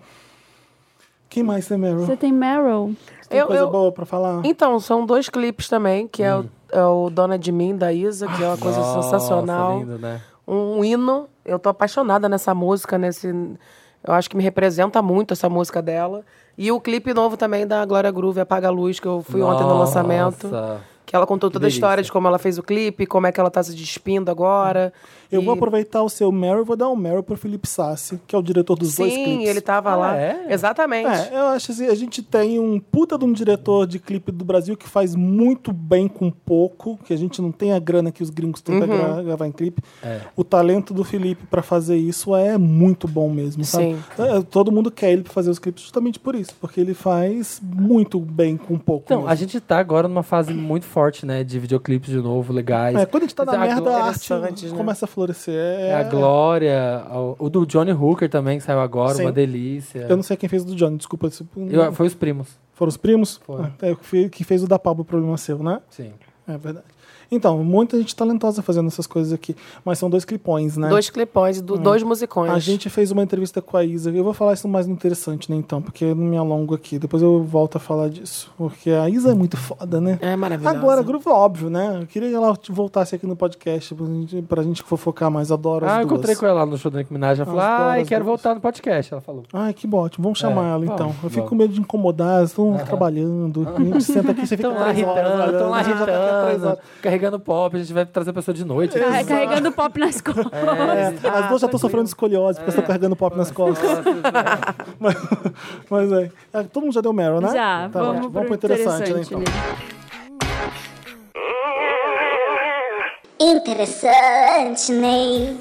Quem mais tem Meryl? Você tem Meryl. Tem Eu- coisa eu- boa pra falar? Então, são dois clipes também, que é, o, é o Dona de Mim, da Isa, que é uma coisa Hum. Nossa, sensacional. lindo, né? um hino. Eu tô apaixonada nessa música, nesse. Eu acho que me representa muito essa música dela. E o clipe novo também da Glória Groove, Apaga a Luz, que eu fui ontem no Nossa. Então, lançamento. Que ela contou toda a delícia. história de como ela fez o clipe, como é que ela tá se despindo agora. Eu vou E- aproveitar o seu Meryl e vou dar um Meryl pro Felipe Sassi, que é o diretor dos dois Sim, clipes. ele tava Ah, lá. é? Exatamente. É, eu acho assim, a gente tem um puta de um diretor de clipe do Brasil que faz muito bem com pouco, que a gente não tem a grana que os gringos têm Uhum. pra gra- gravar em clipe. É. O talento do Felipe pra fazer isso é muito bom mesmo, sabe? Sim. É, todo mundo quer ele pra fazer os clipes justamente por isso, porque ele faz muito bem com pouco. Então, mesmo. a gente tá agora numa fase muito forte, né? De videoclipes de novo, legais. É, quando a gente tá na Mas a merda, a Glória- arte interessante, né? começa a florescer. É, É a Glória, o- o do Johnny Hooker também, que saiu agora, Sim. uma delícia. Eu não sei quem fez o do Johnny, desculpa. se- Eu- ah, foi os primos, Foram os primos? Foram. É, que fe- que fez o da Pablo Problema Seu, né? sim. É verdade. Então, muita gente talentosa fazendo essas coisas aqui. Mas são dois clipões, né? Dois clipões, do, dois musicões. A gente fez uma entrevista com a Isa. Eu vou falar isso mais no interessante, né? Então, porque eu não me alongo aqui. Depois eu volto a falar disso. Porque a Isa é muito foda, né? É maravilhosa. Agora, grupo óbvio, né? Eu queria que ela voltasse aqui no podcast pra gente, pra gente fofocar mais. Adoro as Ah, eu duas. encontrei com ela no show do Nicki Minaj, ela falou, As ai, duas, quero duas. voltar no podcast, ela falou. Ai, que ótimo. Vamos chamar É, ela, então. vamos, eu fico vamos. com medo de incomodar. Elas estão trabalhando. A gente senta aqui, você fica Estão lá três horas irritando, estão lá olhando, a gente já tá aqui há três horas. irritando, carregando pop, a gente vai trazer a pessoa de noite. Tá Carregando pop nas costas. Tá É, as duas já estão tranquilo. sofrendo escoliose, porque estão carregando pop nas costas. mas, mas é. É, Todo mundo já deu Meryl, né? Já, Tá vamos, ótimo. pro, interessante, então. né? Interessante, Ney.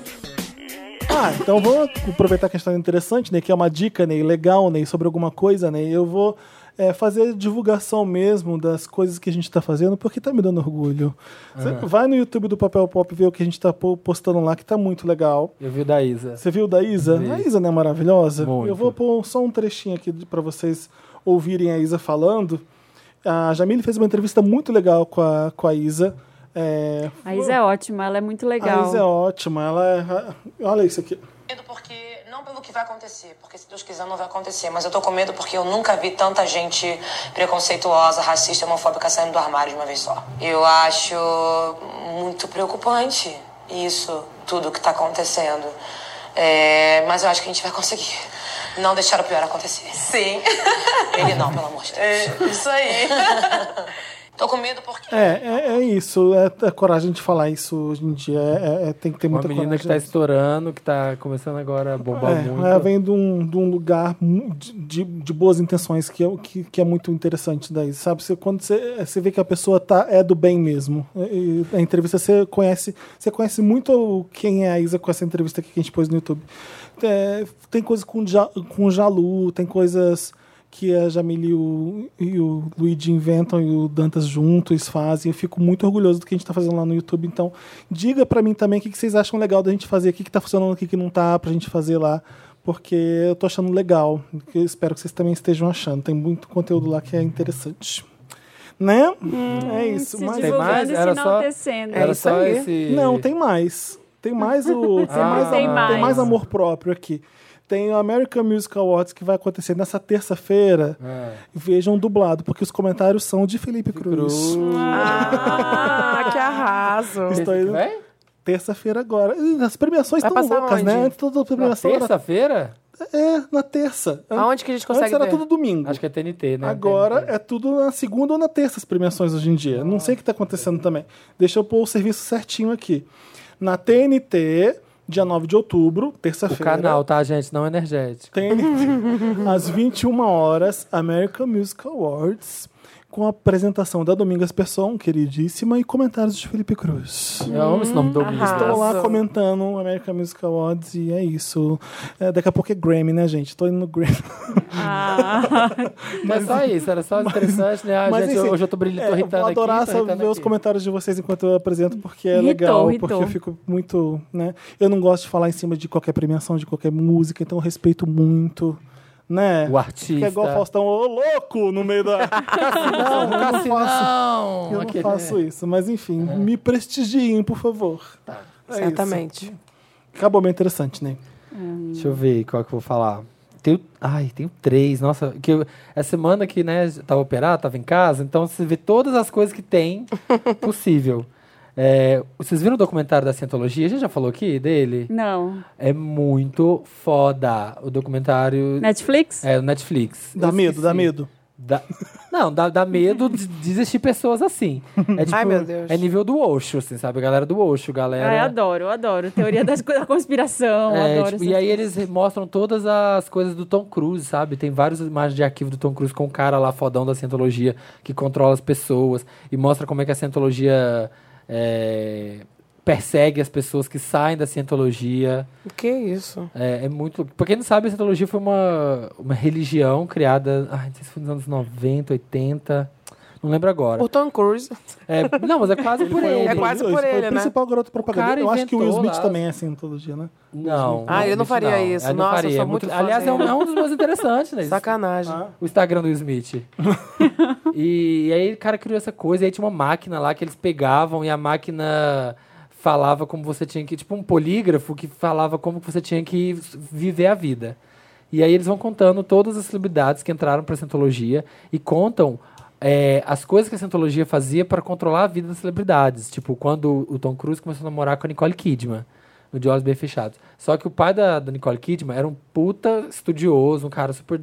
Ah, então vamos aproveitar que a questão interessante, né? Que é uma dica, né? Legal, né? Sobre alguma coisa, né? Eu vou é, fazer divulgação mesmo das coisas que a gente tá fazendo, porque tá me dando orgulho. Você Vai no YouTube do Papel Pop ver o que a gente tá po- postando lá, que tá muito legal. Eu vi o da Isa. Você viu da Isa? A Isa não é maravilhosa? Muito. Eu vou pôr só um trechinho aqui para vocês ouvirem a Isa falando. A Jamile fez uma entrevista muito legal com a, com a Isa. É, A Isa é ótima, ela é muito legal. a Isa é ótima. Ela é, olha isso aqui. medo porque não pelo que vai acontecer, porque se Deus quiser não vai acontecer, mas eu tô com medo porque eu nunca vi tanta gente preconceituosa, racista, homofóbica saindo do armário de uma vez só. Eu acho muito preocupante isso, tudo que tá acontecendo. É, mas eu acho que a gente vai conseguir não deixar o pior acontecer. Sim. Ele não, pelo amor de Deus. isso aí. tô com medo porque É, é, é isso. É, é coragem de falar isso hoje em dia. É, é- é- tem que ter Uma muita menina que tá coragem. estourando, que tá começando agora a bombar É, muito. ela vem de um, de um lugar mu- de, de- de boas intenções, que é, o- que, que é muito interessante daí, sabe? Você, quando você, é, você vê que a pessoa tá, é do bem mesmo. E, e a entrevista você conhece, você conhece muito quem é a Isa com essa entrevista aqui que a gente pôs no YouTube. é, tem coisas com, Ja- com Jalu, tem coisas que a Jamile e o, e o Luigi inventam e o Dantas juntos fazem. Eu fico muito orgulhoso do que a gente está fazendo lá no YouTube. Então, diga para mim também o que, que vocês acham legal da gente fazer, o que está funcionando, o que, que não tá, para a gente fazer lá. Porque eu tô achando legal. Eu espero que vocês também estejam achando. Tem muito conteúdo lá que é interessante. Né? é isso. Se mas- Tem mais? divulgando e se Era só- enaltecendo. Era isso só aí. esse. É Não, tem mais. Tem mais o. Tem, Ah, mais, tem am- mais. tem mais amor próprio aqui. Tem o American Music Awards que vai acontecer nessa terça-feira. É. Vejam dublado, porque os comentários são de Felipe Cruz. Ah, que arraso. Estou indo Vem? terça-feira agora. Ih, As premiações Vai estão passar loucas, onde? né? Antes toda a Na premiação era- terça-feira? É, na terça. An- Aonde que a gente Antes consegue era ver? tudo domingo. Acho que é TNT, né? Agora TNT. é tudo na segunda ou na terça as premiações hoje em dia. Não sei o que está acontecendo também. Deixa eu pôr o serviço certinho aqui. Na TNT, dia 9 de outubro, O terça-feira. canal, tá, gente? Não energético. TNT, às 21 horas, American Music Awards, com a apresentação da Domingas Pesson, queridíssima, e comentários de Felipe Cruz. Eu amo esse nome do arrasa. Estou mundo. lá comentando o American Music Awards e é isso. É, daqui a pouco é Grammy, né, gente? Tô indo no Grammy. Mas só isso, era só interessante, né? Ah, mas gente, enfim, hoje eu tô brilhando, tô É, irritando vou adorar aqui. tô só ver irritando os aqui. comentários de vocês enquanto eu apresento, porque é Irritou, legal, irritou. porque eu fico muito, né? Eu não gosto de falar em cima de qualquer premiação, de qualquer música, então eu respeito muito, né? O artista. Que é igual o Faustão, ô louco, no meio da. não, eu não faço, Não, eu não aquele- faço isso. Mas enfim, É. me prestigiem, por favor. É isso. Certamente. Acabou bem interessante, né? Deixa eu ver qual que eu vou falar. Tenho, ai, tenho três. Nossa, que eu- essa semana que, né, tava operado, tava em casa, então você vê todas as coisas que tem possível. É, vocês viram o documentário da Cientologia? A gente já falou aqui dele? Não. É muito foda o documentário. Netflix? É, o Netflix. Dá Eu medo, dá esqueci. medo. Dá- Não, dá, dá medo de de existir pessoas assim. É tipo, Ai, meu Deus. É nível do Osho, assim, sabe? A galera do Osho, galera. Ai, adoro, adoro. Teoria das co- da conspiração, né? É, adoro. tipo, essas e aí eles re- mostram todas as coisas do Tom Cruise, sabe? Tem várias imagens de arquivo do Tom Cruise com o cara lá fodão da Cientologia que controla as pessoas e mostra como é que a Cientologia é, persegue as pessoas que saem da Cientologia. O que é isso? É, é muito. Pra quem não sabe, a Cientologia foi uma, uma religião criada. Ai, não sei se foi nos anos 90, 80. Não lembro agora. O Tom Cruise. É, não, mas é quase por ele. É quase por foi ele, né? o principal garoto propaganda. cara Eu acho que o Will inventou Smith lá. também é assim todo dia, né? Não. Ah, eu não Smith faria isso. Ah, Nossa, eu sou É muito fã Aliás, é um, dele. é um dos mais interessantes, né? Sacanagem. Ah. O Instagram do Smith. e, aí o cara criou essa coisa, e aí tinha uma máquina lá que eles pegavam e a máquina falava como você tinha que. Tipo um polígrafo que falava como que você tinha que viver a vida. E aí eles vão contando todas as celebridades que entraram pra Scientologia e contam. é, as coisas que a Scientologia fazia para controlar a vida das celebridades. Tipo, quando o Tom Cruise começou a namorar com a Nicole Kidman no De Olhos Bem Fechados. Só que o pai da, da Nicole Kidman era um puta estudioso, um cara super.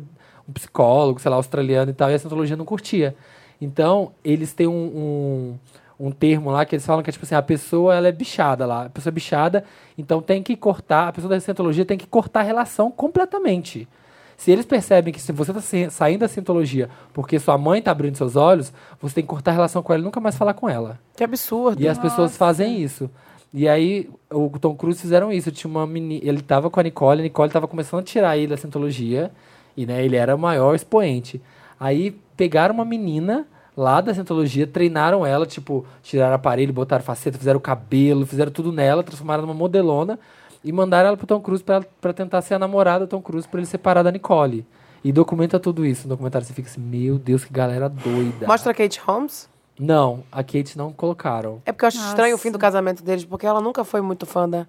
um psicólogo, sei lá, australiano e tal, e a Scientologia não curtia. Então, eles têm um, um, um termo lá que eles falam que é tipo assim: a pessoa ela é bichada lá, a pessoa é bichada, então tem que cortar, a pessoa da Scientologia tem que cortar a relação completamente. Se eles percebem que se você está saindo da Scientologia porque sua mãe está abrindo seus olhos, você tem que cortar a relação com ela e nunca mais falar com ela. Que absurdo. E as pessoas fazem isso. E aí, o Tom Cruise fizeram isso. Tinha uma meni- Ele tava com a Nicole, a Nicole tava começando a tirar ele da Scientologia. E né, ele era o maior expoente. Aí pegaram uma menina lá da Scientologia, treinaram ela, tipo, tiraram aparelho, botaram faceta, fizeram o cabelo, fizeram tudo nela, transformaram numa modelona e mandaram ela pro Tom Cruise pra, pra tentar ser a namorada do Tom Cruise pra ele separar da Nicole. E documenta tudo isso no documentário. Você fica assim, meu Deus, que galera doida. Mostra a Kate Holmes. Não, a Kate não colocaram. É porque eu acho estranho o fim do casamento deles, porque ela nunca foi muito fã da.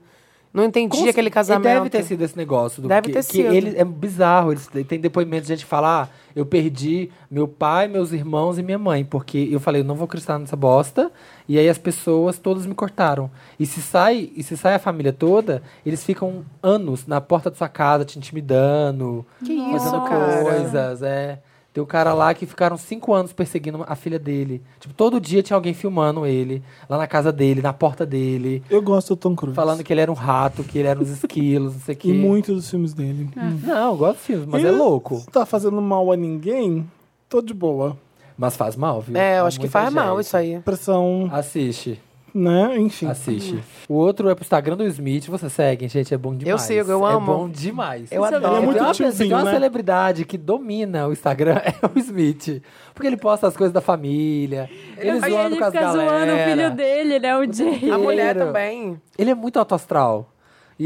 Não entendi aquele casamento. E deve ter sido esse negócio. Do, Deve que, ter que sido. ele- é bizarro. Eles, tem depoimentos de gente que fala: ah, eu perdi meu pai, meus irmãos e minha mãe, porque eu falei, eu não vou acreditar nessa bosta. E aí as pessoas todas me cortaram. E se sai, e se sai a família toda, eles ficam anos na porta da sua casa te intimidando, Que isso, fazendo cara. coisas. É. Tem um cara lá que ficaram cinco anos perseguindo a filha dele. Tipo, todo dia tinha alguém filmando ele, lá na casa dele, na porta dele. Eu gosto do Tom Cruise. Falando que ele era um rato, que ele era uns esquilos, não sei o quê. E muitos dos filmes dele. Não, eu gosto de filmes, mas é Ele louco. Não tá fazendo mal a ninguém, tô de boa. Mas faz mal, viu? É, eu acho que Muita faz mal gente. isso aí. Pressão. Assiste. né? Enfim. Assiste. O outro é pro Instagram do Smith. Você segue, gente. É bom demais. sigo, eu amo. É bom demais. Eu Você adoro. vê, Ele é muito tem uma, tiozinho, pessoa- tem uma né? celebridade que domina o Instagram é o Smith. Porque ele posta as coisas da família. Ele Aí zoando ele com as fica zoando o galera. filho dele, né? O Jay. A mulher Inteiro. também. Ele é muito alto astral. E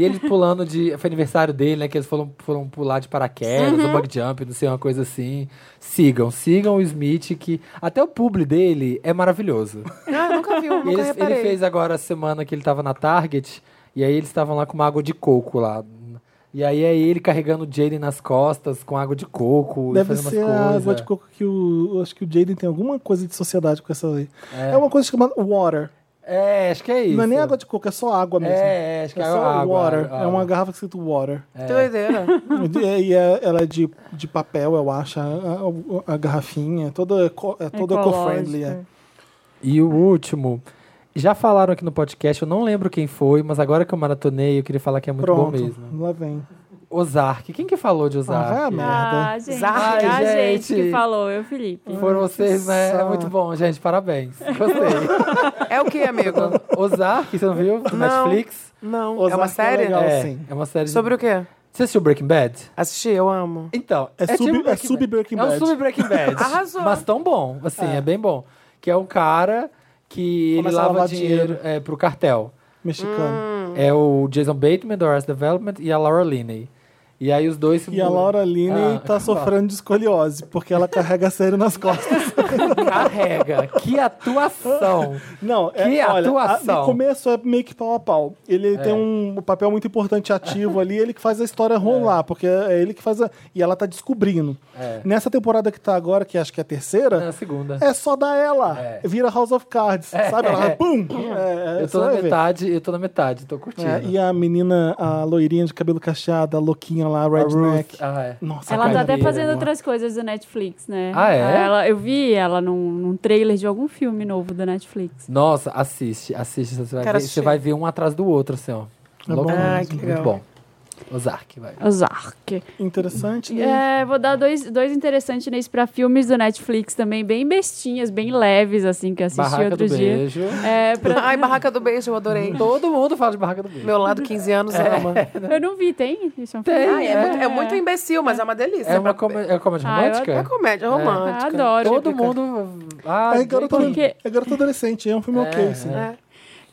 ele pulando de. Foi aniversário dele, né? Que eles foram, foram pular de paraquedas, Uhum. ou bug jump, não sei, uma coisa assim. Sigam, sigam o Smith, que até o publi dele é maravilhoso. Ah, nunca vi, E nunca ele, ele reparei. fez agora a semana que ele tava na Target, e aí eles estavam lá com uma água de coco lá. E aí é ele carregando o Jaden nas costas com água de coco. e Deve fazendo umas ser a coisas. é. água de coco que o. Acho que o Jaden tem alguma coisa de sociedade com essa lei. É, uma coisa chamada water. É, acho que é isso. Não é nem água de coco, é só água mesmo. É, é, acho que é só água, water. água, É uma água. garrafa que escrito water. Que doideira. E, e é- ela é de, de papel, eu acho, a, a- a garrafinha. Toda, eco- é toda eco-friendly. é. E o último. Já falaram aqui no podcast, eu não lembro quem foi, mas agora que eu maratonei, eu queria falar que é muito Pronto, bom mesmo. lá vem. Ozark. Quem que falou de Ah, vai a Ozark? merda. Ah, gente. Ai, a gente. gente. que falou, eu, Felipe. Foram vocês, né? É Nossa. muito bom, gente. Parabéns. Gostei. É o que, amigo? Ozark, você não viu? Do Não. Netflix? Não. é uma Ozark é série? legal. é, sim. é uma série. de- Sobre o quê? Você assistiu Breaking Bad? Assisti, eu amo. Então, É sub- tipo é sub Breaking É um Bad. sub Breaking Bad. Arrasou. Mas tão bom, assim, é, bem bom. Que é um cara que ele Começa a lava lavar dinheiro, dinheiro. É, pro cartel. Mexicano. Hum. É o Jason Bateman, do Arrested Development, e a Laura Linney. E aí os dois se E a Laura Linney Ah, tá claro. sofrendo de escoliose, porque ela carrega a série nas costas. Carrega. que atuação. Não, é, Que olha, a- atuação. É. no começo é meio que pau a pau. Ele tem um papel muito importante ativo ali, ele que faz a história rolar, porque é ele que faz a. E ela tá descobrindo. É. Nessa temporada que tá agora, que acho que é a terceira, Na segunda. é só dar ela. É. Vira House of Cards, sabe? Ela É. pum! É, é, eu você tô na vai ver. metade, eu tô na metade, tô curtindo. É, e a menina, a loirinha de cabelo cacheado, a louquinha lá, a A redneck. Ruth, ah, é. Nossa, Ela cara, tá até Sacaneira, fazendo né? outras coisas do Netflix, né? Ah, é? Ela, eu vi ela num, num trailer de algum filme novo do Netflix. Nossa, assiste, assiste. Você Quero vai, ver, assistir. você vai ver um atrás do outro, assim, ó. É Louco, bom muito mesmo. legal. bom. Ozark, vai. Ozark. tá- interessante. né? É, vou dar dois, dois interessantes nesse pra filmes do Netflix também, bem bestinhas, bem leves, assim, que eu assisti Barraca outro do dia. Beijo. É, pra- Ai, Barraca do Beijo, eu adorei. Todo mundo fala de Barraca do Beijo. Meu lado, 15 anos, É. ama. eu não vi, tem? Isso é um Tem, filme? Ai, é, muito, é muito imbecil, mas é uma delícia. É uma Pra- comé- é uma comédia Ah, eu romântica? É comédia Ah, romântica. adoro. Todo mundo. Ah, É garoto, Porque- é garoto adolescente, é um filme ok, assim. É.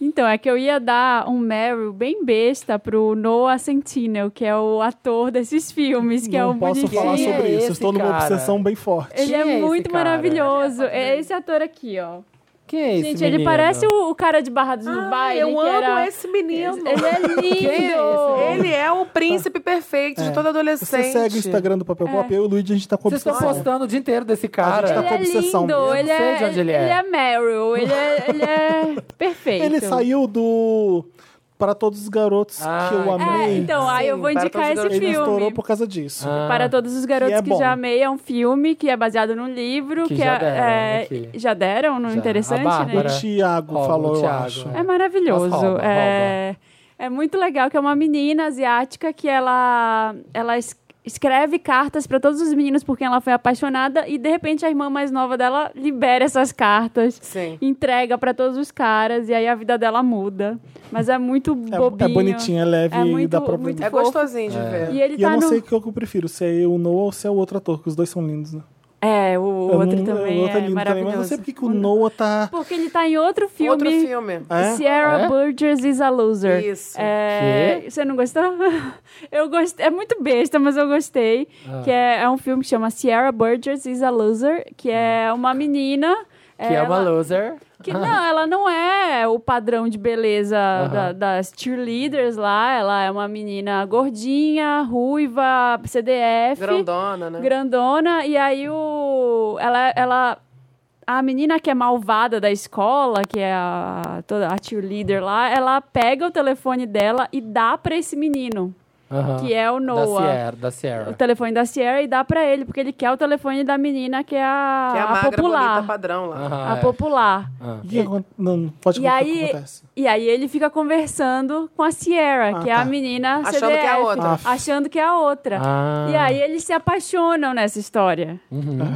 Então, é que eu ia dar um Meryl bem besta pro Noah Centineo, que é o ator desses filmes, que é não o posso bonitinho. falar Quem é sobre isso. esse Estou numa cara? obsessão bem forte. Ele Quem é é, esse muito cara? maravilhoso. É esse ator aqui, ó. Quem é esse Gente, ele parece um o, o cara de Barra dos Ai, Baile. Ah, eu que amo era... esse menino. Ele é lindo! Ele é o príncipe perfeito de todo Você adolescente. segue o Instagram do É. Papel Pop, eu e o Luigi, a gente tá com Vocês estão obsessão. postando o dia inteiro desse A cara. gente Ele tá- é obsessão mesmo. lindo, ele Eu não sei é, de onde ele ele é. é Meryl, ele é, ele é perfeito. Ele saiu do Para Todos os Garotos Ah, que eu É, amei. então, aí eu vou Sim, tá para indicar todos os esse Ele estourou filme. por causa disso. Ah, Para todos os garotos Que é que, bom. já amei, é um filme que é baseado num livro Que que, já é- deram né, é, aqui. já deram, não Já. A interessante, Bárbara. né? O Thiago Ó, o falou, eu Thiago. acho. É maravilhoso. Mas rouba, é... é muito legal que é uma menina asiática que ela ela es- escreve cartas para todos os meninos por quem ela foi apaixonada e de repente a irmã mais nova dela libera essas cartas. Sim. Entrega para todos os caras e aí a vida dela muda. Mas é muito É, bobinho. é bonitinho, é leve É e dá muito- pra muito É fofo. gostosinho de ver. E ele E tá eu não no sei o que eu prefiro, se é o Noah ou se é o outro ator, que os dois são lindos, né? É, o o Eu outro não- também o outro é, lindo também, maravilhoso. mas eu não sei porque que o Noah tá... Porque ele tá em outro filme. Outro filme. É? Sierra É? Burgess is a Loser. Isso. É, Você não gostou? Eu gostei. É muito besta, mas eu gostei. Ah. Que é, é um filme que chama Sierra Burgess is a Loser, que é uma menina. Ah. Que é uma ela- loser. que não, ela não é o padrão de beleza Aham. da- das cheerleaders lá. Ela é uma menina gordinha, ruiva, CDF Grandona, né? grandona e aí o ela ela a menina que é malvada da escola, que é a toda a cheerleader lá, ela pega o telefone dela e dá pra esse menino. Aham. que é o Noah. Ah, Da Sierra. Da Sierra. O telefone da Sierra e dá pra ele, porque ele quer o telefone da menina que é a, Que é a, a magra bonita popular. padrão lá. Aham, A é. popular. E agon- não, não, pode E contar o que aí- acontece. E aí ele fica conversando com a Sierra, Ah, que é tá. a menina Achando CDF, que é a outra. Ah. achando que é a outra. Ah. E aí eles se apaixonam nessa história.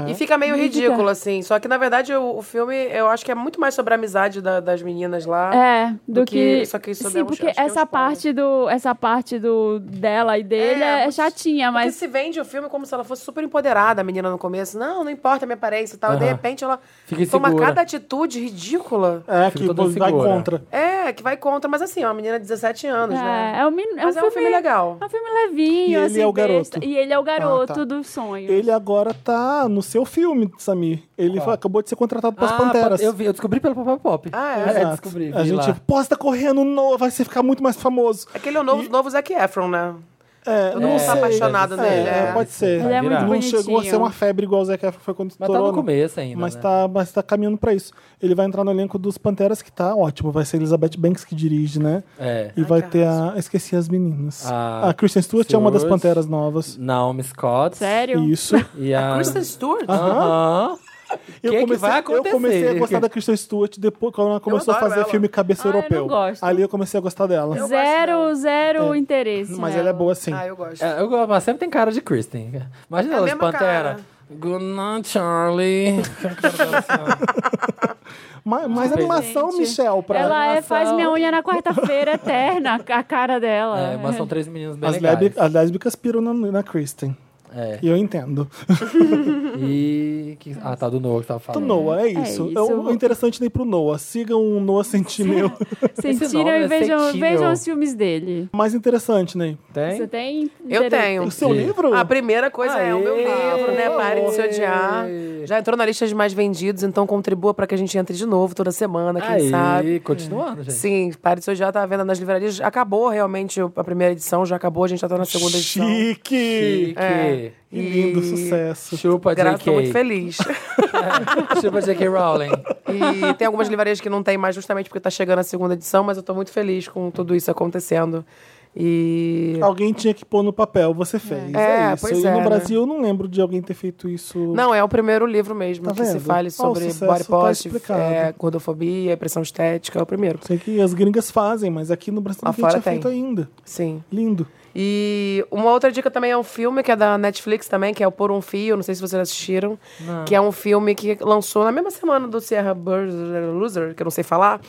E fica meio Fica. ridículo, assim. Só que, na verdade, o, o filme, eu acho que é muito mais sobre a amizade da- das meninas lá. É, do, do que- que... só que isso Sim, dá um- porque acho que é um essa spoiler. parte do essa parte do dela e dele é, muito- chatinha, Porque mas se vende o filme como se ela fosse super empoderada, a menina no começo. Não, não importa a minha aparência e tal. E de Aham. repente ela Fica toma insegura. cada atitude ridícula. É, Fica que toda vai segura. contra. É, que vai contra. Mas assim, é uma menina de 17 anos, né? é, é um, min- é um Mas filme, legal. É um filme levinho, E ele assim, é o besta. garoto. E ele é o garoto tá. do sonho. Ele agora tá no seu filme, Samir. Ele Qual? acabou de ser contratado para Ah, Panteras. Eu, vi, eu descobri pelo Pop Pop. Ah, é? é Exato. descobri. A vi gente, lá. pô, você tá correndo, no, vai você ficar muito mais famoso. Aquele é o novo, novo Zac Efron, né? É, Todo não mundo sei. tá apaixonado nele, É, é. pode ser. Ele é muito não bonitinho. chegou a ser uma febre igual o Zac Efron foi quando Mas tá estourou, no não. começo ainda. Mas, né? tá, mas tá caminhando pra isso. Ele vai entrar no elenco dos Panteras, que tá ótimo. Vai ser Elizabeth Banks que dirige, né? É. E vai ter a. Esqueci as meninas. A a Kristen Stewart é uma das Stewart. Panteras novas. Naomi Scott. Sério? Isso. E a. Kristen Stewart? Aham. Eu Que que comecei, vai eu acontecer? comecei a gostar da Kristen Stewart depois quando ela começou a adoro fazer ela. filme Cabeça Ah, eu não Europeu. gosto. Ali eu comecei a gostar dela. Eu gosto Zero, dela. zero interesse. né? Mas ela nela. é boa sim. Ah, eu gosto. É, eu gosto, mas sempre tem cara de Kristen. Imagina É a ela de mesma Pantera. cara. Good night, Charlie. Ma- Mais, Gente. animação, Michelle, pra Ela é, faz relação. minha unha na quarta-feira eterna, a cara dela. é, mas são três meninos bem As, legais. lésbi- as lésbicas piram na, na Kristen. É. E eu entendo. E. que- Ah, tá, do Noah que tava Do falando. Noah, é É isso. isso. É o o interessante nem pro Noah. Sigam o Noah Sentinel. Esse Sentiram nome e é vejam, Sentinel. vejam os filmes dele. Mais interessante, Ney. Você Tem? tem? Eu interesse? tenho. O seu Sim. livro? A primeira coisa é o meu Aê! livro, né? Pare de se odiar. Aê! Já entrou na lista de mais vendidos, então contribua pra que a gente entre de novo toda semana, quem Aí, sabe. continuando, gente. Sim, Pare de se odiar tá à venda nas livrarias. Acabou realmente a primeira edição, já acabou, a gente já tá na segunda edição. Chique! Chique. E É, lindo E- sucesso. Chupa é. Graças, tô muito JK. feliz. Chupa JK Rowling. e tem algumas livrarias que não tem mais justamente porque tá chegando a segunda edição, mas eu tô muito feliz com tudo isso acontecendo. E Alguém tinha que pôr no papel, você fez. É, É, isso. pois e é, no né? Brasil eu não lembro de alguém ter feito isso. Não, é o primeiro livro mesmo Tá que se vendo? Ó, o fale sobre sucesso body tá positive, explicado. é, gordofobia, pressão estética, é o primeiro. Sei que as gringas fazem, mas aqui no Brasil ninguém tinha Afora tem. feito ainda. Sim. Lindo. E uma outra dica também é um filme que é da Netflix também, que é o Por um Fio, não sei se vocês assistiram, que é um filme que lançou na mesma semana do Sierra Burns Loser, que eu não sei falar,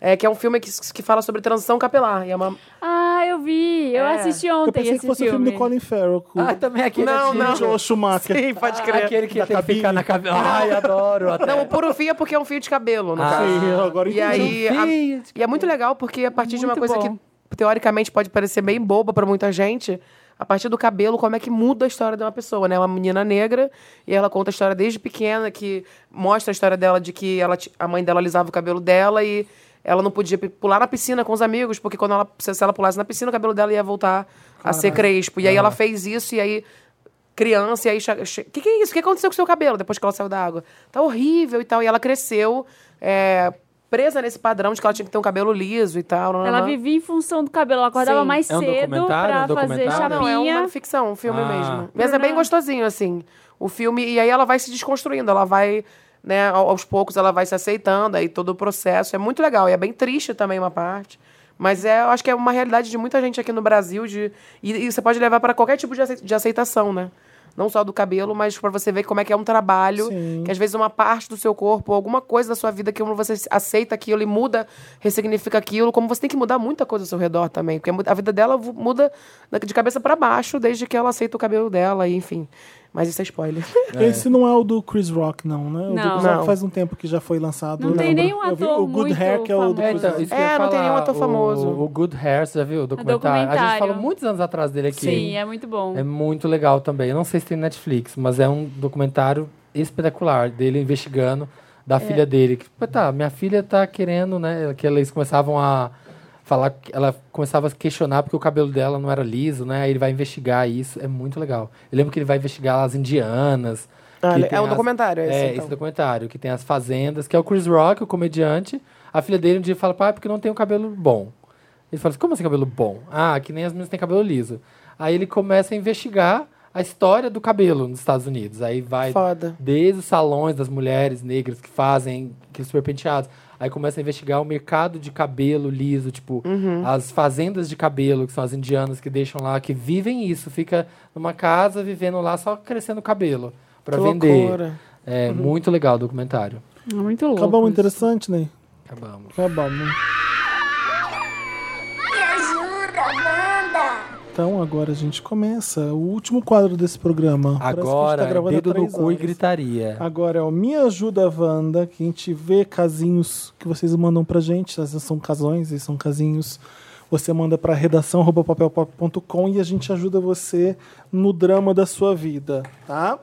é, que é um filme que, que fala sobre transição capilar. E é uma... Ah, eu vi. Eu É. assisti eu ontem pensei esse que fosse o filme. filme do Colin Farrell. com- Ah, também aquele Não, de- então não. Joel Schumacher. Sim, pode Ah, crer. Aquele que Da tem que cabine. ficar na cabeça. Ai, adoro. Até. Ah! Não, o Por um Fio é porque é um fio de cabelo, no Ah, caso. Sim, eu agora E entendi. aí, a- Fio de e é muito legal porque a partir de uma Muito coisa bom. que teoricamente pode parecer bem boba pra muita gente, a partir do cabelo, como é que muda a história de uma pessoa, né? Uma menina negra e ela conta a história desde pequena que mostra a história dela de que ela, ti- a mãe dela alisava o cabelo dela e ela não podia pi- pular na piscina com os amigos, porque quando ela se se ela pulasse na piscina, o cabelo dela ia voltar a ser crespo. E aí ela fez isso e aí criança, e aí. O que, que é isso? O que aconteceu com o seu cabelo depois que ela saiu da água? Tá horrível e tal. E ela cresceu é, presa nesse padrão de que ela tinha que ter um cabelo liso e tal. nananã. Ela vivia em função do cabelo. Ela acordava Sim. mais É um cedo documentário? É pra um fazer documentário? Não, não, é chapinha. uma ficção, um filme Ah. mesmo. Mas é Não, bem não. gostosinho, assim, o filme. E aí ela vai se desconstruindo, ela vai, né, ao- aos poucos ela vai se aceitando, aí todo o processo. É muito legal. E é bem triste também uma parte. Mas é, eu acho que é uma realidade de muita gente aqui no Brasil. De, e, e você pode levar para qualquer tipo de acei- de aceitação, né? Não só do cabelo, mas para você ver como é que é um trabalho. Sim. Que às vezes uma parte do seu corpo, alguma coisa da sua vida, que você aceita aquilo e muda, ressignifica aquilo. Como você tem que mudar muita coisa ao seu redor também. Porque mu- a vida dela vu- muda da- de cabeça para baixo desde que ela aceita o cabelo dela, e enfim. Mas isso é spoiler. Esse não é o do Chris Rock, não, né? O do Não. Chris Rock Não. faz um tempo que já foi lançado. Não eu tem lembro. nenhum Eu vi ator O Good muito Hair, que é o do famoso. Chris então, Rock. isso que eu ia É, não tem falar, nenhum ator o- famoso. O, Good Hair, você já viu? O documentário. A gente É documentário. falou muitos anos atrás dele aqui. Sim, é muito bom. É muito legal também. Eu não sei se tem Netflix, mas é um documentário espetacular dele investigando da É. filha dele. Que, pô, tá, minha filha tá querendo, né? Que eles começavam a falar, que ela começava a questionar porque o cabelo dela não era liso, né? Aí ele vai investigar isso. É muito legal. Eu lembro que ele vai investigar as indianas. Ah, que é tem um documentário esse, É, então. esse documentário, que tem as fazendas, que é o Chris Rock, o comediante. A filha dele um dia fala, pai, porque não tem um cabelo bom. Ele fala assim, como assim cabelo bom? Ah, que nem as meninas têm cabelo liso. Aí ele começa a investigar a história do cabelo nos Estados Unidos. Aí vai Foda. desde os salões das mulheres negras que fazem aqueles super penteados. Aí começa a investigar o mercado de cabelo liso, tipo, Uhum. as fazendas de cabelo, que são as indianas que deixam lá, que vivem isso, fica numa casa vivendo lá, só crescendo cabelo pra Que vender. loucura. É Uhum. muito legal o documentário. É muito louco. Acabamos isso. interessante, né? Ney. Acabamos. Acabamos. Me ajuda, Wanda! Então agora a gente começa o último quadro desse programa. Parece que a gente Agora, tá gravando há dedo no três cu e horas. gritaria. Agora é o Me Ajuda Wanda, que a gente vê casinhos que vocês mandam pra gente, às vezes são casões e são casinhos. Você manda pra redação@papelpop.com e a gente ajuda você no drama da sua vida, tá?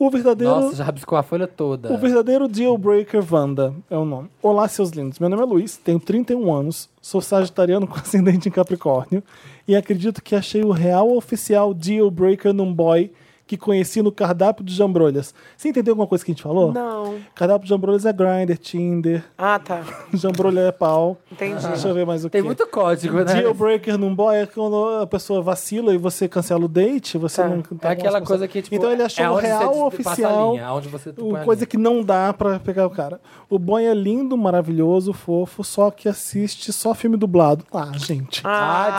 O verdadeiro Nossa, já rabiscou a folha toda. o verdadeiro deal breaker Wanda é o nome. Olá, seus lindos. Meu nome é Luiz, tenho 31 anos, sou sagitariano com ascendente em Capricórnio e acredito que achei o real oficial deal breaker num boy que conheci no cardápio de jambrolhas. Você entendeu alguma coisa que a gente falou? Não. Cardápio de jambrolhas é grinder, Tinder, Ah, tá. jambrolha é pau. Entendi. Deixa eu ver mais o Tem quê. muito código, né? Deal breaker num boy é quando a pessoa vacila e você cancela o date, você Tá. não É tá aquela com coisa que, tipo, Então ele achou é o onde você real passa A oficial. linha, é onde você tu põe Uma a coisa linha. que não dá pra pegar o cara. O boy é lindo, maravilhoso, fofo, só que assiste só filme dublado. Ah, gente.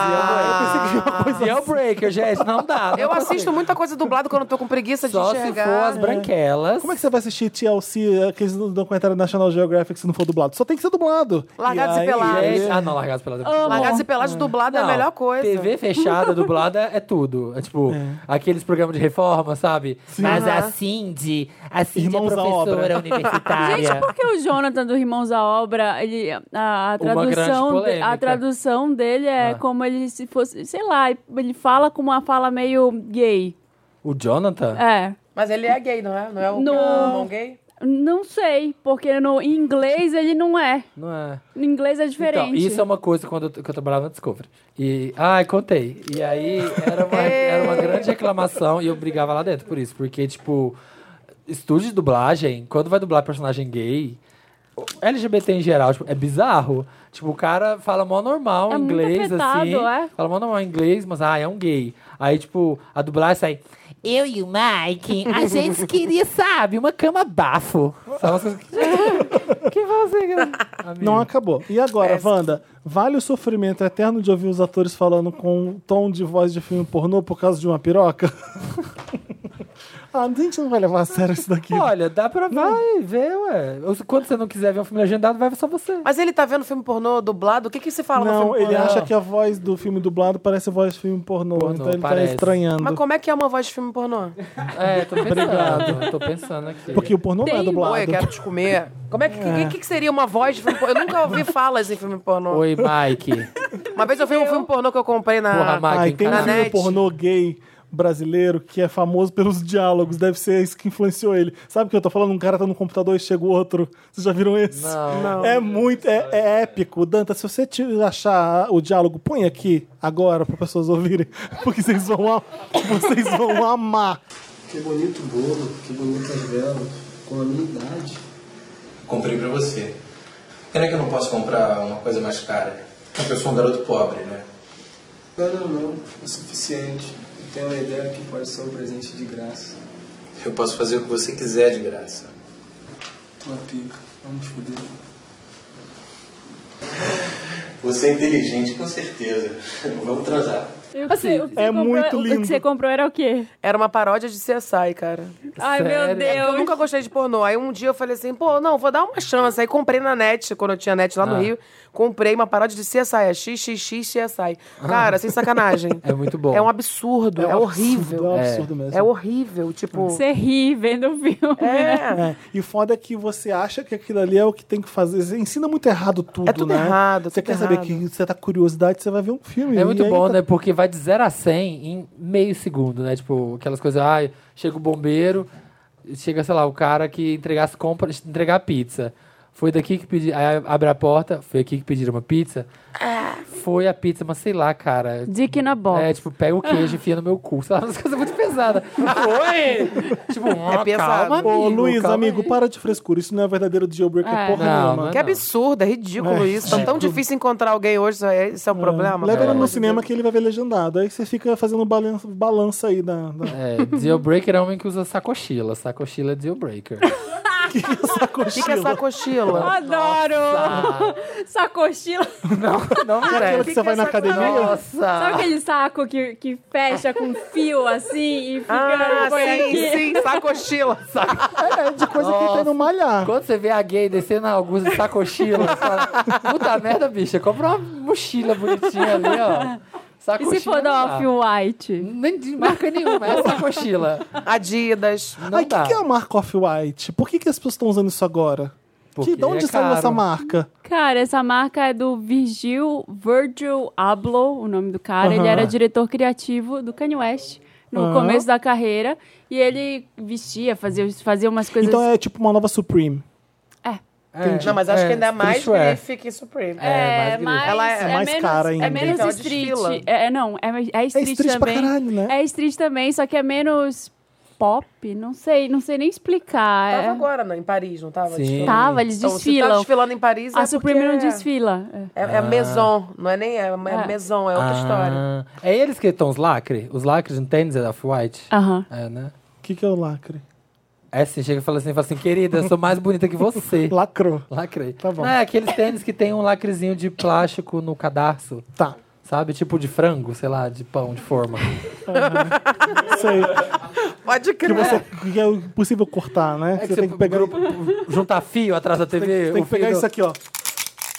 Ah, deal breaker. Deal assim. breaker, gente, não dá. não Eu consigo. assisto muita coisa dublada quando eu tô com preguiça de Só se enxergar. for as branquelas. Como é que você vai assistir TLC, aqueles documentários da National Geographic, se não for dublado? Só tem que ser dublado. Largados e aí- é Pelados. Gente, Ah, não, largados pelados. Largados e pelados dublado é a Não, melhor coisa. TV fechada, dublada, é tudo. É tipo, aqueles programas de reforma, sabe? Mas assim a Cindy, a Cindy Irmãos é à professora obra. universitária. Gente, por que o Jonathan do Irmãos à Obra, ele, a, a grande tradução, de- polêmica. a tradução dele é Ah. como ele se fosse, sei lá, ele fala com uma fala meio gay. O Jonathan? É. Mas ele é gay, não é? Não é o Não. irmão gay? Não sei, porque no em inglês ele não é. Não é. No inglês é diferente. Então, isso é uma coisa quando eu, que eu trabalhava na Discovery. E, ai, contei. E aí era uma, era uma grande É. reclamação e eu brigava lá dentro por isso. Porque, tipo, estúdio de dublagem, quando vai dublar personagem gay, o LGBT em geral, tipo, é bizarro. Tipo, o cara fala mó normal É muito inglês, afetado, assim. é. Fala mó normal inglês, mas, ah, é um gay. Aí, tipo, a dublagem sai... Eu e o Mike, a gente queria, sabe, uma cama bafo. Sabe umas coisas que... que você, cara? Amigo. Não acabou. E agora, Wanda? Vale o sofrimento eterno de ouvir os atores falando com um tom de voz de filme pornô por causa de uma piroca? ah, a gente não vai levar a sério isso daqui. Olha, dá pra Hum. vai, ver, ué. Ou se- Quando você não quiser ver um filme legendado, vai só você. Mas ele tá vendo filme pornô dublado? O que que se fala no Não, filme ele pornô? acha que a voz do filme dublado parece a voz do filme pornô, Pornô, então ele parece. tá estranhando. Mas como é que é uma voz de filme pornô? É, tô pensando. Obrigado. Tô pensando aqui. Porque o pornô não é Tem dublado. Oi, eu quero te comer. Como é que, que- que, que seria uma voz de filme pornô? Eu nunca ouvi falas em filme pornô. Oi, Mike. Uma vez eu vi um filme pornô que eu comprei na... Porra, Mike. Ai, tem um Na filme net. pornô gay brasileiro que é famoso pelos diálogos, deve ser isso que influenciou ele. Sabe o que eu tô falando? Um cara tá no computador e chega o outro. Vocês já viram esse? Não. É muito, é, é épico. Danta, se você te achar o diálogo, põe aqui agora para pessoas ouvirem, porque vocês vão, a- vocês vão amar. Que bonito bolo, que bonitas velas. Com a minha idade. Comprei pra você. Pena que eu não posso comprar uma coisa mais cara. Porque eu sou um garoto pobre, né? Não, não, não. O suficiente. Eu tenho uma ideia que pode ser um presente de graça. Eu posso fazer o que você quiser de graça. Tua pica. Vamos foder. Você é inteligente, com certeza. Vamos transar. um- Eu sei, o que é você comprou- muito O lindo. que você comprou era o quê? Era uma paródia de CSI, cara. Ai, meu Sério? Eu Deus. nunca gostei de pornô. Aí um dia eu falei assim, pô, não, vou dar uma chance. Aí comprei na net, quando eu tinha net lá no Ah. Rio, comprei uma paródia de CSI, é XXX CSI. Cara, sem sacanagem. É muito bom. É um absurdo, é, um horrível. absurdo, É um absurdo mesmo. É horrível, tipo... Você ri vendo o filme, né? É, É, E o foda é que você acha que aquilo ali é o que tem que fazer. Você ensina muito errado tudo, É tudo né? errado, Você tudo quer saber errado. que você tá com curiosidade, você vai ver um filme. É e muito aí bom, tá- né? Porque vai de 0 a 100 em meio segundo, né? Tipo, aquelas coisas, ai, chega o bombeiro, chega, sei lá, o cara que entregar as compras, entregar a pizza. Foi daqui que pedi. Aí abre a porta, foi aqui que pediram uma pizza. Foi a pizza, mas sei lá, cara. Dick na box. É, tipo, pega o queijo e enfia no meu cu. Sei lá, umas coisas muito pesadas. Foi! tipo, ah, pesado. calma, amigo. Ô, Luiz, calma amigo, aí. para de frescura. Isso não é verdadeiro jailbreaker É. porra Não, nenhuma. não Que absurdo, é ridículo isso. Tão, tão difícil encontrar alguém hoje, isso é, isso é o problema. Leva cara. ele no cinema que ele vai ver legendado. Aí você fica fazendo balança, balança aí da, da É, deal breaker é homem que usa sacochila. Sacochila é deal breaker. O que, que é essa cochila? Adoro! Sacochila. Não Aquela que merece. você vai na é academia. Sabe Nossa! aquele saco que, que fecha com fio assim e fica Ah, põe sim, aqui? sim, sacochila. É, de coisa que tá no malhar. Quando você vê a gay descendo na Augusta de sacochila, você fala, puta merda, bicha, compra uma mochila bonitinha ali, ó. E Sacochila. se for não da dá. Off-White? Nem de marca nenhuma, é sacochila. Adidas. Não Aí, o dá. que, que é a marca Off-White? Por que, que as pessoas estão usando isso agora? Porque Que, de onde é saiu caro. essa marca? Cara, essa marca é do Virgil Virgil Abloh, o nome do cara. Ele Aham. era diretor criativo do Kanye West no Aham. começo da carreira. E ele vestia, fazia, fazia umas coisas... Então é tipo uma nova Supreme. Entendi. Não, mas acho que ainda é mais streetwear. Griffith que Supreme. É, É, mais mais, Ela é mais menos, cara ainda. É menos Então, desfila. street. É, não, é, é É street, street pra também. caralho, né? É street também, só que é menos pop. Não sei, não sei nem explicar. Tava É- agora, não, em Paris, não tava? Sim. Desfilando. Tava, eles Então, se tá desfilam. desfilando em Paris, é A Supreme porque não é- desfila. É. É, é maison, não é nem é, é Ah. maison, é outra Ah, história. É eles que estão os lacre? Os lacres de tênis é da Off-White? Aham. É, né? O que, que é o lacre? É assim, chega e fala assim, fala assim, querida, eu sou mais bonita que você. Lacrou. Lacrei. Tá bom. Não, é aqueles tênis que tem um lacrezinho de plástico no cadarço, Tá, sabe? Tipo de frango, sei lá, de pão, de forma. É sei. Pode Que, crer. você, que é impossível cortar, né? É você tem que pegar, grupo- juntar fio atrás da tem, TV. tem o É. que pegar fio do- isso aqui, ó.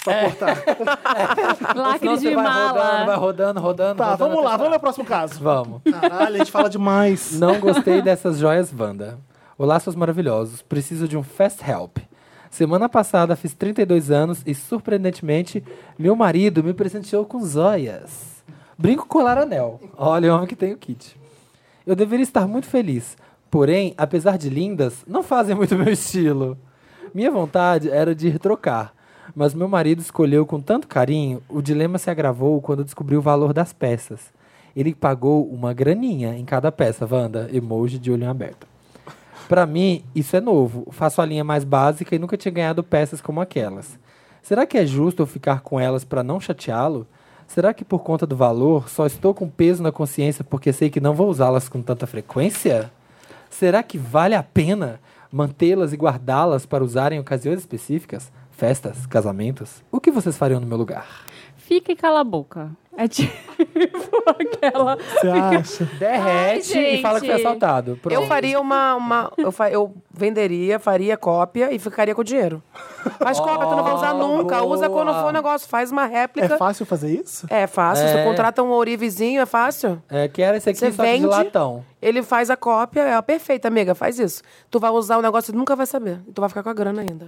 Pra cortar. Senão Lacre você de vai rodando, vai mala. rodando, rodando. Tá, rodando vamos até lá, chegar. vamos ao próximo caso. Vamos. Caralho, a gente fala demais. Não gostei dessas joias Wanda. Olá, seus maravilhosos. Preciso de um fast help. Semana passada fiz 32 anos e, surpreendentemente, meu marido me presenteou com joias. Brinco colar anel. Olha, o homem que tem o kit. Eu deveria estar muito feliz. Porém, apesar de lindas, não fazem muito meu estilo. Minha vontade era de ir trocar. Mas meu marido escolheu com tanto carinho, o dilema se agravou quando descobriu o valor das peças. Ele pagou uma graninha em cada peça, Wanda, emoji de olho aberto. Pra mim, isso é novo. Faço a linha mais básica e nunca tinha ganhado peças como aquelas. Será que é justo eu ficar com elas pra não chateá-lo? Será que por conta do valor, só estou com peso na consciência porque sei que não vou usá-las com tanta frequência? Será que vale a pena mantê-las e guardá-las para usar em ocasiões específicas? Festas, casamentos? O que vocês fariam no meu lugar? Fica e cala a boca. É tipo aquela. Você acha? Derrete Ai, e fala que foi gente. assaltado. Eu Pronto. faria uma. uma eu, fa- eu venderia, faria cópia e ficaria com o dinheiro. Mas cópia, tu não vai usar Oh, nunca. Usa boa. quando for um negócio, faz uma réplica. É fácil fazer isso? É fácil. Você É. contrata um ourivezinho, é fácil. É, que era esse aqui, Você só que de vende. latão. Ele faz a cópia, é a perfeita, amiga. Faz isso. Tu vai usar o negócio e nunca vai saber. E tu vai ficar com a grana ainda.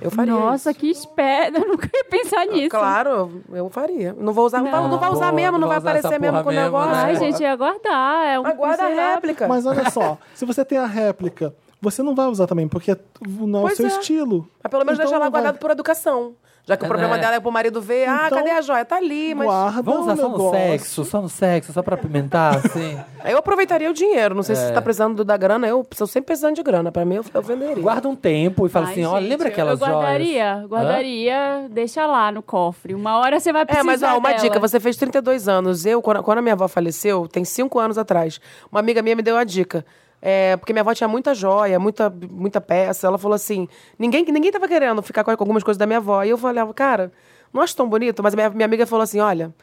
Eu faria. Nossa, que esperta. Eu nunca ia pensar nisso. Claro, eu faria. Não vou usar, não, vai- Não. não vai usar Boa, mesmo, não, não vai vai usar essa aparecer mesmo porra com o mesmo, negócio. né? Ai, Porra. gente, ia guardar. É um Aguarda a sei lá. réplica. Mas olha só, se você tem a réplica, você não vai usar também, porque não é o Pois seu é. estilo. Mas pelo menos Então deixa um lá não vai. guardado por educação. Já que o problema né? dela é pro marido ver, ah, Então, cadê a joia? Tá ali, mas. Guarda Vamos o usar só no negócio. sexo, só no sexo, só pra apimentar, assim. Eu aproveitaria o dinheiro. Não sei se você tá precisando do- da grana. Eu estou sempre precisando de grana. Pra mim, eu, eu venderia. Guarda um tempo e fala Ai, assim, ó, gente, lembra eu- aquelas Eu guardaria, joias? guardaria, deixa lá no cofre. Uma hora você vai É, precisar mas ó, uma dela. dica, você fez 32 anos. Eu, quando, quando a minha avó faleceu, tem 5 anos atrás, uma amiga minha me deu uma dica. É, porque minha avó tinha muita joia, muita, muita peça. Ela falou assim: ninguém, ninguém tava querendo ficar com algumas coisas da minha avó. E eu falava, cara, não acho tão bonito, mas a minha, minha amiga falou assim: olha,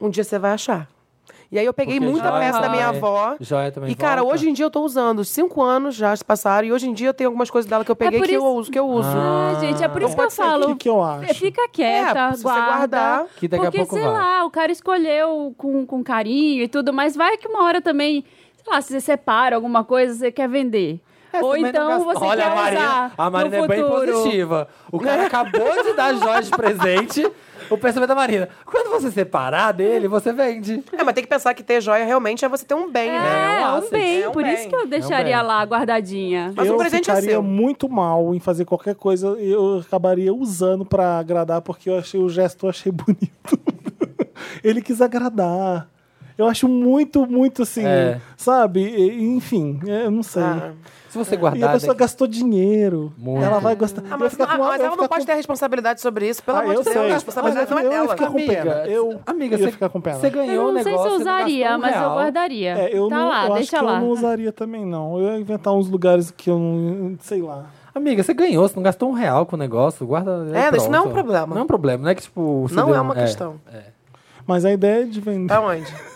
um dia você vai achar. E aí eu peguei Porque muita joia peça da minha vai, avó. joia também E, cara, volta. hoje em dia eu tô usando. Os Cinco anos já se passaram, e hoje em dia eu tenho algumas coisas dela que eu peguei É por que, eu isso- uso, que eu uso. Ah, gente, é por isso que eu O falo. que, que eu acho? Fica quieta, É, se guarda. você guardar, que daqui a porque, pouco sei vai. lá, o cara escolheu com, com carinho e tudo, mas vai que uma hora também, sei lá, se você separa alguma coisa, você quer vender. Ou É, também não então gasta- você Olha, quer a Marina, usar a Marina no é bem futuro. positiva. O cara acabou de dar joias de presente. O pensamento da Marina. Quando você separar dele, você vende. É, mas tem que pensar que ter joia realmente é você ter um bem, né? É, um asset. bem. É um por bem. isso que eu É deixaria um bem. lá guardadinha. Mas eu o presente é ficaria seu. muito mal em fazer qualquer coisa, eu acabaria usando pra agradar, porque eu achei o gesto eu achei bonito. Ele quis agradar. Eu acho muito, muito assim, É. sabe? E- Enfim, é, eu não sei. Ah. Se você e a guardar. pessoa daqui- gastou dinheiro. Muito. Ela vai gastar. Ah, mas, ah, mas ela não pode ter responsabilidade sobre isso, pelo Ah, amor eu de Deus. sei. Ah, A Mas responsabilidade eu- não é eu ia dela. ficar com pena. Eu- amiga, eu ia você- ficar com pena. Você ganhou Eu o não sei um negócio. se eu você gastou usaria, um mas eu real. guardaria. É, eu tá não, lá, eu acho deixa que lá. eu não usaria também, não. Eu ia inventar uns lugares que eu não. sei lá. Amiga, você ganhou, você não gastou um real com o negócio, guarda. É, pronto. isso não é um problema. Não é um problema, não é que tipo. você Não deu é um- uma questão. Mas a ideia é de vender. Tá. Pra onde?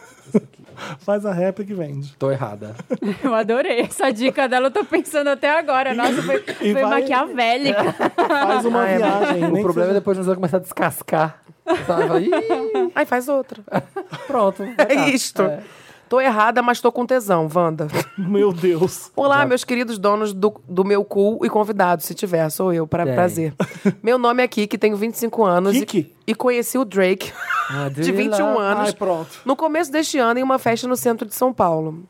Faz a réplica e vende. Tô errada. Eu adorei essa dica dela, eu tô pensando até agora. Nossa, foi, foi vai- maquiavélica. Faz uma Ah, é, mas- viagem. nem o que problema é seja- depois nós vamos começar a descascar. Sabe? Ih, Aí faz outra. É pronto. vai É dar. isto. Tô errada, mas tô com tesão, Wanda. é- Meu Deus. Olá, meus queridos donos do, do meu cu e convidados, se tiver, sou eu, pra, Tem. prazer. Meu nome é Kiki, tenho 25 anos e- Kiki? E, conheci o Drake Ah, de 21 anos Ai, pronto. no começo deste ano em uma festa no centro de São Paulo.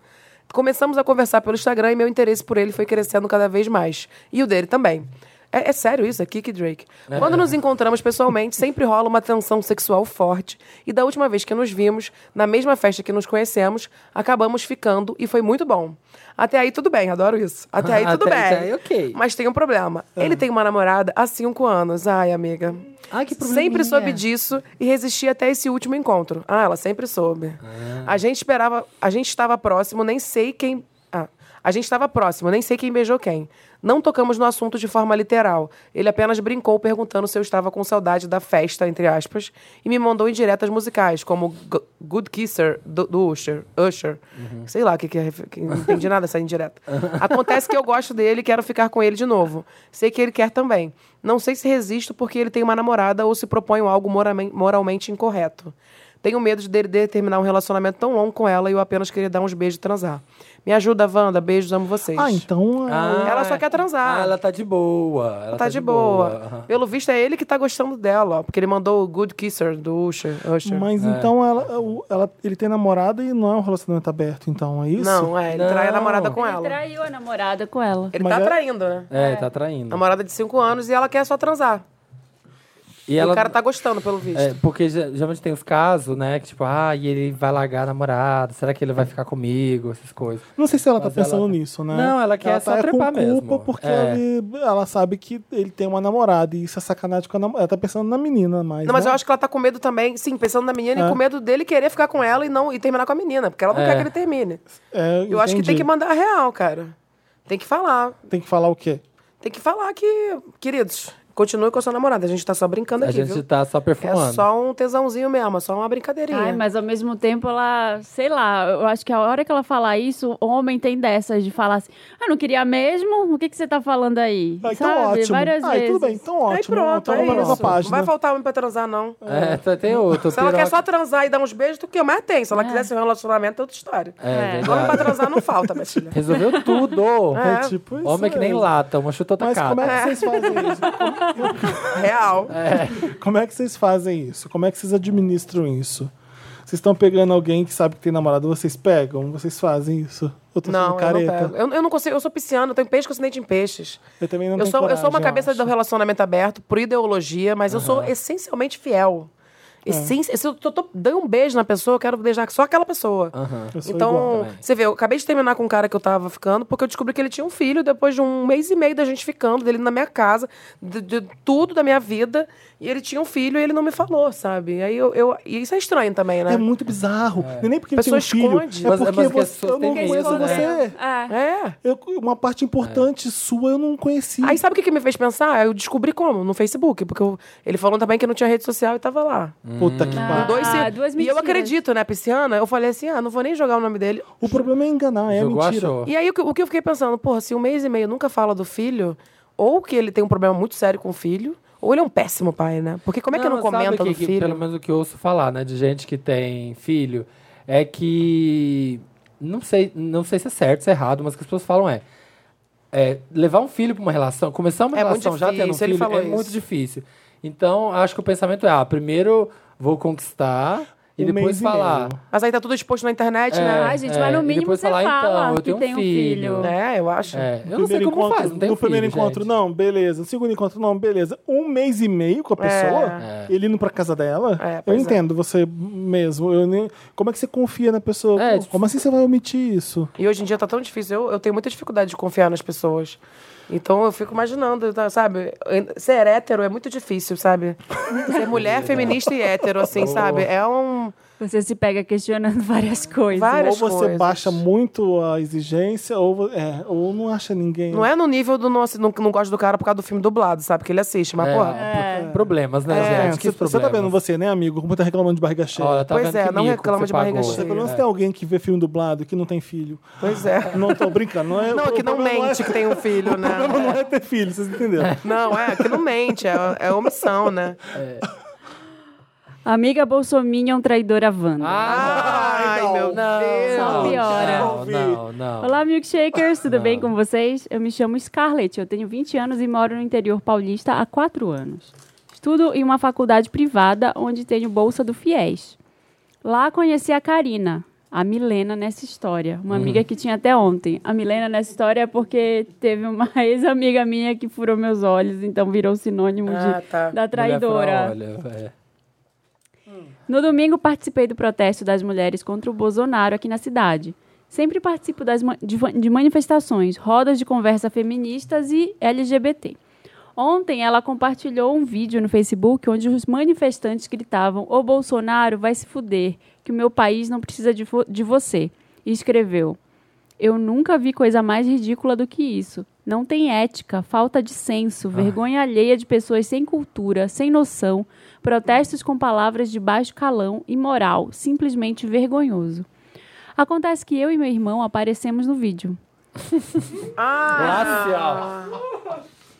Começamos a conversar pelo Instagram e meu interesse por ele foi crescendo cada vez mais. E o dele também. É, é sério isso, é Kiki Drake. Quando nos encontramos pessoalmente, sempre rola uma tensão sexual forte. E da última vez que nos vimos, na mesma festa que nos conhecemos, acabamos ficando e foi muito bom. Até aí tudo bem, adoro isso. Até aí tudo Até- bem. até aí, ok. Mas tem um problema. Ele tem uma namorada há cinco anos. Ai, amiga. Ah. Ai, que Sempre probleminha. soube disso e resisti até esse último encontro. Ah, ela sempre soube. Ah. A gente esperava, a gente estava próximo, nem sei quem. Ah, a gente estava próximo, nem sei quem beijou quem. Não tocamos no assunto de forma literal. Ele apenas brincou perguntando se eu estava com saudade da festa, entre aspas, e me mandou indiretas musicais, como Go- Good Kisser, do, do Usher. Usher. Uhum. Sei lá o que, que é. ref- que- Não entendi nada dessa indireta. Acontece que eu gosto dele e quero ficar com ele de novo. Sei que ele quer também. Não sei se resisto porque ele tem uma namorada ou se propõe algo moramen- moralmente incorreto. Tenho medo de dele terminar um relacionamento tão longo com ela e eu apenas queria dar uns beijos e transar. Me ajuda, Wanda. Beijos, amo vocês. Ah, então. Ah, Ela só quer transar. Ah, ela tá de boa. Ela Tá de boa. Aham. Pelo visto, é ele que tá gostando dela, ó, porque ele mandou o Good Kisser do Usher. Usher. Mas É. então ela, o- ela- ele tem namorada e não é um relacionamento aberto, então, é isso? Não, é, ele Não. trai a namorada com Ele ela. traiu a namorada com ela. Ele Mas tá é- traindo, né? É, tá traindo. Namorada de 5 anos e ela quer só transar. E E ela. o cara tá gostando, pelo visto. É, porque ge- geralmente tem os casos, né? Que tipo, ah, e ele vai largar a namorada, será que ele vai ficar comigo? Essas coisas. Não sei se ela Mas tá pensando ela- nisso, né? Não, ela quer só tá com trepar culpa mesmo. porque É. ele- ela sabe que ele tem uma namorada e isso é sacanagem com a namorada. Ela tá pensando na menina mais. Não, mas né? eu acho que ela tá com medo também, sim, pensando na menina e com medo dele querer ficar com ela e não e terminar com a menina, porque ela não É. quer que ele termine. É, Eu acho que tem entendi. que mandar a real, cara. Tem que falar. Tem que falar o quê? Tem que falar que, queridos, continue com a sua namorada. A gente tá só brincando A aqui, gente viu? tá só perfumando. É só um tesãozinho mesmo, é só uma brincadeirinha. Ai, mas ao mesmo tempo ela, sei lá, eu acho que a hora que ela falar isso, homem tem dessas de falar assim, ah, não queria mesmo? O que, que você tá falando aí? Ah, então Sabe? ótimo. Várias ah, vezes. tudo bem, então Aí ótimo. pronto, então é na mesma isso. Não página. vai faltar homem pra transar, não. É, tá- tem outro. um- Se ela quer piroca. só transar e dar uns beijos, tu que mais tem. Se ela quiser ser um relacionamento, é outra história. É, É. Homem pra verdade. transar não falta, minha filha. Resolveu tudo. É, tipo isso. Homem que nem mesmo. lata, uma chutou outra Mas como cara. é que vocês fazem isso? Real. Como é que vocês fazem isso? Como é que vocês administram isso? Vocês estão pegando alguém que sabe que tem namorado, vocês pegam? Vocês fazem isso? Eu tô sendo Não, eu não careta. pego. Eu, eu não consigo, eu sou pisciana, eu tenho peixe com acidente em peixes. Eu também não eu tenho sou, eu sou uma coragem, cabeça eu do acho. relacionamento aberto, por ideologia, mas eu sou essencialmente fiel. É. Essen- Se eu tô, tô- dei um beijo na pessoa, eu quero beijar só aquela pessoa. Eu sou igual Então, também. você vê, eu acabei de terminar com um cara que eu tava ficando, porque eu descobri que ele tinha um filho depois de um mês e meio da gente ficando, dele na minha casa, de, de tudo da minha vida. E ele tinha um filho e ele não me falou, sabe? Aí eu, eu- e isso é estranho também, né? É muito bizarro. Não é Nem porque A ele tem um pessoa filho. esconde. É Mas- porque mas que as você, pessoas eu não têm conheço medo, né? você. É. É. Eu- uma parte É. importante sua eu não conheci. Aí sabe o que, que me fez pensar? Eu descobri como, no Facebook, porque eu- ele falou também que não tinha rede social e tava lá. Puta que Hum. Ah, pariu. Dois se- duas e eu mentiras. acredito, né, pisciana? Eu falei assim, ah, não vou nem jogar o nome dele. O problema é enganar, é Jogou, mentira. achou. E aí o que, o que eu fiquei pensando, porra, se um mês e meio nunca fala do filho, ou que ele tem um problema muito sério com o filho, ou ele é um péssimo pai, né? Porque como é que eu não sabe comenta que, do que, filho? Pelo menos o que eu ouço falar, né, de gente que tem filho, é que não sei, não sei se é certo, se é errado, mas o que as pessoas falam é, é, levar um filho pra uma relação, começar uma É muito relação já tendo um difícil, ele filho falou é isso. muito difícil. Então, acho que o pensamento é, ah, primeiro vou conquistar e Um depois mês e meio. falar. Mas aí tá tudo exposto na internet, É, né? Ai, gente, mas no e mínimo depois você falar, fala então, eu que tenho um tem um filho. filho. É, eu acho. É, eu não sei como encontro, faz, não tem no primeiro filho, encontro, gente. não, beleza. No segundo encontro, não, beleza. Um mês e meio com a pessoa, É. ele indo pra casa dela. É, eu pois é. entendo você mesmo. Eu nem- como é que você confia na pessoa? É, Pô, como assim você vai omitir isso? E hoje em dia tá tão difícil. Eu, eu tenho muita dificuldade de confiar nas pessoas. Então eu fico imaginando, tá, sabe? Ser hétero é muito difícil, sabe? Ser mulher feminista e hétero, assim, sabe? É um. Você se pega questionando várias coisas. Vai- Várias ou você coisas. baixa muito a exigência, ou, vo- é, ou não acha ninguém. Não é no nível do não, não, não gosto do cara por causa do filme dublado, sabe? Que ele assiste, mas, É, porra. Problemas, né, É, gente? Que você, você tá problemas. vendo você, né, amigo? Como tá reclamando de barriga cheia. Olha, tá É. Pois vendo é, que não mico reclama que de você barriga pagou. cheia. Pelo menos tem alguém que vê filme dublado que não tem filho. Pois é. Não tô brincando, não é. Não, o que não problema é- mente que tem um filho, né? O problema não é ter filho, vocês entenderam? Não, é, que não mente, é, é omissão, né? Amiga Bolsominha, um traidor à Wanda. Ah, Ai, não. meu Deus. Só piora. Não, não, não. Olá, milkshakers, tudo bem com vocês? Eu me chamo Scarlett, eu tenho 20 anos e moro no interior paulista há 4 anos. Estudo em uma faculdade privada onde tenho bolsa do FIES. Lá conheci a Karina, a Milena nessa história, Hum. uma amiga que tinha até ontem. A Milena nessa história é porque teve uma ex-amiga minha que furou meus olhos, então virou sinônimo de- Ah, tá. da Mulher fala, traidora. Olha, é. No domingo, participei do protesto das mulheres contra o Bolsonaro aqui na cidade. Sempre participo das ma- de, va- de manifestações, rodas de conversa feministas e LGBT. Ontem, ela compartilhou um vídeo no Facebook onde os manifestantes gritavam: Ô Bolsonaro, vai se fuder, que o meu país não precisa de, vo- de você. E escreveu: Eu nunca vi coisa mais ridícula do que isso. Não tem ética, falta de senso, vergonha alheia de pessoas sem cultura, sem noção, protestos com palavras de baixo calão, imoral, simplesmente vergonhoso. Acontece que eu e meu irmão aparecemos no vídeo. Ah! Lácia, ó.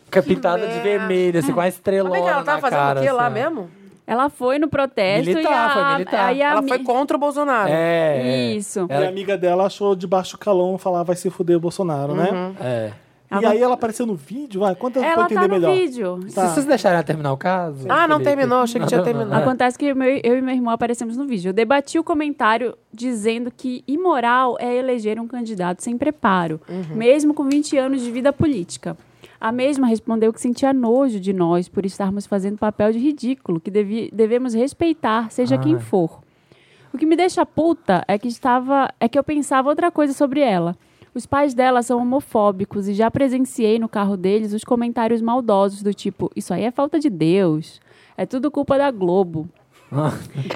Fica pintada de vermelho, assim, com a Como estrelona é que ela na tava fazendo cara, o quê lá assim, ó. mesmo? Ela foi no protesto e Militar, a, foi militar. aí É a Ela mi- foi contra o Bolsonaro. É, é. Isso. E a Ela, amiga dela achou de baixo calão falar vai se fuder Bolsonaro, né? Tá. é. E aí ela apareceu no vídeo, ah, conta pra eu Ela entender tá no melhor. vídeo. Tá. Se vocês deixarem ela terminar o caso... Ah, não Felipe. terminou, achei que tinha é. terminado. Acontece que meu- eu e meu irmão aparecemos no vídeo. Eu debati o comentário dizendo que imoral é eleger um candidato sem preparo, mesmo com 20 anos de vida política. A mesma respondeu que sentia nojo de nós por estarmos fazendo papel de ridículo, que devi- devemos respeitar, seja quem for. O que me deixa puta é que estava, é que eu pensava outra coisa sobre ela. Os pais dela são homofóbicos e já presenciei no carro deles os comentários maldosos do tipo: isso aí é falta de Deus, é tudo culpa da Globo.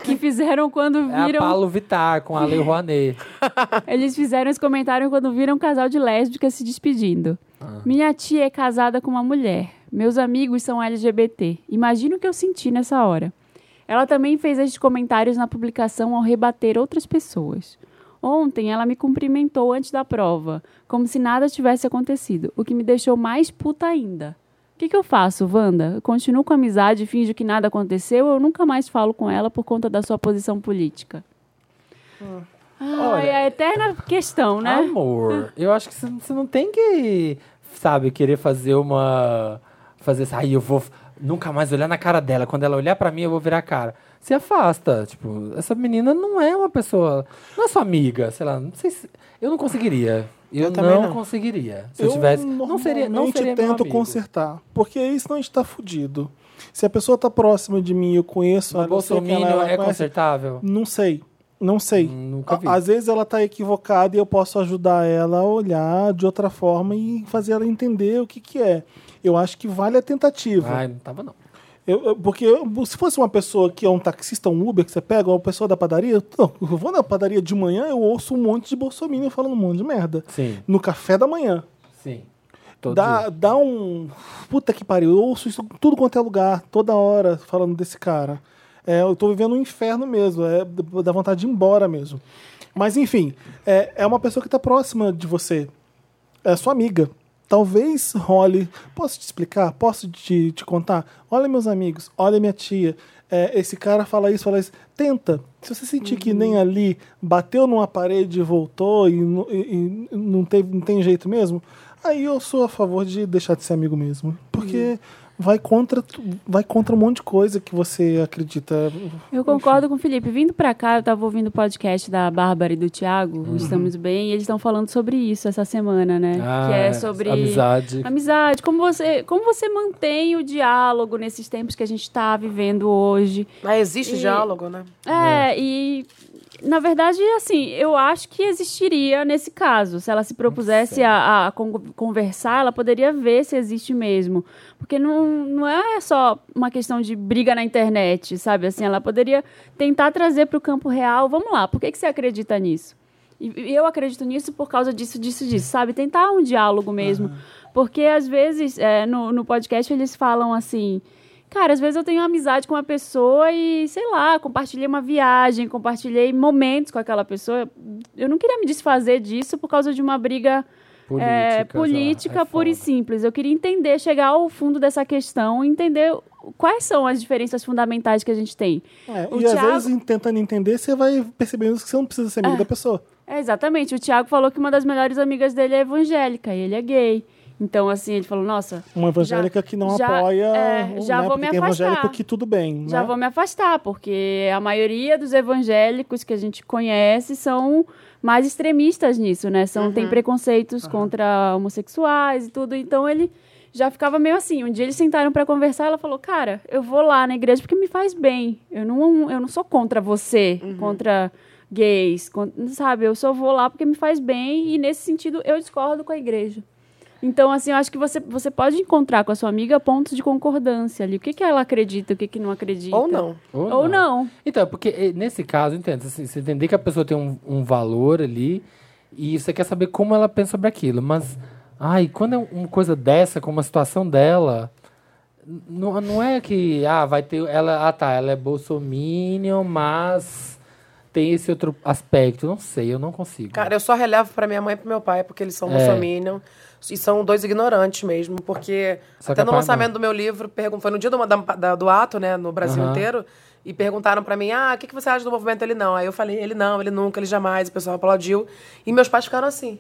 que fizeram quando É a viram, Paulo Vittar com a Lei Rouanet. eles fizeram esse comentário quando viram um casal de lésbicas se despedindo. Minha tia é casada com uma mulher. Meus amigos são LGBT. Imagina o que eu senti nessa hora. Ela também fez estes comentários na publicação ao rebater outras pessoas. Ontem ela me cumprimentou antes da prova, como se nada tivesse acontecido, o que me deixou mais puta ainda. O que, que eu faço, Wanda? Eu continuo com a amizade e finjo que nada aconteceu ou eu nunca mais falo com ela por conta da sua posição política? Ai, Olha- a eterna questão, né? Amor, eu acho que você- você não tem que, sabe, querer fazer uma. Fazer assim, aí eu vou f- nunca mais olhar na cara dela. Quando ela olhar pra mim, eu vou virar a cara. Se afasta. Tipo, essa menina não é uma pessoa. Não é sua amiga, sei lá. Não sei se. Eu não conseguiria. Eu, também não, não. conseguiria. Se eu, tivesse. Não seria. Não normalmente seria meu tento amigo. consertar, porque aí senão a gente tá fudido. Se a pessoa tá próxima de mim, eu conheço O ela, eu sei quem ela, Bolsonaro ela é conhece, consertável? Não sei. Não sei. Nunca A- vi. Às vezes ela tá equivocada e eu posso ajudar ela a olhar de outra forma e fazer ela entender o que que é. Eu acho que vale a tentativa. Ai, não tava não. Eu- eu- porque eu- se fosse uma pessoa que é um taxista, um Uber que você pega, uma pessoa da padaria, eu, não, eu vou na padaria de manhã, eu ouço um monte de bolsominion falando um monte de merda. Sim. No café da manhã. Sim. Todo Dá, dia. dá um. Puta que pariu, eu ouço isso em tudo quanto é lugar, toda hora, falando desse cara. É, eu tô vivendo um inferno mesmo, é, dá vontade de ir embora mesmo. Mas enfim, é, é uma pessoa que tá próxima de você. É sua amiga. Talvez role. Posso te explicar? Posso te, te contar? Olha, meus amigos, olha minha tia. é, esse cara fala isso, fala isso. Tenta. Se você sentir que Uhum. nem ali bateu numa parede e voltou e, nu- e- Uhum. e não, teve, não tem jeito mesmo, aí eu sou a favor de deixar de ser amigo mesmo. Porque vai contra, tu- vai contra um monte de coisa que você acredita. Eu concordo com o Felipe. Vindo pra cá, eu tava ouvindo o podcast da Bárbara e do Thiago, Uhum. o Estamos Bem, e eles estão falando sobre isso essa semana, né? Ah, que é sobre amizade. Amizade, como você, como você mantém o diálogo nesses tempos que a gente tá vivendo hoje. Mas existe E- diálogo, né? É, e na verdade, assim, eu acho que existiria nesse caso. Se ela se propusesse a, a con- conversar, ela poderia ver se existe mesmo. Porque não, não é só uma questão de briga na internet, sabe? Assim, ela poderia tentar trazer para o campo real. Vamos lá, por que, que você acredita nisso? E e eu acredito nisso por causa disso, disso, disso, sabe? Tentar um diálogo mesmo. Porque às vezes, é, no, no podcast, eles falam assim. Cara, às vezes eu tenho amizade com uma pessoa e, sei lá, compartilhei uma viagem, compartilhei momentos com aquela pessoa. Eu não queria me desfazer disso por causa de uma briga Política, é, sei lá, política é pura e foda. simples. Eu queria entender, chegar ao fundo dessa questão, entender quais são as diferenças fundamentais que a gente tem. É, O e Thiago- às vezes, tentando entender, você vai percebendo que você não precisa ser amigo da pessoa. É, exatamente. O Thiago falou que uma das melhores amigas dele é evangélica e ele é gay. Então, assim, ele falou, nossa, Uma evangélica Já- que não já- apoia. é, já né, vou porque me tem afastar. evangélico que tudo bem. já né? vou me afastar, porque a maioria dos evangélicos que a gente conhece são mais extremistas nisso, né? São, Tem preconceitos contra homossexuais e tudo. Então ele já ficava meio assim. Um dia eles sentaram pra conversar, ela falou: Cara, eu vou lá na igreja porque me faz bem. Eu não, eu não sou contra você, contra gays, con- sabe? Eu só vou lá porque me faz bem e nesse sentido eu discordo com a igreja. Então, assim, eu acho que você, você pode encontrar com a sua amiga pontos de concordância ali. O que, que ela acredita, o que, que não acredita. Ou não. Ou não. Então, porque eh, nesse caso, entende? Assim, você entender que a pessoa tem um, um valor ali e você quer saber como ela pensa sobre aquilo. Mas, ai, quando é uma coisa dessa, como a situação dela, n- não, não é que, ah, vai ter. Ela, ah, tá, ela é bolsominion, mas tem esse outro aspecto. Não sei, eu não consigo. Cara, eu só relevo pra minha mãe e pro meu pai, porque eles são É. bolsominion. E são dois ignorantes mesmo, porque Só até que no pai, lançamento do meu livro, pergun- foi no dia do, da- da- do ato, né, no Brasil Aham. inteiro, e perguntaram pra mim, ah, o que, que você acha do movimento? Ele não. Aí eu falei, ele não, ele nunca, ele jamais. O pessoal aplaudiu. E meus pais ficaram assim,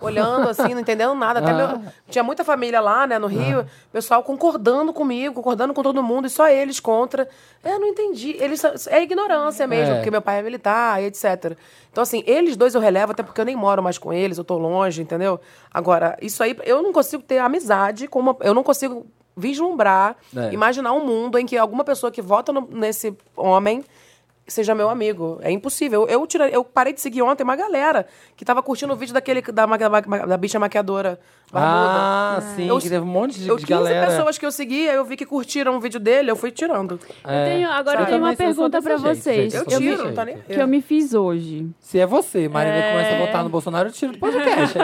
olhando assim, não entendendo nada. Até Ah. meu- tinha muita família lá, né, no Rio, pessoal concordando comigo, concordando com todo mundo, e só eles contra. É, Eu não entendi. Eles, são- é ignorância mesmo, É. porque meu pai é militar, e etc. Então, assim, eles dois eu relevo, até porque eu nem moro mais com eles, eu tô longe, entendeu? Agora, isso aí, eu não consigo ter amizade com uma. Eu não consigo vislumbrar, É. imaginar um mundo em que alguma pessoa que vota no- nesse homem seja meu amigo. É impossível. Eu, eu, tira- eu parei de seguir ontem uma galera que tava curtindo o vídeo daquele da, ma- da, ma- da bicha maquiadora. Barbuda. ah, sim, Eu- que teve um monte de, eu de 15 galera. pessoas que eu segui, aí eu vi que curtiram o vídeo dele, eu fui tirando. É. Eu tenho- agora eu Sabe? tenho uma Mas eu sou pergunta desse pra jeito, vocês. gente, Eu sou desse tiro, não tá jeito. nem. Que eu me fiz hoje. Se é você, Marina, começa É. a votar no Bolsonaro, eu tiro do podcast.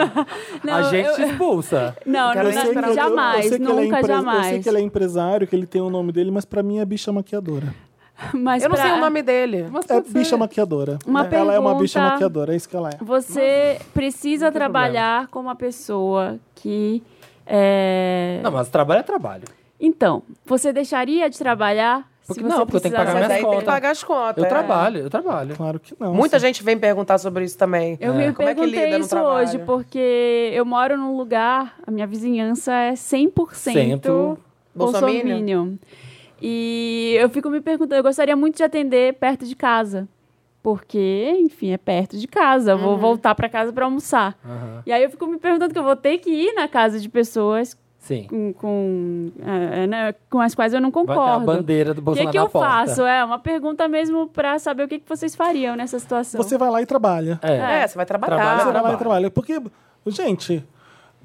Não, a gente eu- te expulsa. Não, Cara, não, eu sei é que ele- eu não jamais, sei que ele é nunca, empre- Eu sei jamais. que ele é empresário, que ele tem o nome dele, mas pra mim é bicha maquiadora. Mas é- Eu não pra- sei o nome dele. Mas É pode ser. bicha maquiadora. Uma ela é uma bicha pergunta- maquiadora, é isso que ela é. Você precisa tem problema. trabalhar com uma pessoa que. é, Não, mas trabalho é trabalho. Então, você deixaria de trabalhar? Porque- se você não, porque eu tenho que precisasse- Mas pagar minhas aí tem que contas. pagar as contas. Eu é. trabalho, assim. eu trabalho. Claro que não. Muita gente vem perguntar sobre isso também. Eu me Como é que perguntei lida no isso trabalho? hoje, porque eu moro num lugar, a minha vizinhança é 100% Cento. Bolsominion. bolsominion. E eu fico me perguntando, eu gostaria muito de atender perto de casa. Porque, enfim, é perto de casa. Eu Vou voltar pra casa pra almoçar. Aham. E aí eu fico me perguntando que eu vou ter que ir na casa de pessoas Sim. com, com, é, né, com as quais eu não Vai ter a concordo. bandeira do o que, Bolsonaro que na eu porta. faço? É uma pergunta mesmo pra saber o que, que vocês fariam nessa situação. Você vai lá e trabalha. É. É, você vai trabalhar. Trabalha, Você vai lá trabalha. e trabalha. Porque, gente,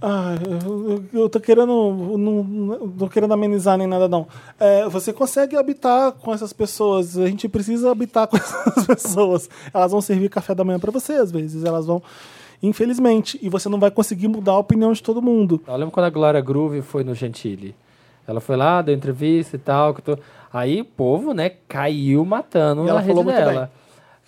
ah, eu, eu- eu tô querendo. Não, não tô querendo amenizar nem nada, não. É, você consegue habitar com essas pessoas. A gente precisa habitar com essas pessoas. Elas vão servir café da manhã para você, às vezes. Elas vão. Infelizmente. E você não vai conseguir mudar a opinião de todo mundo. Eu lembro quando a Glória Groove foi no Gentili. Ela foi lá, deu entrevista e tal. que eu tô- Aí o povo, né, caiu matando E na ela rede falou muito dela.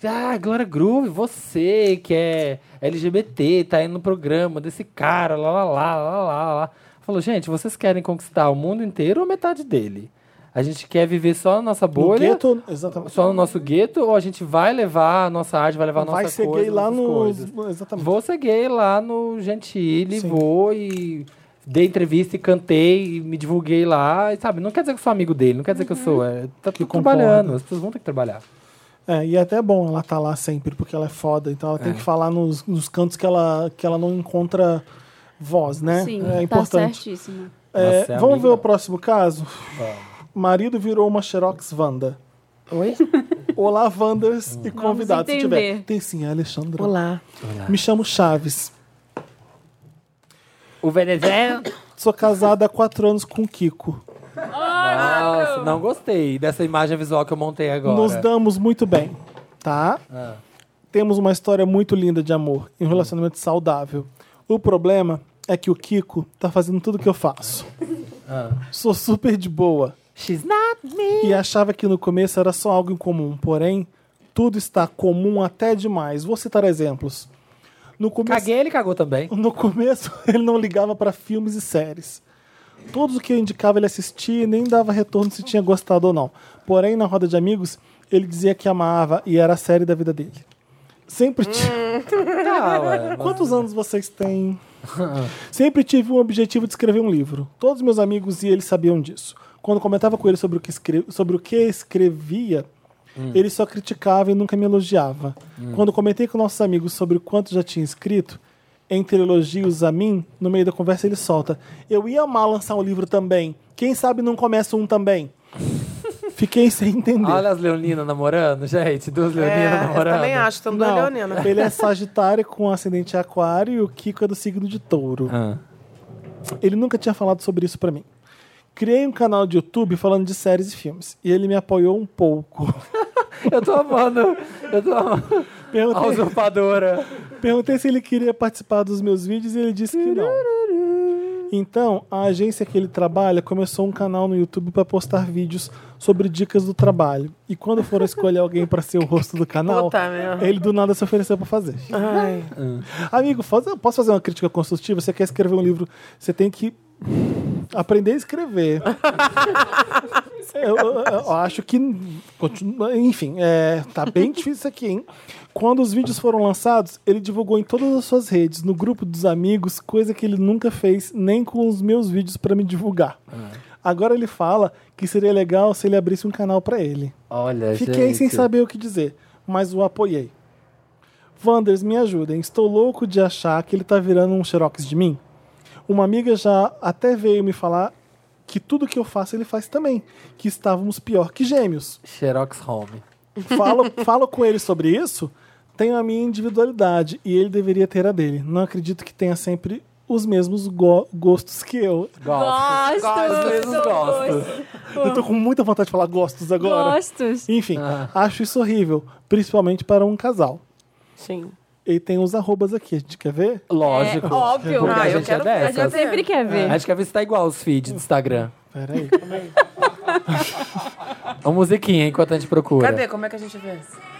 Ah, Glória Groove, você que é LGBT, tá indo no programa desse cara, lá, lá, lá, lá, lá, lá. Falou, gente, vocês querem conquistar o mundo inteiro ou metade dele? A gente quer viver só na nossa No bolha, gueto- exatamente. só no nosso gueto, ou a gente vai levar a nossa arte, vai levar a nossa Vai ser coisa, gay lá nossas no. coisas? Exatamente. Vou ser gay lá no Gentile, Sim. vou e dei entrevista e cantei e me divulguei lá, e, sabe? Não quer dizer que eu sou amigo dele, não quer dizer que eu sou. É, tá Que tudo trabalhando, concordo. as pessoas vão ter que trabalhar. É, e é até bom ela tá lá sempre, porque ela é foda. Então ela tem que falar nos, nos cantos que ela, que ela não encontra voz, né? Sim, é tá importante. certíssimo. É, Nossa, é vamos amiga. ver o próximo caso? Marido virou uma Xerox Wanda. Oi? Olá, Wanders e convidados. Se entender. tiver. Tem sim, é Alexandra. Olá. Me chamo Chaves. O Venezuela. Sou casada há quatro anos com o Kiko. Nossa, não gostei dessa imagem visual que eu montei agora. Nos damos muito bem, tá? Temos uma história muito linda de amor e um relacionamento saudável. O problema é que o Kiko tá fazendo tudo que eu faço. Sou super de boa. She's not me. E achava que no começo era só algo em comum. Porém, tudo está comum até demais. Vou citar exemplos. No começo, Caguei, ele cagou também. no começo ele não ligava para filmes e séries. Tudo o que eu indicava ele assistia e nem dava retorno se tinha gostado ou não. Porém, na roda de amigos, ele dizia que amava e era a série da vida dele. Sempre tinha. Ah, ué, mas- Quantos anos vocês têm? Sempre tive o objetivo de escrever um livro. Todos meus amigos e eles sabiam disso. Quando comentava com ele sobre o que, escre- sobre o que escrevia, ele só criticava e nunca me elogiava. Quando comentei com nossos amigos sobre o quanto já tinha escrito, entre elogios a mim, no meio da conversa ele solta: Eu ia amar lançar um livro também. Quem sabe não começa um também? Fiquei sem entender. Olha as leoninas namorando, gente. Duas leoninas É, eu namorando. também acho, tanto da Leonina. ele é Sagitário com ascendente aquário e o Kiko é do signo de touro. Ah. Ele nunca tinha falado sobre isso pra mim. Criei um canal de YouTube falando de séries e filmes. E ele me apoiou um pouco. Eu tô amando. Eu tô amando. A Perguntei, usurpadora. perguntei se ele queria participar dos meus vídeos e ele disse que não. Então, a agência que ele trabalha começou um canal no YouTube pra postar vídeos sobre dicas do trabalho. E quando foram escolher alguém pra ser o rosto do canal, Puta merda. ele do nada se ofereceu pra fazer. Ah. Ai. Amigo, faz- posso fazer uma crítica construtiva? Você quer escrever um livro, você tem que aprender a escrever. eu, eu- eu acho que. continua- enfim, é, tá bem difícil isso aqui, hein? Quando os vídeos foram lançados, ele divulgou em todas as suas redes, no grupo dos amigos, coisa que ele nunca fez, nem com os meus vídeos pra me divulgar. Agora ele fala que seria legal se ele abrisse um canal pra ele. Olha, Fiquei É, gente. sem saber o que dizer, mas o apoiei. Wanders, me ajudem. Estou louco de achar que ele tá virando um xerox de mim. Uma amiga já até veio me falar que tudo que eu faço ele faz também, que estávamos pior que gêmeos. Xerox Home. Falo, falo com ele sobre isso, tenho a minha individualidade e ele deveria ter a dele. Não acredito que tenha sempre os mesmos go- gostos que eu. Gosto. Gostos! Os mesmos gostos. Eu tô com muita vontade de falar gostos agora. Gostos! Enfim, acho isso horrível, principalmente para um casal. Sim. Ele tem uns arrobas aqui, a gente quer ver? Lógico. É, óbvio. Porque Ah, a eu gente é quero ver, A dessas. gente sempre quer ver. A gente quer ver se tá igual os feeds do Instagram. Peraí. Uma musiquinha enquanto a gente procura. Cadê? Como é que a gente vê?